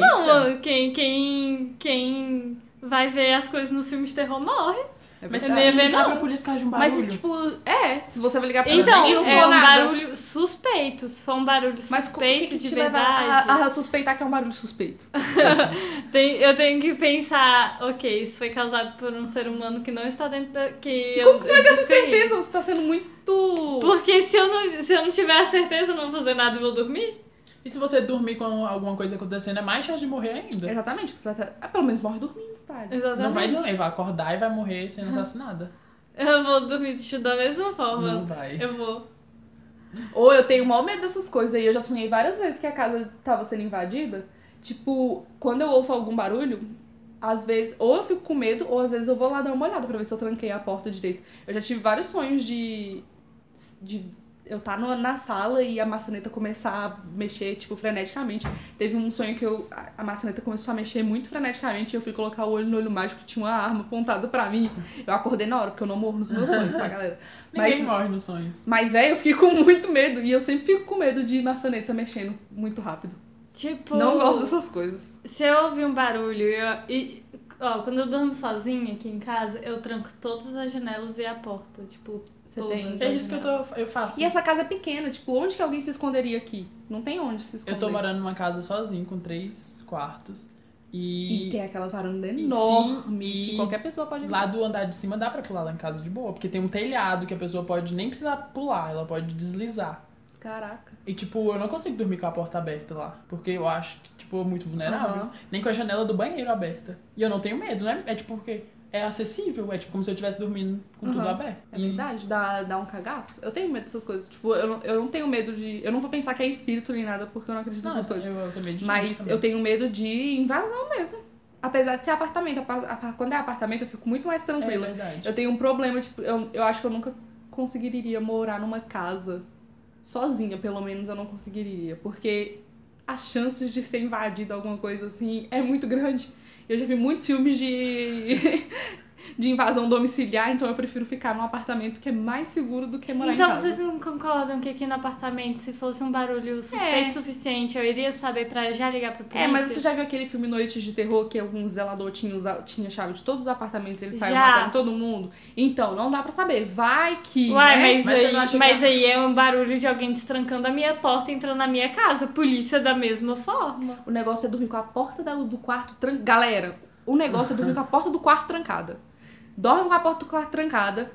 Speaker 3: não, quem, quem, quem vai ver as coisas nos filmes de terror morre.
Speaker 1: É
Speaker 2: Mas
Speaker 1: verdade.
Speaker 2: você
Speaker 3: Eu não ia
Speaker 2: ia
Speaker 3: ver,
Speaker 2: ligar
Speaker 3: não.
Speaker 2: pra polícia por causa de um barulho.
Speaker 1: Mas, tipo, é, se você vai ligar pra
Speaker 3: Então,
Speaker 1: mim, não
Speaker 3: é
Speaker 1: for
Speaker 3: um
Speaker 1: nada.
Speaker 3: barulho suspeito. Se for um barulho suspeito
Speaker 1: Mas co- o que, que
Speaker 3: de
Speaker 1: te leva
Speaker 3: verdade.
Speaker 1: a, a suspeitar que é um barulho suspeito?
Speaker 3: tem- eu tenho que pensar, ok, isso foi causado por um ser humano que não está dentro da. Que é eu,
Speaker 1: Como que você vai ter essa
Speaker 3: desconheço.
Speaker 1: certeza? Você tá sendo muito.
Speaker 3: Porque se eu, não, se eu não tiver a certeza, eu não vou fazer nada e vou dormir.
Speaker 2: E se você dormir com alguma coisa acontecendo, é mais chance de morrer ainda.
Speaker 1: Exatamente, porque você vai estar. Ah, pelo menos morre dormindo, tá?
Speaker 3: Exatamente.
Speaker 2: Não vai dormir, vai acordar e vai morrer tá sendo assassinada.
Speaker 3: Eu vou dormir de- da mesma forma.
Speaker 2: Não vai.
Speaker 3: Eu vou.
Speaker 1: Ou eu tenho o maior medo dessas coisas aí. Eu já sonhei várias vezes que a casa tava sendo invadida. Tipo, quando eu ouço algum barulho, às vezes, ou eu fico com medo, ou às vezes eu vou lá dar uma olhada pra ver se eu tranquei a porta direito. Eu já tive vários sonhos de. de eu estar tá no- na sala e a maçaneta começar a mexer, tipo, freneticamente. Teve um sonho que eu, a- a maçaneta começou a mexer muito freneticamente e eu fui colocar o olho no olho mágico, tinha uma arma apontada pra mim. Eu acordei na hora, porque eu não morro nos meus sonhos, tá, galera?
Speaker 2: Ninguém morre nos sonhos.
Speaker 1: Mas, velho, eu fiquei com muito medo. E eu sempre fico com medo de maçaneta mexendo muito rápido.
Speaker 3: Tipo.
Speaker 1: Não gosto dessas coisas.
Speaker 3: Se eu ouvir um barulho eu- e. Ó, quando eu durmo sozinha aqui em casa, eu tranco todas as janelas e a porta. Tipo,
Speaker 1: Você
Speaker 3: todas
Speaker 1: tem-
Speaker 3: as
Speaker 2: É isso que eu,
Speaker 3: janelas.
Speaker 2: tô, eu faço.
Speaker 1: E essa casa é pequena. Tipo, onde que alguém se esconderia aqui? Não tem onde se esconder.
Speaker 2: Eu tô morando numa casa sozinho, com três quartos.
Speaker 1: E
Speaker 2: E,
Speaker 1: tem aquela varanda
Speaker 2: sim,
Speaker 1: enorme.
Speaker 2: e
Speaker 1: que qualquer pessoa pode
Speaker 2: lá do andar de cima dá pra pular lá em casa de boa. Porque tem um telhado que a pessoa pode nem precisar pular, ela pode deslizar.
Speaker 1: Caraca.
Speaker 2: E tipo, eu não consigo dormir com a porta aberta lá. Porque eu acho que, tipo, é muito vulnerável. Nem com a janela do banheiro aberta. E eu não tenho medo, né? É tipo porque é acessível. É tipo como se eu estivesse dormindo com tudo
Speaker 1: Aham.
Speaker 2: aberto.
Speaker 1: É
Speaker 2: E-
Speaker 1: verdade? Dá, dá um cagaço? Eu tenho medo dessas coisas. Tipo, eu não, eu não tenho medo de. Eu não vou pensar que é espírito nem nada, porque eu não acredito
Speaker 2: Não,
Speaker 1: nessas coisas.
Speaker 2: eu, eu também de gente
Speaker 1: Mas
Speaker 2: também.
Speaker 1: eu tenho medo de invasão mesmo. Apesar de ser apartamento. Apa- apa- Quando é apartamento, eu fico muito mais
Speaker 2: É
Speaker 1: tranquila.
Speaker 2: verdade.
Speaker 1: Eu tenho um problema, tipo, eu, eu acho que eu nunca conseguiria morar numa casa sozinha, pelo menos eu não conseguiria, porque as chances de ser invadido alguma coisa assim é muito grande. Eu já vi muitos filmes de de invasão domiciliar, então eu prefiro ficar num apartamento que é mais seguro do que morar em
Speaker 3: Então
Speaker 1: casa.
Speaker 3: vocês não concordam que aqui no apartamento, se fosse um barulho suspeito
Speaker 1: É.
Speaker 3: suficiente, eu iria saber pra já ligar pra polícia?
Speaker 1: É, mas você já viu aquele filme Noites de Terror que algum zelador tinha, usa- tinha chave de todos os apartamentos, ele saiu
Speaker 3: Já.
Speaker 1: matando todo mundo? Então, não dá pra saber. Vai que.
Speaker 3: Uai,
Speaker 1: né?
Speaker 3: mas,
Speaker 2: Mas você
Speaker 3: aí,
Speaker 2: não acha que-
Speaker 3: mas aí é um barulho de alguém destrancando a minha porta e entrando na minha casa. Polícia da mesma forma.
Speaker 1: O negócio é dormir com a porta da- do quarto trancada. Galera, o negócio é dormir com a porta do quarto trancada. Dorme com a porta do quarto trancada.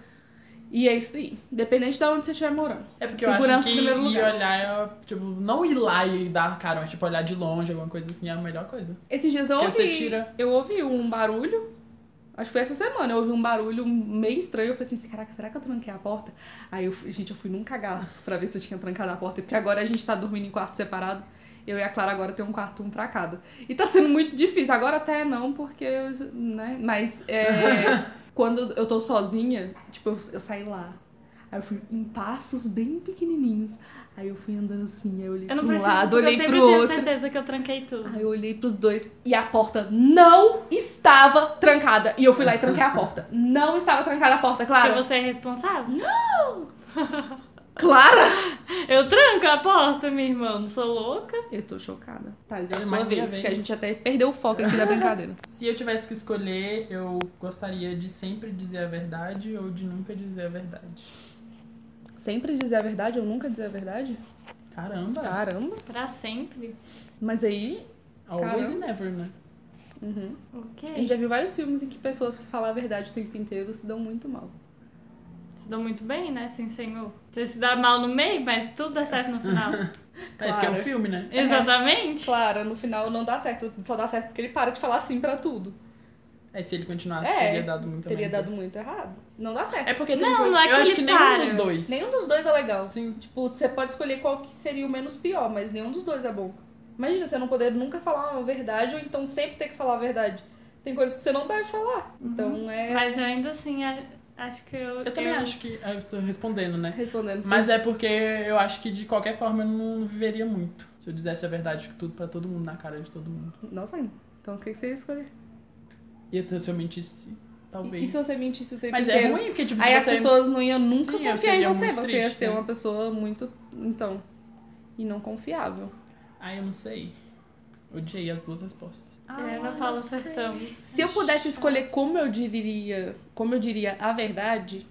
Speaker 1: E é isso aí. Independente de onde você estiver morando.
Speaker 2: É porque eu acho
Speaker 1: Segurança
Speaker 2: que
Speaker 1: em primeiro
Speaker 2: ir
Speaker 1: lugar.
Speaker 2: olhar, é, tipo, não ir lá e dar a cara, mas tipo, olhar de longe, alguma coisa assim, é a melhor coisa.
Speaker 1: Esses dias eu
Speaker 2: Porque você
Speaker 1: ouvi.
Speaker 2: tira-
Speaker 1: Eu ouvi um barulho. Acho que foi essa semana, eu ouvi um barulho meio estranho. Eu falei assim, caraca, será que eu tranquei a porta? Aí eu, fui- gente, eu fui num cagaço pra ver se eu tinha trancado a porta, porque agora a gente tá dormindo em quarto separado. Eu e a Clara agora tem um quarto, um pra cada. E tá sendo muito difícil. Agora até não, porque, eu- né? Mas é, quando eu tô sozinha, tipo, eu, eu saí lá. Aí eu fui em passos bem pequenininhos. Aí eu fui andando assim, aí eu olhei
Speaker 3: Eu não
Speaker 1: pra um
Speaker 3: preciso,
Speaker 1: lado,
Speaker 3: porque eu
Speaker 1: olhei
Speaker 3: sempre
Speaker 1: pro
Speaker 3: tenho
Speaker 1: outro.
Speaker 3: certeza que eu tranquei tudo.
Speaker 1: Aí eu olhei pros dois e a porta não estava trancada. E eu fui lá e tranquei a porta. Não estava trancada a porta,
Speaker 3: Porque
Speaker 1: Clara.
Speaker 3: você é responsável?
Speaker 1: Clara!
Speaker 3: Eu tranco a porta, minha irmã, não sou louca.
Speaker 1: Eu estou chocada. Tá, é a
Speaker 2: É
Speaker 1: sua
Speaker 2: mais minha
Speaker 1: vez,
Speaker 2: vez.
Speaker 1: que a gente até perdeu o foco aqui da brincadeira.
Speaker 2: Se eu tivesse que escolher, eu gostaria de sempre dizer a verdade ou de nunca dizer a verdade.
Speaker 1: Sempre dizer a verdade ou nunca dizer a verdade? Ah.
Speaker 2: Caramba!
Speaker 1: Caramba.
Speaker 3: Pra sempre.
Speaker 1: Mas aí,
Speaker 2: Always and never, né?
Speaker 1: uhum. a
Speaker 3: Ok.
Speaker 1: gente já viu vários filmes em que pessoas que falam a verdade o tempo inteiro se dão muito mal.
Speaker 3: Se dá muito bem, né? Sim, senhor. Você se dá mal no meio, mas tudo dá certo no final.
Speaker 2: É porque é um
Speaker 1: Claro.
Speaker 2: filme, né?
Speaker 3: Exatamente.
Speaker 1: Clara, no final não dá certo. Só dá certo porque ele para de falar sim pra tudo.
Speaker 2: É, se ele continuasse,
Speaker 1: É,
Speaker 2: teria dado muito
Speaker 1: Teria
Speaker 2: merda.
Speaker 1: dado muito errado. Não dá certo.
Speaker 2: É porque tem
Speaker 3: Não,
Speaker 2: coisa...
Speaker 3: não é
Speaker 2: eu
Speaker 3: que
Speaker 2: acho
Speaker 3: ele
Speaker 2: que
Speaker 3: para.
Speaker 2: nenhum dos dois.
Speaker 1: Nenhum dos dois é legal.
Speaker 2: Sim.
Speaker 1: Tipo, você pode escolher qual que seria o menos pior, mas nenhum dos dois é bom. Imagina você não poder nunca falar uma verdade ou
Speaker 2: Uhum.
Speaker 1: então sempre ter que falar a verdade. Tem coisas que você não deve falar. Então é.
Speaker 3: Mas eu ainda assim a- Acho que eu.
Speaker 2: Eu também acho que. ah, Eu estou respondendo, né?
Speaker 1: Respondendo.
Speaker 2: Mas é porque eu acho que de qualquer forma eu não viveria muito. Se eu dissesse a verdade tipo, tudo pra todo mundo, na cara de todo mundo.
Speaker 1: Nossa, então o que que você ia escolher?
Speaker 2: E até se eu mentisse, talvez.
Speaker 1: E se você mentisse o tempo
Speaker 2: Mas é
Speaker 1: inteiro?
Speaker 2: ruim, porque tipo,
Speaker 1: Aí
Speaker 2: se
Speaker 1: as
Speaker 2: você.
Speaker 1: pessoas não iam nunca
Speaker 2: Sim, eu
Speaker 1: confiar em
Speaker 2: seria
Speaker 1: você.
Speaker 2: muito
Speaker 1: Você ia
Speaker 2: triste,
Speaker 1: ser
Speaker 2: né?
Speaker 1: uma pessoa muito. Então. E não confiável.
Speaker 2: Ah, eu não sei. Odiei as duas respostas.
Speaker 3: A Ana Paula é, acertamos.
Speaker 1: Ah, Se eu pudesse escolher como eu diria, como eu diria a verdade,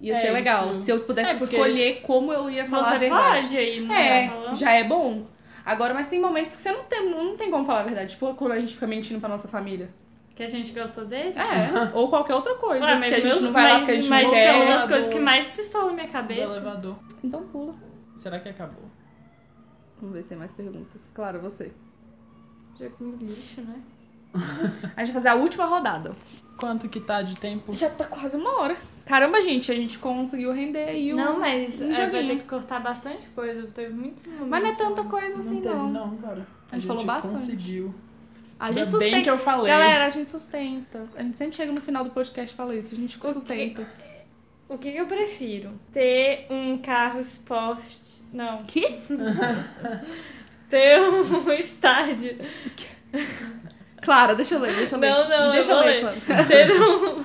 Speaker 1: ia
Speaker 2: É
Speaker 1: ser legal.
Speaker 2: isso.
Speaker 1: Se eu pudesse
Speaker 2: É, porque-
Speaker 1: escolher como eu ia falar a
Speaker 3: Você é
Speaker 1: verdade.
Speaker 3: pode aí, não tá
Speaker 1: É,
Speaker 3: falando?
Speaker 1: já é bom. Agora, mas tem momentos que você não tem, não tem como falar a verdade. Tipo, quando a gente fica mentindo pra nossa família.
Speaker 3: Que a gente gostou dele?
Speaker 1: É, ou qualquer outra coisa.
Speaker 3: Ué,
Speaker 1: que a gente
Speaker 3: meus-
Speaker 1: não vai lá
Speaker 3: Ah, mas-
Speaker 1: porque a gente
Speaker 3: mas
Speaker 1: não
Speaker 3: são uma
Speaker 1: quer.
Speaker 3: das coisas que mais pistolam na minha
Speaker 2: Do
Speaker 3: cabeça.
Speaker 2: elevador.
Speaker 1: Então pula.
Speaker 2: Será que acabou?
Speaker 1: Vamos ver se tem mais perguntas. Claro, você.
Speaker 3: Já como lixo, né?
Speaker 1: A gente vai fazer a última rodada.
Speaker 2: Quanto que tá de tempo?
Speaker 1: Já tá quase uma hora. Caramba, gente, a gente conseguiu render aí o...
Speaker 3: Não, mas
Speaker 1: um
Speaker 3: é, vai
Speaker 1: joguinho.
Speaker 3: ter que cortar bastante coisa. Teve muito
Speaker 1: Mas não é tanta coisa assim,
Speaker 2: teve,
Speaker 1: não.
Speaker 2: não, cara.
Speaker 1: A gente falou bastante.
Speaker 2: conseguiu.
Speaker 1: A gente
Speaker 2: Ainda
Speaker 1: sustenta.
Speaker 2: bem que eu falei.
Speaker 1: Galera, a gente sustenta. A gente sempre chega no final do podcast e fala isso. A gente sustenta.
Speaker 3: O que que eu prefiro? Ter um carro esporte... Não.
Speaker 1: Que?
Speaker 3: Ter um estádio.
Speaker 1: Clara, deixa eu ler, deixa eu ler.
Speaker 3: Não, não,
Speaker 1: deixa
Speaker 3: eu vou ler.
Speaker 1: Clara.
Speaker 3: Ter um,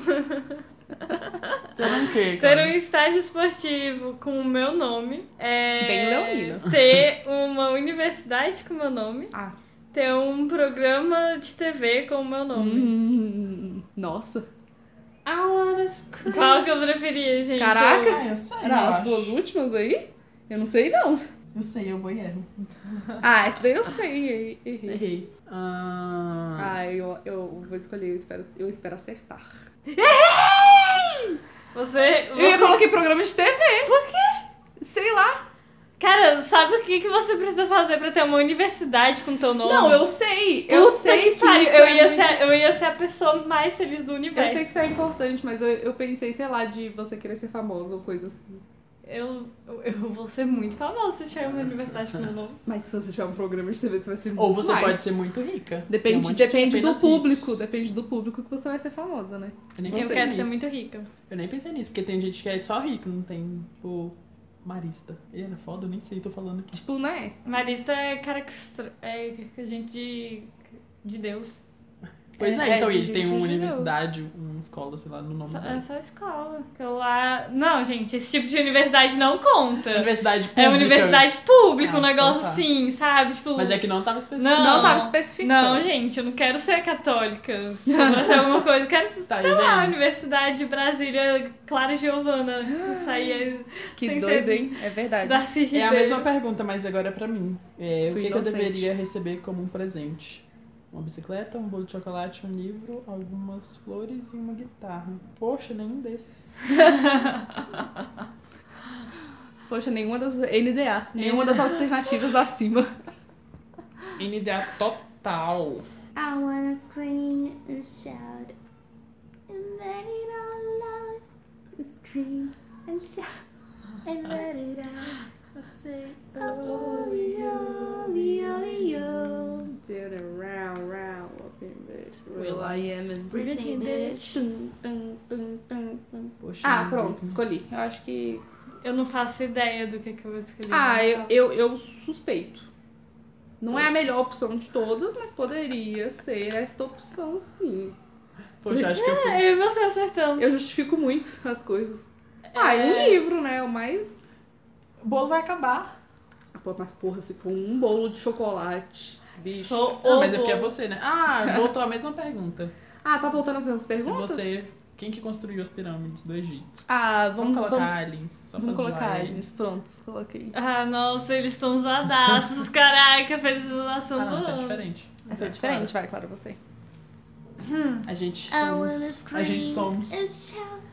Speaker 2: Ter um quê,
Speaker 3: ter
Speaker 2: cara?
Speaker 3: um estádio esportivo com o meu nome. É,
Speaker 1: Bem leonino.
Speaker 3: Ter uma universidade com o meu nome.
Speaker 1: Ah.
Speaker 3: Ter um programa de TV com o meu nome.
Speaker 1: Hum, nossa.
Speaker 2: I wanna scream.
Speaker 3: Qual que eu preferia, gente?
Speaker 1: Caraca.
Speaker 2: Ah, eu sei, eu
Speaker 1: Era as
Speaker 2: acho.
Speaker 1: duas últimas aí? Eu não sei, não.
Speaker 2: Eu sei, eu vou e erro.
Speaker 1: Ah, essa daí eu sei. Errei.
Speaker 2: Errei. Ah,
Speaker 1: Ah, eu, eu vou escolher, eu espero, eu espero acertar.
Speaker 3: Você,
Speaker 1: Eu ia
Speaker 3: você-
Speaker 1: coloquei programa de TV. Por quê? Sei lá.
Speaker 3: Cara, sabe o que, que você precisa fazer pra ter uma universidade com teu nome?
Speaker 1: Não, eu sei.
Speaker 3: Puta
Speaker 1: eu sei que,
Speaker 3: pariu.
Speaker 1: isso
Speaker 3: eu,
Speaker 1: é
Speaker 3: ia
Speaker 1: muito-
Speaker 3: ser, eu ia ser a pessoa mais feliz do
Speaker 1: Eu sei que
Speaker 3: universo.
Speaker 1: isso é importante, mas eu, eu pensei, sei lá, de você querer ser famoso ou coisa assim.
Speaker 3: Eu, eu, eu vou ser muito famosa se tiver uma universidade com meu nome.
Speaker 1: Mas se você tiver um programa de TV, você vai ser
Speaker 2: Ou
Speaker 1: muito
Speaker 2: você
Speaker 1: mais.
Speaker 2: pode ser muito rica. Tem um
Speaker 1: Depende,
Speaker 2: monte de
Speaker 1: depende do
Speaker 2: apenas
Speaker 1: público.
Speaker 2: ricos.
Speaker 1: Depende do público que você vai ser famosa, né?
Speaker 2: Eu nem
Speaker 1: Eu
Speaker 3: Eu
Speaker 2: pensei
Speaker 3: quero
Speaker 2: nisso.
Speaker 3: ser muito rica.
Speaker 2: Eu nem pensei nisso, porque tem gente que é só rico, não tem, tipo, marista. Ele era foda, eu nem sei, tô falando aqui.
Speaker 1: Tipo, né?
Speaker 3: Marista é cara que estra- é gente de, de Deus.
Speaker 2: Pois é,
Speaker 1: é,
Speaker 2: então,
Speaker 1: tem
Speaker 2: ele tem
Speaker 1: gente
Speaker 2: uma
Speaker 1: de
Speaker 2: universidade, uma escola, sei lá, no nome
Speaker 3: Só- é
Speaker 2: dela.
Speaker 3: só escola. Que lá... Não, gente, esse tipo de universidade não conta.
Speaker 2: Universidade pública.
Speaker 3: É universidade pública,
Speaker 2: Ah,
Speaker 3: um negócio
Speaker 2: então tá.
Speaker 3: assim, sabe? Tipo,
Speaker 2: Mas é que não tava específico.
Speaker 1: Não,
Speaker 3: Não.
Speaker 1: tava especificando.
Speaker 3: Não, gente, eu não quero ser católica. Se eu for ser alguma coisa, eu quero
Speaker 2: Tá,
Speaker 3: sei
Speaker 1: Ah.
Speaker 3: lá,
Speaker 2: gente.
Speaker 3: Universidade de Brasília, Clara Giovana. Sair
Speaker 1: Que
Speaker 3: sem
Speaker 1: doido,
Speaker 3: ser-
Speaker 1: hein? É verdade.
Speaker 3: Darcy
Speaker 2: É a
Speaker 3: Ribeiro.
Speaker 2: mesma pergunta, mas agora é pra mim. É, o
Speaker 1: Fui
Speaker 2: que, que eu
Speaker 1: inocente.
Speaker 2: deveria receber como um presente? Uma bicicleta, um bolo de chocolate, um livro, algumas flores e uma guitarra. Poxa, nenhum desses.
Speaker 1: Poxa, nenhuma das. NDA. Nenhuma das alternativas acima.
Speaker 2: NDA total.
Speaker 4: I wanna scream and shout and let it all out. Scream and shout and let it out. Oh, yo, yo, yo.
Speaker 1: Did a round, round, up in bed.
Speaker 2: Will I
Speaker 1: am and
Speaker 4: Britney, bitch.
Speaker 2: Poxa,
Speaker 1: Ah,
Speaker 2: nenhum
Speaker 1: pronto,
Speaker 2: desses.
Speaker 1: escolhi. Eu acho que.
Speaker 3: Eu não faço ideia do que, que eu vou escolher.
Speaker 1: Ah, eu, eu, eu suspeito. Não é a melhor opção de todas, mas poderia ser esta opção, sim.
Speaker 2: Poxa, acho que eu fui.
Speaker 3: Eu É, e você acertamos.
Speaker 1: Eu justifico muito as coisas. Ah, e
Speaker 3: É.
Speaker 1: um livro, né? O mais.
Speaker 2: O bolo vai acabar.
Speaker 1: Ah, pô, Mas porra, se for um bolo de chocolate, bicho.
Speaker 3: Sou
Speaker 2: Ah,
Speaker 3: o
Speaker 2: mas é porque é
Speaker 3: bolo.
Speaker 2: você, né? Ah, voltou a mesma pergunta.
Speaker 1: Ah, tá voltando às mesmas
Speaker 2: Se
Speaker 1: perguntas?
Speaker 2: você. Quem que construiu as pirâmides do Egito?
Speaker 1: Ah, vamos, vamos,
Speaker 2: Vamos, colocar Então aliens. Só
Speaker 1: vamos
Speaker 2: pra
Speaker 1: colocar
Speaker 2: zoar
Speaker 1: eles. Pronto, coloquei.
Speaker 3: Ah, nossa, eles estão usadaços, caraca, fez a
Speaker 2: Ah,
Speaker 3: zoação
Speaker 2: não,
Speaker 3: do
Speaker 2: isso é
Speaker 3: ano.
Speaker 2: diferente.
Speaker 1: Essa é diferente, vai, claro, você.
Speaker 2: A gente
Speaker 4: I wanna
Speaker 2: somos. A gente
Speaker 4: scream
Speaker 2: somos.
Speaker 4: and shout.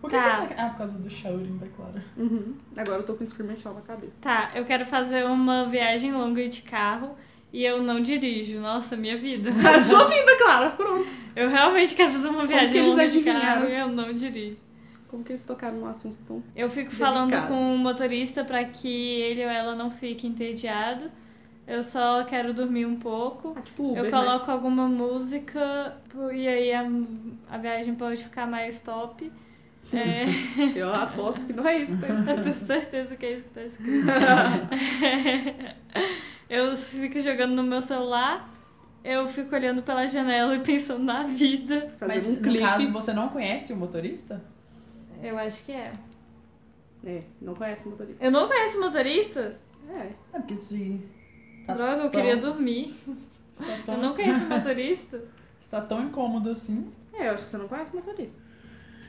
Speaker 2: Por que
Speaker 3: Tá.
Speaker 2: que tá- Ah, por causa do shouting da Clara.
Speaker 1: Uhum. Agora eu tô com Scream and Shout na cabeça.
Speaker 3: Tá, eu quero fazer uma viagem longa de carro e eu não dirijo. Nossa, minha vida.
Speaker 1: A sua vida, Clara, pronto.
Speaker 3: Eu realmente quero fazer uma
Speaker 1: que
Speaker 3: viagem
Speaker 1: eles
Speaker 3: longa de
Speaker 1: adivinharam?
Speaker 3: carro e eu não dirijo.
Speaker 1: Como que eles tocaram num assunto tão.
Speaker 3: Eu fico falando
Speaker 1: Delicado.
Speaker 3: com o motorista pra que ele ou ela não fique entediado. Eu só quero dormir um pouco.
Speaker 1: Ah, tipo Uber,
Speaker 3: eu coloco alguma música e aí a, a viagem pode ficar mais top. É,
Speaker 1: Eu aposto que não é isso que tá escrito.
Speaker 3: eu tenho certeza que é isso que tá escrito. eu fico jogando no meu celular, eu fico olhando pela janela e pensando na vida.
Speaker 1: Fazer
Speaker 2: Mas
Speaker 1: um
Speaker 2: no
Speaker 1: clipe.
Speaker 2: caso, você não conhece o motorista?
Speaker 3: Eu acho que é.
Speaker 1: É, não conhece o motorista.
Speaker 3: Eu não conheço motorista?
Speaker 1: É.
Speaker 2: É porque se.
Speaker 1: Ah,
Speaker 2: Tá
Speaker 3: Droga,
Speaker 2: tão-
Speaker 3: eu queria dormir.
Speaker 2: Tá tão,
Speaker 3: Eu não conheço motorista.
Speaker 2: tá tão incômodo assim.
Speaker 1: É, eu acho que você não conhece o motorista.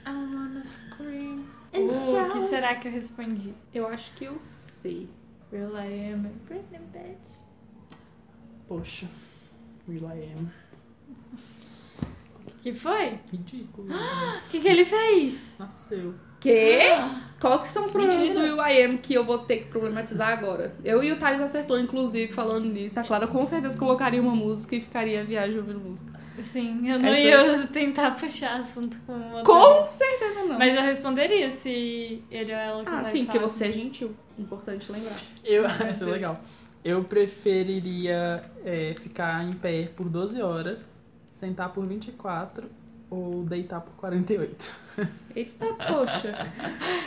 Speaker 3: I wanna scream.
Speaker 4: and
Speaker 3: o que
Speaker 4: shout.
Speaker 3: será que eu respondi?
Speaker 1: Eu acho que eu sei.
Speaker 3: Real I am a Britney bitch.
Speaker 2: Poxa. Will I am.
Speaker 3: Que foi?
Speaker 2: Ridículo.
Speaker 3: O que, que ele fez?
Speaker 2: Nasceu.
Speaker 1: Que? Qual que são os problemas
Speaker 2: Mentira.
Speaker 1: do UIM que eu vou ter que problematizar agora? Eu e o Thales acertou, inclusive, falando nisso. A Clara com certeza colocaria uma música e ficaria viagem ouvindo música.
Speaker 3: Sim, eu não
Speaker 1: Essa- é
Speaker 3: ia tentar puxar assunto com o
Speaker 1: Com certeza não.
Speaker 3: Mas eu responderia se ele ou ela
Speaker 1: Ah,
Speaker 3: quisesse
Speaker 1: sim, porque
Speaker 3: falar.
Speaker 1: você é gentil. Importante lembrar.
Speaker 2: Eu, isso é legal. Eu preferiria é, ficar em pé por 12 horas, sentar por 24 ou deitar por 48.
Speaker 1: Eita, poxa.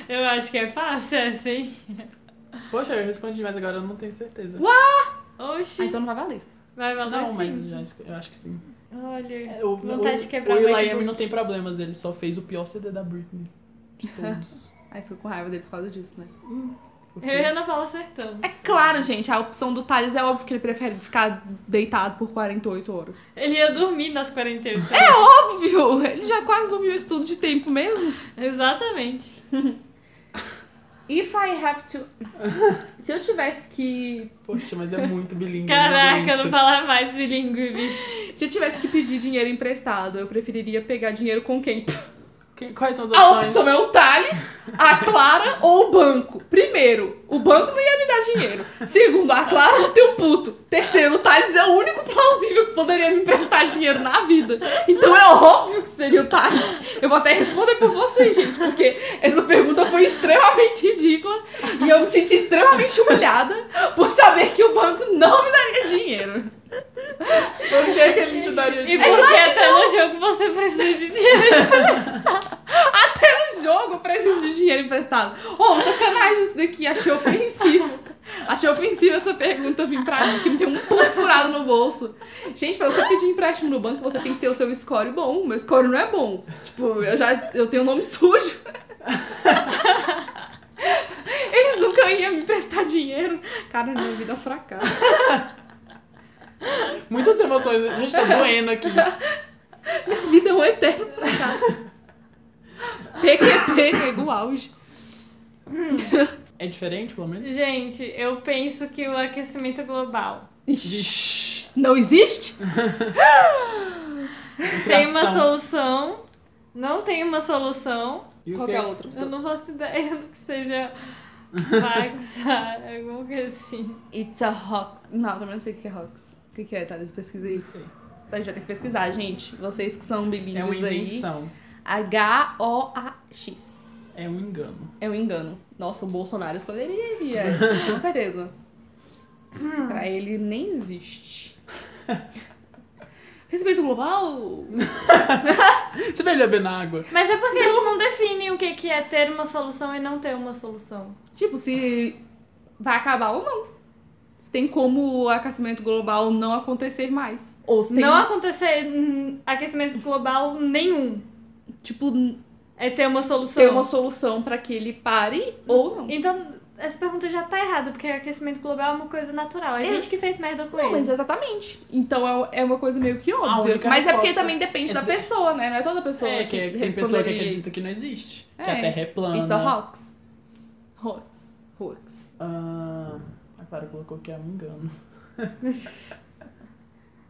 Speaker 3: Eu acho que é fácil, é assim.
Speaker 2: Poxa, eu respondi, mas agora eu não tenho certeza.
Speaker 1: Ah,
Speaker 3: Oxi,
Speaker 1: então não vai valer.
Speaker 3: vai valer
Speaker 2: Não,
Speaker 3: sim.
Speaker 2: mas eu, já, esco- eu acho que sim.
Speaker 3: Olha,
Speaker 2: É, O,
Speaker 3: vontade
Speaker 2: o,
Speaker 3: de quebrar
Speaker 2: o
Speaker 3: o
Speaker 2: Will.i.am
Speaker 3: MacBook.
Speaker 2: não tem problemas, ele só fez o pior CD da Britney. De todos.
Speaker 1: Aí fico com raiva dele por causa disso, né?
Speaker 2: Porque-
Speaker 3: eu e a Ana Paula acertamos.
Speaker 1: É claro, gente, a opção do Thales é óbvio que ele prefere ficar deitado por 48 horas.
Speaker 3: Ele ia dormir nas 48 horas.
Speaker 1: É óbvio! Ele já quase dormiu isso tudo de tempo mesmo.
Speaker 3: Exatamente.
Speaker 1: If I have to. Se eu tivesse que.
Speaker 2: Poxa, mas é muito bilíngue.
Speaker 3: Caraca, eu não
Speaker 2: aguento.
Speaker 3: falar mais bilíngue, bicho.
Speaker 1: Se eu tivesse que pedir dinheiro emprestado, eu preferiria pegar dinheiro com quem?
Speaker 2: Que- Quais são as
Speaker 3: Ah,
Speaker 1: A
Speaker 2: opções?
Speaker 1: opção é o Thales, a Clara ou o banco. Primeiro, o banco não ia me dar dinheiro. Segundo, a Clara não tem um puto. Terceiro, o Thales é o único plausível que poderia me emprestar dinheiro na vida. Então é óbvio que seria o Thales. Eu vou até responder por vocês, gente, porque essa pergunta foi extremamente ridícula e eu me senti extremamente humilhada por saber que o banco não me daria dinheiro.
Speaker 2: Por que, que ele te
Speaker 1: É
Speaker 2: daria
Speaker 3: E
Speaker 2: de
Speaker 3: porque até no jogo você precisa de dinheiro.
Speaker 1: No jogo, eu preciso de dinheiro emprestado. Ô, oh, sacanagem isso daqui, achei ofensivo. Achei ofensiva essa pergunta vir pra mim, que me tem um ponto furado no bolso. Gente, pra você pedir empréstimo no banco, você tem que ter o seu score bom. Meu score não é bom. Tipo, eu já eu tenho nome sujo. Eles nunca iam me emprestar dinheiro. Cara, minha vida é um fracasso.
Speaker 2: Muitas emoções, a gente tá doendo aqui.
Speaker 1: Minha vida é um eterno fracasso. PQP, nego auge.
Speaker 2: É diferente, pelo menos?
Speaker 3: Gente, eu penso que o aquecimento global
Speaker 1: Ixi, não existe?
Speaker 3: tem uma
Speaker 2: Inflação.
Speaker 3: solução, não tem uma solução.
Speaker 2: E o
Speaker 1: Qual
Speaker 2: que-
Speaker 1: que é a outra
Speaker 3: Eu
Speaker 1: opção?
Speaker 3: não faço ideia do que seja vaxar, alguma coisa assim.
Speaker 1: It's a hoax. Não, eu também não sei o que é hoax. O que que é, Thales? Pesquisa
Speaker 2: Não
Speaker 1: isso.
Speaker 2: sei.
Speaker 1: A gente vai ter que pesquisar, gente. Vocês que são
Speaker 2: É uma
Speaker 1: bilíngues aí.
Speaker 2: invenção.
Speaker 1: H-O-A-X.
Speaker 2: É um engano.
Speaker 1: É um engano. Nossa, o Bolsonaro escolheria essa, com certeza. pra ele nem existe. Respeito global?
Speaker 2: Você vai beber na água?
Speaker 3: Mas é porque eles não definem o que que é ter uma solução e não ter uma solução.
Speaker 1: Tipo, se vai acabar ou não. Se tem como o aquecimento global não acontecer mais. Ou se tem,
Speaker 3: Não acontecer hum, aquecimento global nenhum
Speaker 1: tipo,
Speaker 3: é ter uma solução.
Speaker 1: ter uma solução pra que ele pare ou não.
Speaker 3: Então, essa pergunta já tá errada, porque aquecimento global é uma coisa natural. A
Speaker 1: É.
Speaker 3: gente que fez merda com
Speaker 1: Não, mas
Speaker 3: ele.
Speaker 1: exatamente. Então é, é uma coisa meio que
Speaker 2: A
Speaker 1: óbvia.
Speaker 2: única
Speaker 1: Mas é porque
Speaker 2: resposta.
Speaker 1: também depende da
Speaker 2: Esse-
Speaker 1: pessoa, né? Não é toda pessoa
Speaker 2: É,
Speaker 1: que,
Speaker 2: que tem pessoa que acredita que
Speaker 1: não
Speaker 2: não existe.
Speaker 1: É.
Speaker 2: Que a Terra é plana.
Speaker 1: It's a hoax. Hoax. Hoax.
Speaker 2: Ah, a Clara colocou que é um engano.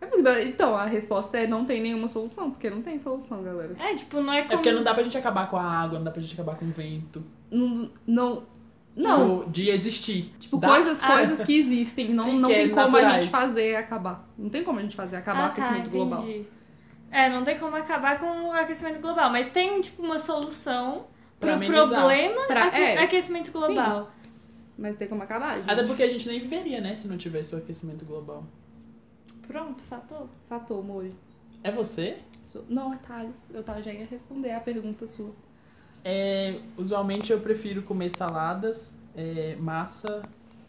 Speaker 1: É porque- Então, a resposta é não tem nenhuma solução, porque não tem solução, galera.
Speaker 3: É, tipo, não é como.
Speaker 2: É porque não dá pra gente acabar com a água, não dá pra gente acabar com o vento.
Speaker 1: Não. Não. não.
Speaker 2: Tipo, de existir.
Speaker 1: Tipo,
Speaker 2: Dá-
Speaker 1: coisas,
Speaker 2: Ah,
Speaker 1: coisas que existem. Não,
Speaker 2: Sim,
Speaker 1: não
Speaker 2: que
Speaker 1: tem
Speaker 2: é
Speaker 1: como a
Speaker 2: naturais.
Speaker 1: gente fazer acabar. Não tem como a gente fazer acabar
Speaker 3: ah,
Speaker 1: o aquecimento
Speaker 3: tá,
Speaker 1: global.
Speaker 3: entendi. É, não tem como acabar com o aquecimento global, mas tem, tipo, uma solução
Speaker 2: Pra
Speaker 3: pro
Speaker 2: amenizar.
Speaker 3: problema
Speaker 1: Pra-
Speaker 3: aque-
Speaker 1: é.
Speaker 3: aquecimento global.
Speaker 1: Mas tem como acabar, gente.
Speaker 2: Até porque a gente nem viveria, né, se não tivesse o aquecimento global.
Speaker 3: Pronto, fatou.
Speaker 1: Fatou, Mori.
Speaker 2: É você?
Speaker 1: Sou- Não, é Thales. Eu tava- já ia responder a pergunta sua.
Speaker 2: É, usualmente eu prefiro comer saladas, é, massa,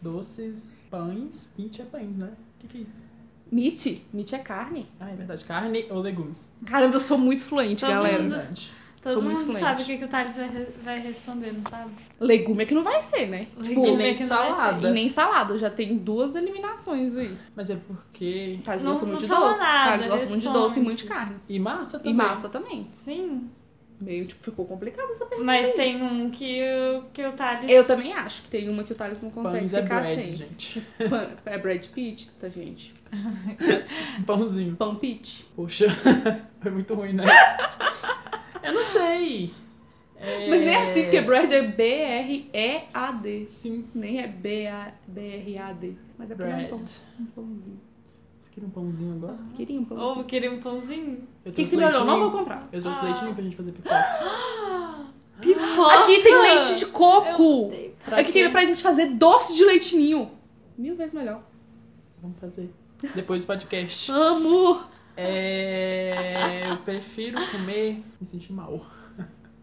Speaker 2: doces, pães. Pinte é pães, né? O que, que é isso?
Speaker 1: Meat? Meat é carne.
Speaker 2: Ah, é verdade. Carne ou legumes.
Speaker 1: Caramba, eu sou muito fluente,
Speaker 3: Todo
Speaker 1: galera.
Speaker 2: É
Speaker 3: mundo-
Speaker 2: verdade.
Speaker 3: Todo
Speaker 1: Sou
Speaker 3: mundo
Speaker 1: muito fluente.
Speaker 3: sabe o que, que o Thales vai, re- vai responder, não sabe?
Speaker 1: Legume é que não vai ser, né? Tipo,
Speaker 2: E
Speaker 3: Legume
Speaker 2: nem
Speaker 3: que não vai ser.
Speaker 2: salada.
Speaker 1: e nem salada. Já tem duas eliminações aí.
Speaker 2: Mas é porque.
Speaker 1: Tá, eles
Speaker 3: Não-
Speaker 1: gostam muito
Speaker 3: não
Speaker 1: de
Speaker 3: fala
Speaker 1: doce.
Speaker 3: nada,
Speaker 1: tá, eles gostam muito de doce e
Speaker 3: responde.
Speaker 1: muito de carne.
Speaker 2: E massa também.
Speaker 1: E massa também.
Speaker 3: Sim.
Speaker 1: Meio, tipo, ficou complicado essa pergunta.
Speaker 3: Mas tem um que, o- que o Thales.
Speaker 1: Eu também acho que tem uma que o Thales não consegue
Speaker 2: Pães é
Speaker 1: ficar
Speaker 2: bread,
Speaker 1: sem.
Speaker 2: gente.
Speaker 1: Pan- é Brad Pitt, tá, gente?
Speaker 2: Pãozinho.
Speaker 1: Pão Pitt.
Speaker 2: Poxa, foi muito ruim, né? eu não sei. É,
Speaker 1: Mas nem é assim, porque Brad é B-R-E-A-D.
Speaker 2: Sim,
Speaker 1: Nem é B-A- B-R-A-D. Mas é pra um,
Speaker 2: bread.
Speaker 1: pão, um pãozinho.
Speaker 2: Você quer um pãozinho agora?
Speaker 1: Queria um
Speaker 3: Ou
Speaker 1: pãozinho.
Speaker 3: queria um pãozinho?
Speaker 2: Eu
Speaker 1: O que, que
Speaker 2: trouxe
Speaker 1: você me olhou?
Speaker 2: leitinho.
Speaker 1: Não vou comprar.
Speaker 2: Eu trouxe
Speaker 3: Ah.
Speaker 2: leitinho pra gente fazer pipoca.
Speaker 3: Pipoca!
Speaker 1: Aqui tem leite de coco.
Speaker 3: Eu-
Speaker 2: Pra
Speaker 1: Aqui
Speaker 2: quê?
Speaker 1: É tem pra gente fazer doce de leitinho. Mil vezes melhor.
Speaker 2: Vamos fazer. Depois do podcast.
Speaker 1: Amo!
Speaker 2: É, eu prefiro comer. Me sentir mal.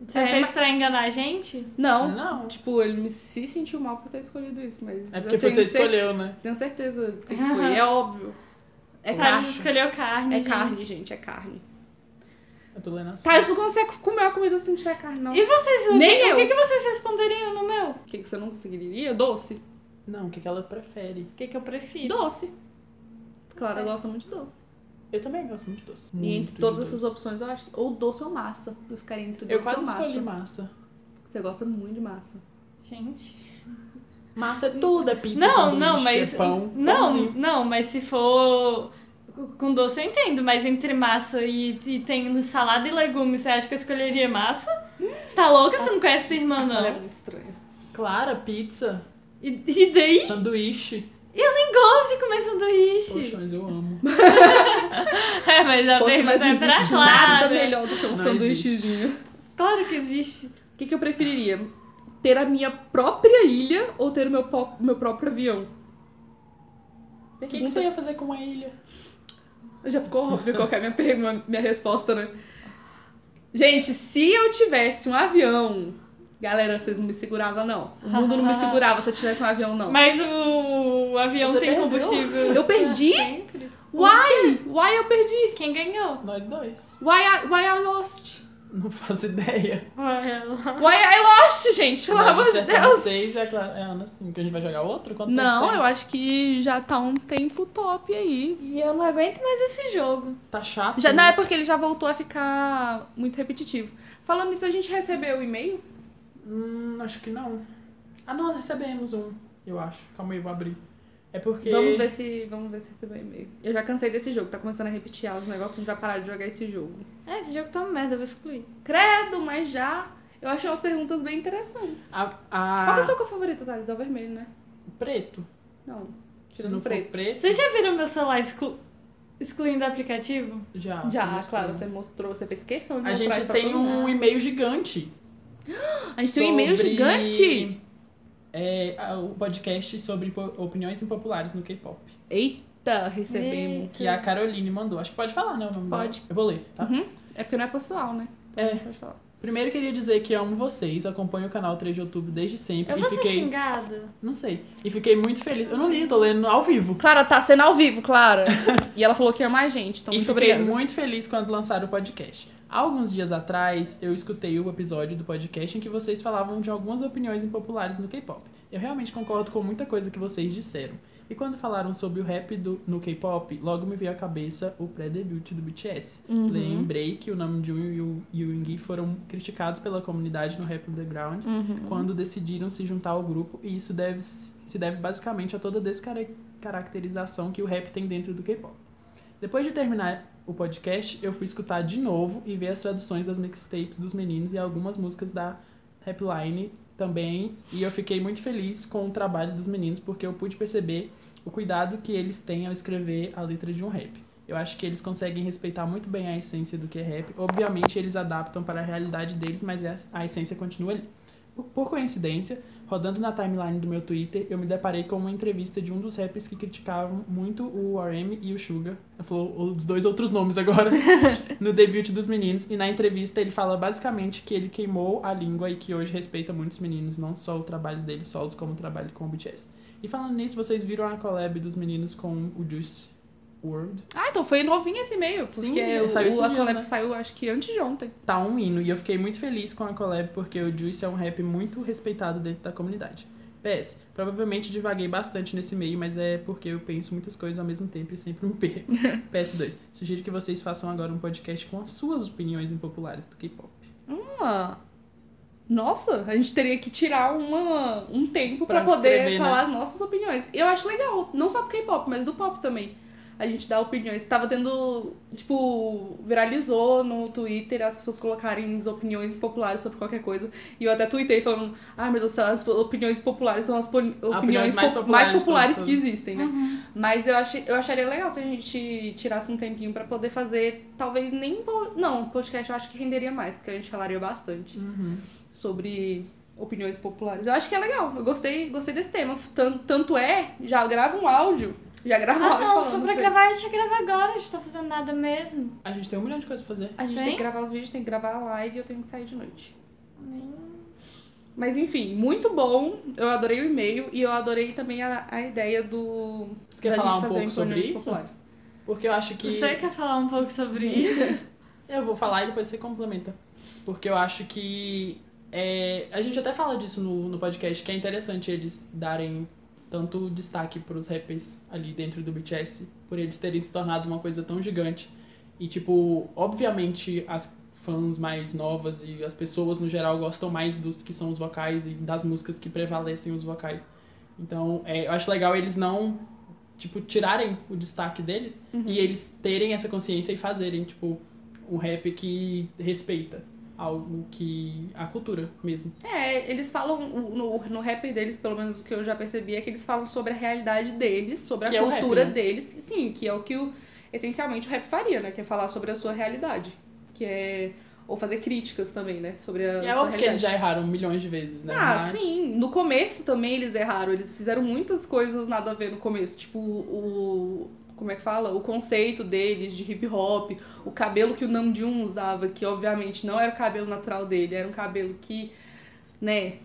Speaker 3: Você
Speaker 1: É,
Speaker 3: fez
Speaker 1: mas-
Speaker 3: pra enganar a gente?
Speaker 1: Não,
Speaker 2: Não.
Speaker 1: Tipo, ele me se sentiu mal por ter escolhido isso, mas.
Speaker 2: É
Speaker 1: eu
Speaker 2: porque
Speaker 1: tenho
Speaker 2: você
Speaker 1: cer-
Speaker 2: escolheu, né?
Speaker 1: Tenho certeza do que foi. É óbvio. É
Speaker 3: Thales
Speaker 1: carne.
Speaker 3: escolheu carne.
Speaker 1: É
Speaker 3: gente.
Speaker 1: carne, gente, é carne.
Speaker 2: Eu tô lendo a sua.
Speaker 1: Thales não consegue comer a comida se não tiver carne, não.
Speaker 3: E vocês? o
Speaker 1: Nem
Speaker 3: que-
Speaker 1: eu.
Speaker 3: O que, que vocês responderiam no meu?
Speaker 1: O que, que você não conseguiria? Doce?
Speaker 2: Não, o que, que ela prefere?
Speaker 3: O que, que eu prefiro?
Speaker 1: Doce. Clara
Speaker 3: Certo.
Speaker 1: gosta muito de doce.
Speaker 2: Eu também gosto muito de doce.
Speaker 1: e
Speaker 2: Muito
Speaker 1: entre
Speaker 2: de
Speaker 1: todas
Speaker 2: doce.
Speaker 1: essas opções, eu acho. Ou doce ou massa. Eu ficaria entre doce
Speaker 2: Eu quase
Speaker 1: ou massa.
Speaker 2: escolhi massa.
Speaker 1: Você gosta muito de massa.
Speaker 3: Gente.
Speaker 2: Massa é tudo, é pizza,
Speaker 3: Não,
Speaker 2: sanduíche,
Speaker 3: não, mas.
Speaker 2: é pão,
Speaker 3: não,
Speaker 2: pãozinho.
Speaker 3: não, mas se for. Com doce eu entendo, mas entre massa e, e tem salada e legumes, você acha que eu escolheria massa? Você tá louca? Você não conhece sua irmã,
Speaker 1: Ela é
Speaker 3: Ah, não?
Speaker 1: muito estranha.
Speaker 2: Clara, pizza,
Speaker 3: E, e daí?
Speaker 2: sanduíche.
Speaker 3: Eu nem gosto de comer sanduíche.
Speaker 2: Poxa, mas eu amo.
Speaker 3: É, mas a
Speaker 1: Poxa, mas
Speaker 3: pergunta
Speaker 1: não
Speaker 3: é pra
Speaker 1: existe nada
Speaker 3: Clara.
Speaker 1: melhor do que um
Speaker 2: Não
Speaker 1: sanduíchezinho.
Speaker 3: Claro que existe.
Speaker 1: O que, que eu preferiria? Ter a minha própria ilha ou ter o meu, po- meu próprio avião?
Speaker 2: O que, que você ia fazer com uma ilha?
Speaker 1: Já ficou óbvio qual que é a minha, pergunta- minha resposta, né? Gente, se eu tivesse um avião. Galera, vocês não me seguravam, não. O mundo não me segurava se eu tivesse um avião, não. é
Speaker 3: Mas o, avião
Speaker 2: Você
Speaker 3: tem
Speaker 2: perdeu.
Speaker 3: combustível.
Speaker 1: Eu perdi?
Speaker 3: Sempre.
Speaker 1: Why? Why eu perdi?
Speaker 3: Quem ganhou?
Speaker 2: Nós dois.
Speaker 1: Why I, why I lost?
Speaker 2: Não faço ideia.
Speaker 3: Vai ela.
Speaker 1: Why I lost, gente? Pelo
Speaker 2: Nós
Speaker 1: amor de
Speaker 2: acertamos
Speaker 1: Deus.
Speaker 2: Seis e a Clara, é a Ana cinco. A gente vai jogar outro? Quanto
Speaker 1: Não, eu
Speaker 2: tempo
Speaker 1: acho que já tá um tempo top aí.
Speaker 3: E eu não aguento mais esse jogo.
Speaker 2: tem? Tá chato.
Speaker 1: Já,
Speaker 2: né?
Speaker 1: não, é porque ele já voltou a ficar muito repetitivo. Falando nisso, a gente recebeu o e-mail?
Speaker 2: Hum, acho que não. Ah, não, recebemos um, eu acho. Calma aí, eu vou abrir. É porque.
Speaker 1: Vamos ver se vamos ver se recebeu e-mail. Eu já cansei desse jogo, tá começando a repetir os negócios, a gente vai parar de jogar esse jogo.
Speaker 3: Ah, esse jogo tá uma merda, eu vou excluir.
Speaker 1: Credo, mas já. Eu achei umas perguntas bem interessantes.
Speaker 2: A,
Speaker 1: Qual que é
Speaker 2: a...
Speaker 1: a sua cor favorita, Thales? É o vermelho, né?
Speaker 2: Preto.
Speaker 1: Não.
Speaker 2: Se
Speaker 1: Tirando
Speaker 2: não
Speaker 1: o preto.
Speaker 2: for preto,
Speaker 3: Vocês já viram meu celular exclu- excluindo o aplicativo?
Speaker 2: já.
Speaker 1: já,
Speaker 2: você mostrou.
Speaker 1: claro, você mostrou, você fez questão de
Speaker 2: A
Speaker 1: mostrar
Speaker 2: gente
Speaker 1: isso pra
Speaker 2: tem
Speaker 1: todo mundo.
Speaker 2: um e-mail gigante.
Speaker 1: A gente tem um e-mail
Speaker 2: sobre-
Speaker 1: gigante!
Speaker 2: É, a- o podcast sobre po- opiniões impopulares no K-pop.
Speaker 1: Eita, recebemos.
Speaker 2: Que a Caroline mandou. Acho que pode falar, né? O nome
Speaker 1: Pode.
Speaker 2: dela? Eu vou ler, tá?
Speaker 1: É porque não é pessoal, né?
Speaker 2: É.
Speaker 1: Pode falar.
Speaker 2: Primeiro queria dizer que amo vocês, acompanho o canal 3 de outubro desde sempre.
Speaker 3: Eu
Speaker 2: e
Speaker 3: vou ser
Speaker 2: fiquei.
Speaker 3: xingada.
Speaker 2: Não sei. E fiquei muito feliz. Eu não li, tô lendo ao vivo.
Speaker 1: Clara, tá sendo ao vivo, Clara. e ela falou que ama a gente, então
Speaker 2: e
Speaker 1: muito
Speaker 2: fiquei
Speaker 1: obrigada.
Speaker 2: muito feliz quando lançaram o podcast. Há Alguns dias atrás, eu escutei o episódio do podcast em que vocês falavam de algumas opiniões impopulares no K-pop. Eu realmente concordo com muita coisa que vocês disseram. E quando falaram sobre o rap do- no K-pop, logo me veio à cabeça o pré-debut do BTS.
Speaker 1: Uhum.
Speaker 2: Lembrei que o Namjoon e o e o Yoongi foram criticados pela comunidade no Rap Underground
Speaker 1: Uhum.
Speaker 2: quando decidiram se juntar ao grupo, e isso deve, se deve basicamente a toda descaracterização que o rap tem dentro do K-pop. Depois de terminar o podcast, eu fui escutar de novo e ver as traduções das mixtapes dos meninos e algumas músicas da Rapline também, e eu fiquei muito feliz com o trabalho dos meninos porque eu pude perceber o cuidado que eles têm ao escrever a letra de um rap. Eu acho que eles conseguem respeitar muito bem a essência do que é rap. é, Obviamente, eles adaptam para a realidade deles, mas a- a essência continua ali. Por, por coincidência, Rodando na timeline do meu Twitter, eu me deparei com uma entrevista de um dos rappers que criticavam muito o RM e o Suga. Ele falou os dois outros nomes agora, no debut dos meninos. E na entrevista ele fala basicamente que ele queimou a língua e que hoje respeita muitos meninos, não só o trabalho dele solos, como o trabalho com o BTS. E falando nisso, vocês viram a collab dos meninos com o Juice World?
Speaker 1: Ah, então foi novinho esse e-mail, porque
Speaker 2: Sim,
Speaker 1: o,
Speaker 2: saiu esses
Speaker 1: o a
Speaker 2: dias,
Speaker 1: collab
Speaker 2: né?
Speaker 1: saiu acho que antes de ontem.
Speaker 2: tá um hino. E eu fiquei muito feliz com a collab, porque o Juice é um rap muito respeitado dentro da comunidade. PS, provavelmente divaguei bastante nesse meio, mas é porque eu penso muitas coisas ao mesmo tempo e sempre um me perco. PS2, sugiro que vocês façam agora um podcast com as suas opiniões impopulares do K-pop.
Speaker 1: Uma- Nossa, a gente teria que tirar uma, um tempo pra,
Speaker 2: Pra
Speaker 1: poder
Speaker 2: escrever, né?
Speaker 1: falar as nossas opiniões. Eu acho legal, não só do K-pop, mas do pop também. A gente dá opiniões. Tava tendo, tipo, viralizou no Twitter as pessoas colocarem as opiniões populares sobre qualquer coisa. E eu até tuitei falando, ai meu Deus, do céu, as opiniões populares são as po- opiniões
Speaker 2: mais
Speaker 1: po-
Speaker 2: populares
Speaker 1: mais
Speaker 2: de todas,
Speaker 1: populares
Speaker 2: todas.
Speaker 1: que existem, né?
Speaker 3: Uhum.
Speaker 1: Mas eu, achei, eu acharia legal se a gente tirasse um tempinho pra poder fazer, talvez nem. po- Não, podcast eu acho que renderia mais, porque a gente falaria bastante
Speaker 2: Uhum.
Speaker 1: sobre opiniões populares. Eu acho que é legal, eu gostei, gostei desse tema. Tanto, tanto é, já grava um áudio. Já grava um
Speaker 3: Ah,
Speaker 1: áudio
Speaker 3: não, se
Speaker 1: falando.
Speaker 3: for pra
Speaker 1: coisa.
Speaker 3: gravar, a gente grava agora. A gente tá fazendo nada mesmo.
Speaker 2: A gente tem um milhão de coisas pra fazer.
Speaker 1: A gente tem?
Speaker 3: Tem?
Speaker 1: que gravar os vídeos, tem que gravar a live e eu tenho que sair de noite.
Speaker 3: Nem-
Speaker 1: Mas enfim, muito bom. Eu adorei o e-mail e eu adorei também a, a ideia do.
Speaker 2: Você quer
Speaker 1: da
Speaker 2: falar
Speaker 1: gente
Speaker 2: um
Speaker 1: fazer
Speaker 2: pouco sobre
Speaker 1: opiniões
Speaker 2: isso?
Speaker 1: populares.
Speaker 2: Porque eu acho que.
Speaker 3: Você quer falar um pouco sobre isso?
Speaker 2: Eu vou falar e depois você complementa. Porque eu acho que. é, a gente até fala disso no, no podcast, que é interessante eles darem tanto destaque pros rappers ali dentro do BTS, por eles terem se tornado uma coisa tão gigante. E, tipo, obviamente as fãs mais novas e as pessoas no geral gostam mais dos que são os vocais e das músicas que prevalecem os vocais. Então, é, eu acho legal eles não, tipo, tirarem o destaque deles e eles terem essa consciência e fazerem, tipo, um rap que respeita algo que a cultura mesmo.
Speaker 1: É, eles falam, no, no rap deles, pelo menos o que eu já percebi, é que eles falam sobre a realidade deles, sobre a
Speaker 2: Que é o rap,
Speaker 1: cultura
Speaker 2: né?
Speaker 1: deles, que sim, que é o que o- essencialmente o rap faria, né? Que é falar sobre a sua realidade. Que é. Ou fazer críticas também, né? Sobre a
Speaker 2: E
Speaker 1: sua
Speaker 2: é óbvio que
Speaker 1: realidade.
Speaker 2: eles já erraram milhões de vezes, né?
Speaker 1: Ah,
Speaker 2: Mas
Speaker 1: sim. No começo também eles erraram. Eles fizeram muitas coisas nada a ver no começo. Tipo, o. Como é que fala? O conceito deles de hip hop, o cabelo que o Namjoon usava, que obviamente não era o cabelo natural dele, era um cabelo que, né,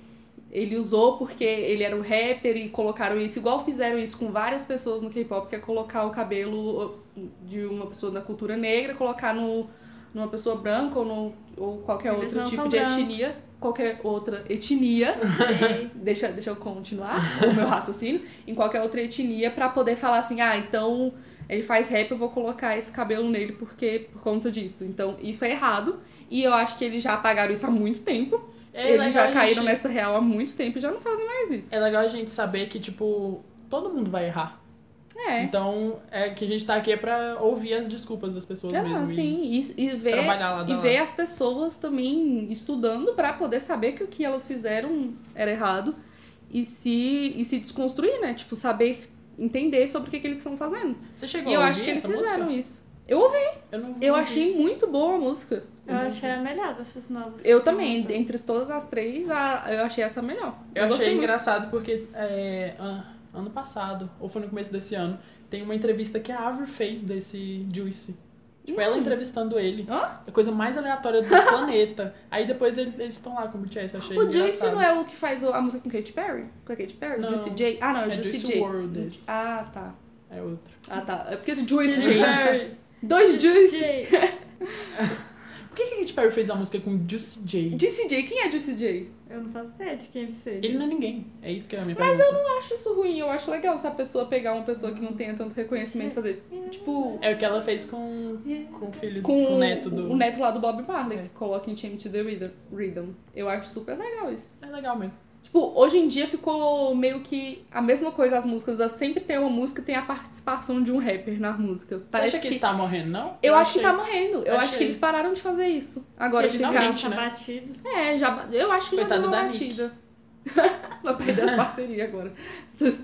Speaker 1: ele usou porque ele era um rapper e colocaram isso, igual fizeram isso com várias pessoas no K-pop, que é colocar o cabelo de uma pessoa da cultura negra, colocar no, numa pessoa branca ou, no, ou qualquer
Speaker 3: Eles
Speaker 1: outro
Speaker 3: não
Speaker 1: tipo
Speaker 3: são
Speaker 1: de
Speaker 3: brancos.
Speaker 1: etnia, qualquer outra etnia deixa, deixa eu continuar o meu raciocínio, em qualquer outra etnia pra poder falar assim, ah, então ele faz rap, eu vou colocar esse cabelo nele porque por conta disso. Então, isso é errado. E eu acho que eles já apagaram isso há muito tempo.
Speaker 2: é legal
Speaker 1: eles já
Speaker 2: a
Speaker 1: caíram
Speaker 2: gente-
Speaker 1: nessa real há muito tempo e já não fazem mais isso.
Speaker 2: É legal a gente saber que, tipo, todo mundo vai errar.
Speaker 1: É.
Speaker 2: Então, é que a gente tá aqui é pra ouvir as desculpas das pessoas
Speaker 1: Ah,
Speaker 2: mesmo. e
Speaker 1: sim, e, e ver,
Speaker 2: trabalhar lá
Speaker 1: e
Speaker 2: da
Speaker 1: ver as pessoas também estudando pra poder saber que o que elas fizeram era errado e se, e se desconstruir, né? Tipo, saber entender sobre o que, que eles estão fazendo.
Speaker 2: Você chegou
Speaker 1: E eu
Speaker 2: a
Speaker 1: acho
Speaker 2: ouvir
Speaker 1: que eles
Speaker 2: essa
Speaker 1: fizeram
Speaker 2: música?
Speaker 1: isso. Eu ouvi,
Speaker 2: Eu não
Speaker 1: eu
Speaker 2: ouvi.
Speaker 1: achei muito boa a música.
Speaker 3: Eu achei a melhor dessas novas.
Speaker 1: Eu
Speaker 3: que
Speaker 1: também,
Speaker 3: lançou.
Speaker 1: dentre todas as três, a- eu achei essa a melhor.
Speaker 2: Eu
Speaker 1: gostei
Speaker 2: achei
Speaker 1: muito.
Speaker 2: engraçado porque é, an- ano passado, ou foi no começo desse ano, tem uma entrevista que a Avril fez desse Juicy. Tipo, ela
Speaker 1: Hum.
Speaker 2: entrevistando ele.
Speaker 1: Hã?
Speaker 2: A coisa mais aleatória do planeta. Aí depois eles eles estão lá com o BTS, eu achei
Speaker 1: O Juicy
Speaker 2: engraçado.
Speaker 1: não é o que faz o- a música com Katy Perry? Com a Katy Perry?
Speaker 2: Não.
Speaker 1: Juicy J? Ah, não, é,
Speaker 2: É
Speaker 1: Juicy,
Speaker 2: Juicy
Speaker 1: J.
Speaker 2: World esse.
Speaker 1: Ah, tá.
Speaker 2: É outro.
Speaker 1: Ah, tá. É porque é Juicy J.
Speaker 2: Gente.
Speaker 1: Dois Juicy.
Speaker 3: Gente,
Speaker 2: Por que que a Katy Perry fez a música com Juicy J?
Speaker 1: Juicy J, quem é Juicy J?
Speaker 3: Eu não faço ideia de quem ele seja.
Speaker 2: Ele não é ninguém. É isso que é a minha Mas pergunta.
Speaker 1: Eu acho isso ruim, eu acho legal se a pessoa pegar uma pessoa que não tenha tanto reconhecimento e fazer, tipo...
Speaker 2: É o que ela fez com,
Speaker 3: tá
Speaker 2: com o filho,
Speaker 1: Com
Speaker 2: É. o neto do...
Speaker 1: o neto lá do Bob Marley,
Speaker 2: É.
Speaker 1: que coloca em Change to the Rhythm- Rhythm. Eu acho super legal isso.
Speaker 2: É legal mesmo.
Speaker 1: Tipo, hoje em dia ficou meio que a mesma coisa as músicas. elas Sempre tem uma música e tem a participação de um rapper na música.
Speaker 2: Você acha que, ele está morrendo, não?
Speaker 1: Eu acho que
Speaker 2: achei.
Speaker 1: tá morrendo. Eu acho
Speaker 2: achei.
Speaker 1: que eles pararam de fazer isso. Agora
Speaker 2: Eles
Speaker 1: ficar...
Speaker 2: não mentem.
Speaker 3: tá
Speaker 2: né?
Speaker 3: batido.
Speaker 1: É, já... eu acho que
Speaker 2: Coitado
Speaker 1: já deu
Speaker 2: da
Speaker 1: uma
Speaker 2: Nick.
Speaker 1: batida. Vai perder as parcerias agora.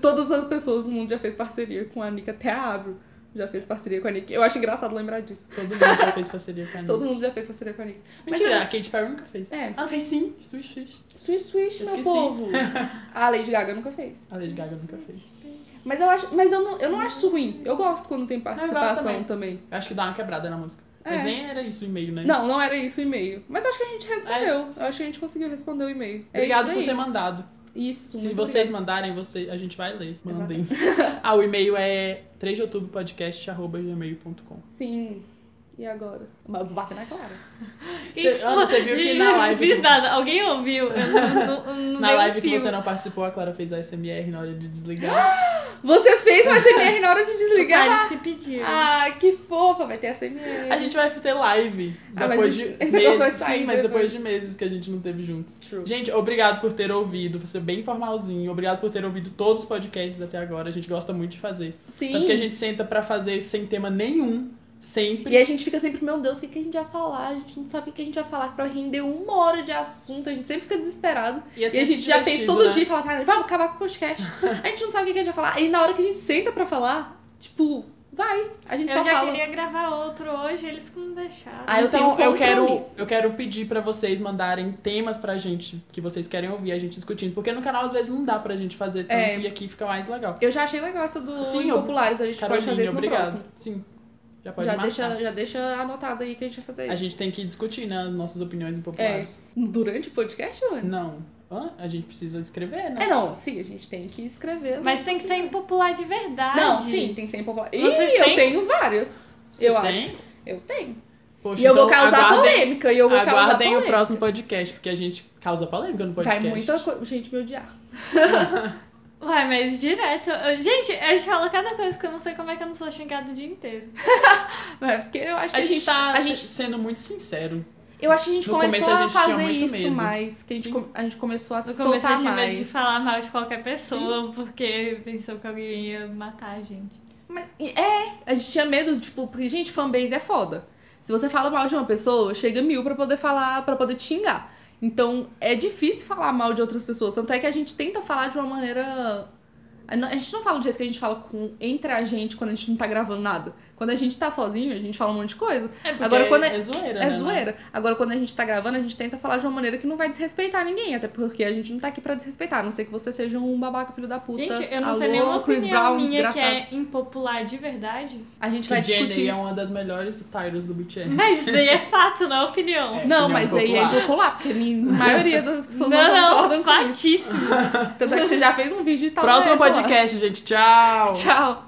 Speaker 1: Todas as pessoas do mundo já fez parceria com a Anitta até a Abro. Já fez parceria com a Nick. Eu acho engraçado lembrar disso.
Speaker 2: Todo mundo já fez parceria com a Nick.
Speaker 1: Todo mundo já fez parceria com a Nick.
Speaker 2: Mentira, a
Speaker 1: Mentira.
Speaker 2: Kate Perry nunca fez.
Speaker 1: É.
Speaker 2: Ela fez sim, Swish Fish.
Speaker 1: Swish Swish, meu
Speaker 2: Esqueci.
Speaker 1: povo. A Lady Gaga nunca fez.
Speaker 2: A Lady Gaga nunca fez.
Speaker 1: Mas eu acho, mas eu não, eu não acho isso ruim. Eu gosto quando tem participação
Speaker 2: também.
Speaker 1: também.
Speaker 2: Eu acho que dá uma quebrada na música. Mas
Speaker 1: É.
Speaker 2: nem era isso o e-mail, né?
Speaker 1: Não, não era isso o e-mail. Mas eu acho que a gente respondeu.
Speaker 2: É, sim.
Speaker 1: eu acho que a gente conseguiu responder o e-mail. É
Speaker 2: Obrigado
Speaker 1: isso
Speaker 2: por
Speaker 1: daí.
Speaker 2: ter mandado.
Speaker 1: Isso.
Speaker 2: Se
Speaker 1: muito
Speaker 2: vocês mandarem, você, a gente vai ler. Mandem. ah, o e-mail é 3 de outubro podcast.gmail.com.
Speaker 1: obrigada. Sim. E agora? Mas vou bater na Clara.
Speaker 2: Você- Ana, você viu que na live
Speaker 3: Fiz
Speaker 2: do-
Speaker 3: nada. Alguém ouviu? Eu não, não, não
Speaker 2: Na
Speaker 3: dei um
Speaker 2: live que
Speaker 3: pio.
Speaker 2: você não participou, a Clara fez a SMR na hora de desligar.
Speaker 1: Você fez o SMR na hora de desligar.
Speaker 3: Vários que pediram.
Speaker 1: Ah, que fofa. Vai ter SMR.
Speaker 2: a gente vai ter live
Speaker 1: Ah, mas
Speaker 2: depois
Speaker 1: esse-
Speaker 2: de
Speaker 1: esse negócio vai
Speaker 2: meses.
Speaker 1: sair
Speaker 2: Sim, mas
Speaker 1: depois.
Speaker 2: depois de meses que a gente não teve juntos.
Speaker 1: True.
Speaker 2: Gente, obrigado por ter ouvido. Você é bem formalzinho. Obrigado por ter ouvido todos os podcasts até agora. A gente gosta muito de fazer.
Speaker 1: Sim.
Speaker 2: Tanto que a gente senta pra fazer sem tema nenhum, sempre.
Speaker 1: E a gente fica sempre, meu Deus, o que, que a gente vai falar? A gente não sabe o que, que a gente vai falar pra render uma hora de assunto. A gente sempre fica desesperado.
Speaker 2: E,
Speaker 1: E
Speaker 2: é
Speaker 1: a
Speaker 2: sempre
Speaker 1: gente já pensa
Speaker 2: divertido,
Speaker 1: todo
Speaker 2: né?
Speaker 1: dia e fala assim, ah, vamos acabar com o podcast. A gente não sabe o que que a gente vai falar. E na hora que a gente senta pra falar, tipo, vai. A gente
Speaker 3: Eu
Speaker 1: só
Speaker 3: já
Speaker 1: fala.
Speaker 3: queria gravar outro hoje, eles que não deixaram.
Speaker 1: Ah, eu
Speaker 2: então
Speaker 1: tenho
Speaker 2: eu quero
Speaker 1: compromissos.
Speaker 2: eu quero pedir pra vocês mandarem temas pra gente que vocês querem ouvir a gente discutindo, porque no canal às vezes não dá pra gente fazer tanto
Speaker 1: É.
Speaker 2: e aqui fica mais legal.
Speaker 1: Eu já achei legal essa do
Speaker 2: Sim,
Speaker 1: Impopulares. A gente
Speaker 2: Caroline,
Speaker 1: pode fazer isso no
Speaker 2: obrigado.
Speaker 1: próximo.
Speaker 2: Sim. Já pode
Speaker 1: Já
Speaker 2: marcar.
Speaker 1: deixa, já deixa anotado aí que a gente vai fazer isso.
Speaker 2: A gente tem que discutir, né, as nossas opiniões
Speaker 1: É.
Speaker 2: impopulares.
Speaker 1: Durante o podcast, ou antes?
Speaker 2: Não. Hã? A gente precisa escrever, né?
Speaker 1: É, não. Sim, a gente tem que escrever. né?
Speaker 3: Mas tem que ser impopular de verdade.
Speaker 1: Não, sim, tem que ser impopular. Ih,
Speaker 3: Vocês
Speaker 1: eu
Speaker 3: têm?
Speaker 1: tenho vários.
Speaker 2: Você
Speaker 1: eu
Speaker 2: tem?
Speaker 1: acho. Eu tenho.
Speaker 2: Poxa,
Speaker 1: E eu vou
Speaker 2: então
Speaker 1: causar
Speaker 2: aguardem,
Speaker 1: polêmica. E eu vou causar
Speaker 2: aguardem
Speaker 1: polêmica.
Speaker 2: o próximo podcast, porque a gente causa polêmica no podcast.
Speaker 1: Cai muita coisa. Gente, me odiar.
Speaker 3: Ué, mas direto. eu- Gente, a gente fala cada coisa que eu não sei como é que eu não sou xingada o dia inteiro.
Speaker 1: Mas porque eu acho que
Speaker 2: A gente tá
Speaker 1: a gente
Speaker 2: sendo muito sincero.
Speaker 1: Eu acho que a gente
Speaker 2: No
Speaker 1: começou
Speaker 2: começo a
Speaker 1: a,
Speaker 2: gente tinha
Speaker 1: fazer
Speaker 2: muito
Speaker 1: isso
Speaker 2: medo.
Speaker 1: mais. Que a gente,
Speaker 2: Sim.
Speaker 1: com- a gente começou a se
Speaker 3: Eu comecei a
Speaker 1: soltar
Speaker 3: achar medo
Speaker 1: mais.
Speaker 3: de falar mal de qualquer pessoa, porque pensou que alguém ia matar a gente.
Speaker 1: Mas- e- é, a gente tinha medo, tipo, porque, gente, fanbase é foda. Se você fala mal de uma pessoa, chega mil pra poder falar, pra poder te xingar. Então, é difícil falar mal de outras pessoas. Tanto é que a gente tenta falar de uma maneira. A no- a gente não fala do jeito que a gente fala com, entre a gente quando a gente não tá gravando nada. Quando a gente tá sozinho, a gente fala um monte de coisa.
Speaker 2: Porque
Speaker 1: Agora, quando é,
Speaker 2: é zoeira,
Speaker 1: É
Speaker 2: né?
Speaker 1: zoeira. Agora, quando a gente tá gravando, a gente tenta falar de uma maneira que não vai desrespeitar ninguém. Até porque a gente não tá aqui pra desrespeitar. A não ser que você seja um babaca, filho da puta.
Speaker 3: Gente, eu não
Speaker 1: Alô,
Speaker 3: sei nenhuma
Speaker 1: Chris
Speaker 3: opinião
Speaker 1: Brown,
Speaker 3: minha
Speaker 1: desgraçado.
Speaker 3: que é impopular de verdade.
Speaker 1: A gente vai
Speaker 2: Que Jenny
Speaker 1: discutir.
Speaker 2: é uma das melhores tiros do BTS.
Speaker 3: Mas isso daí é fato, não é opinião.
Speaker 1: Não,
Speaker 2: Opinião
Speaker 1: mas aí é
Speaker 2: popular.
Speaker 1: impopular, porque a maioria das pessoas não,
Speaker 3: Não,
Speaker 1: concordam
Speaker 3: não,
Speaker 1: com isso.
Speaker 3: fatíssimo.
Speaker 1: Tanto é que você já fez um vídeo e tal.
Speaker 2: Próximo podcast, gente. Tchau.
Speaker 1: Tchau.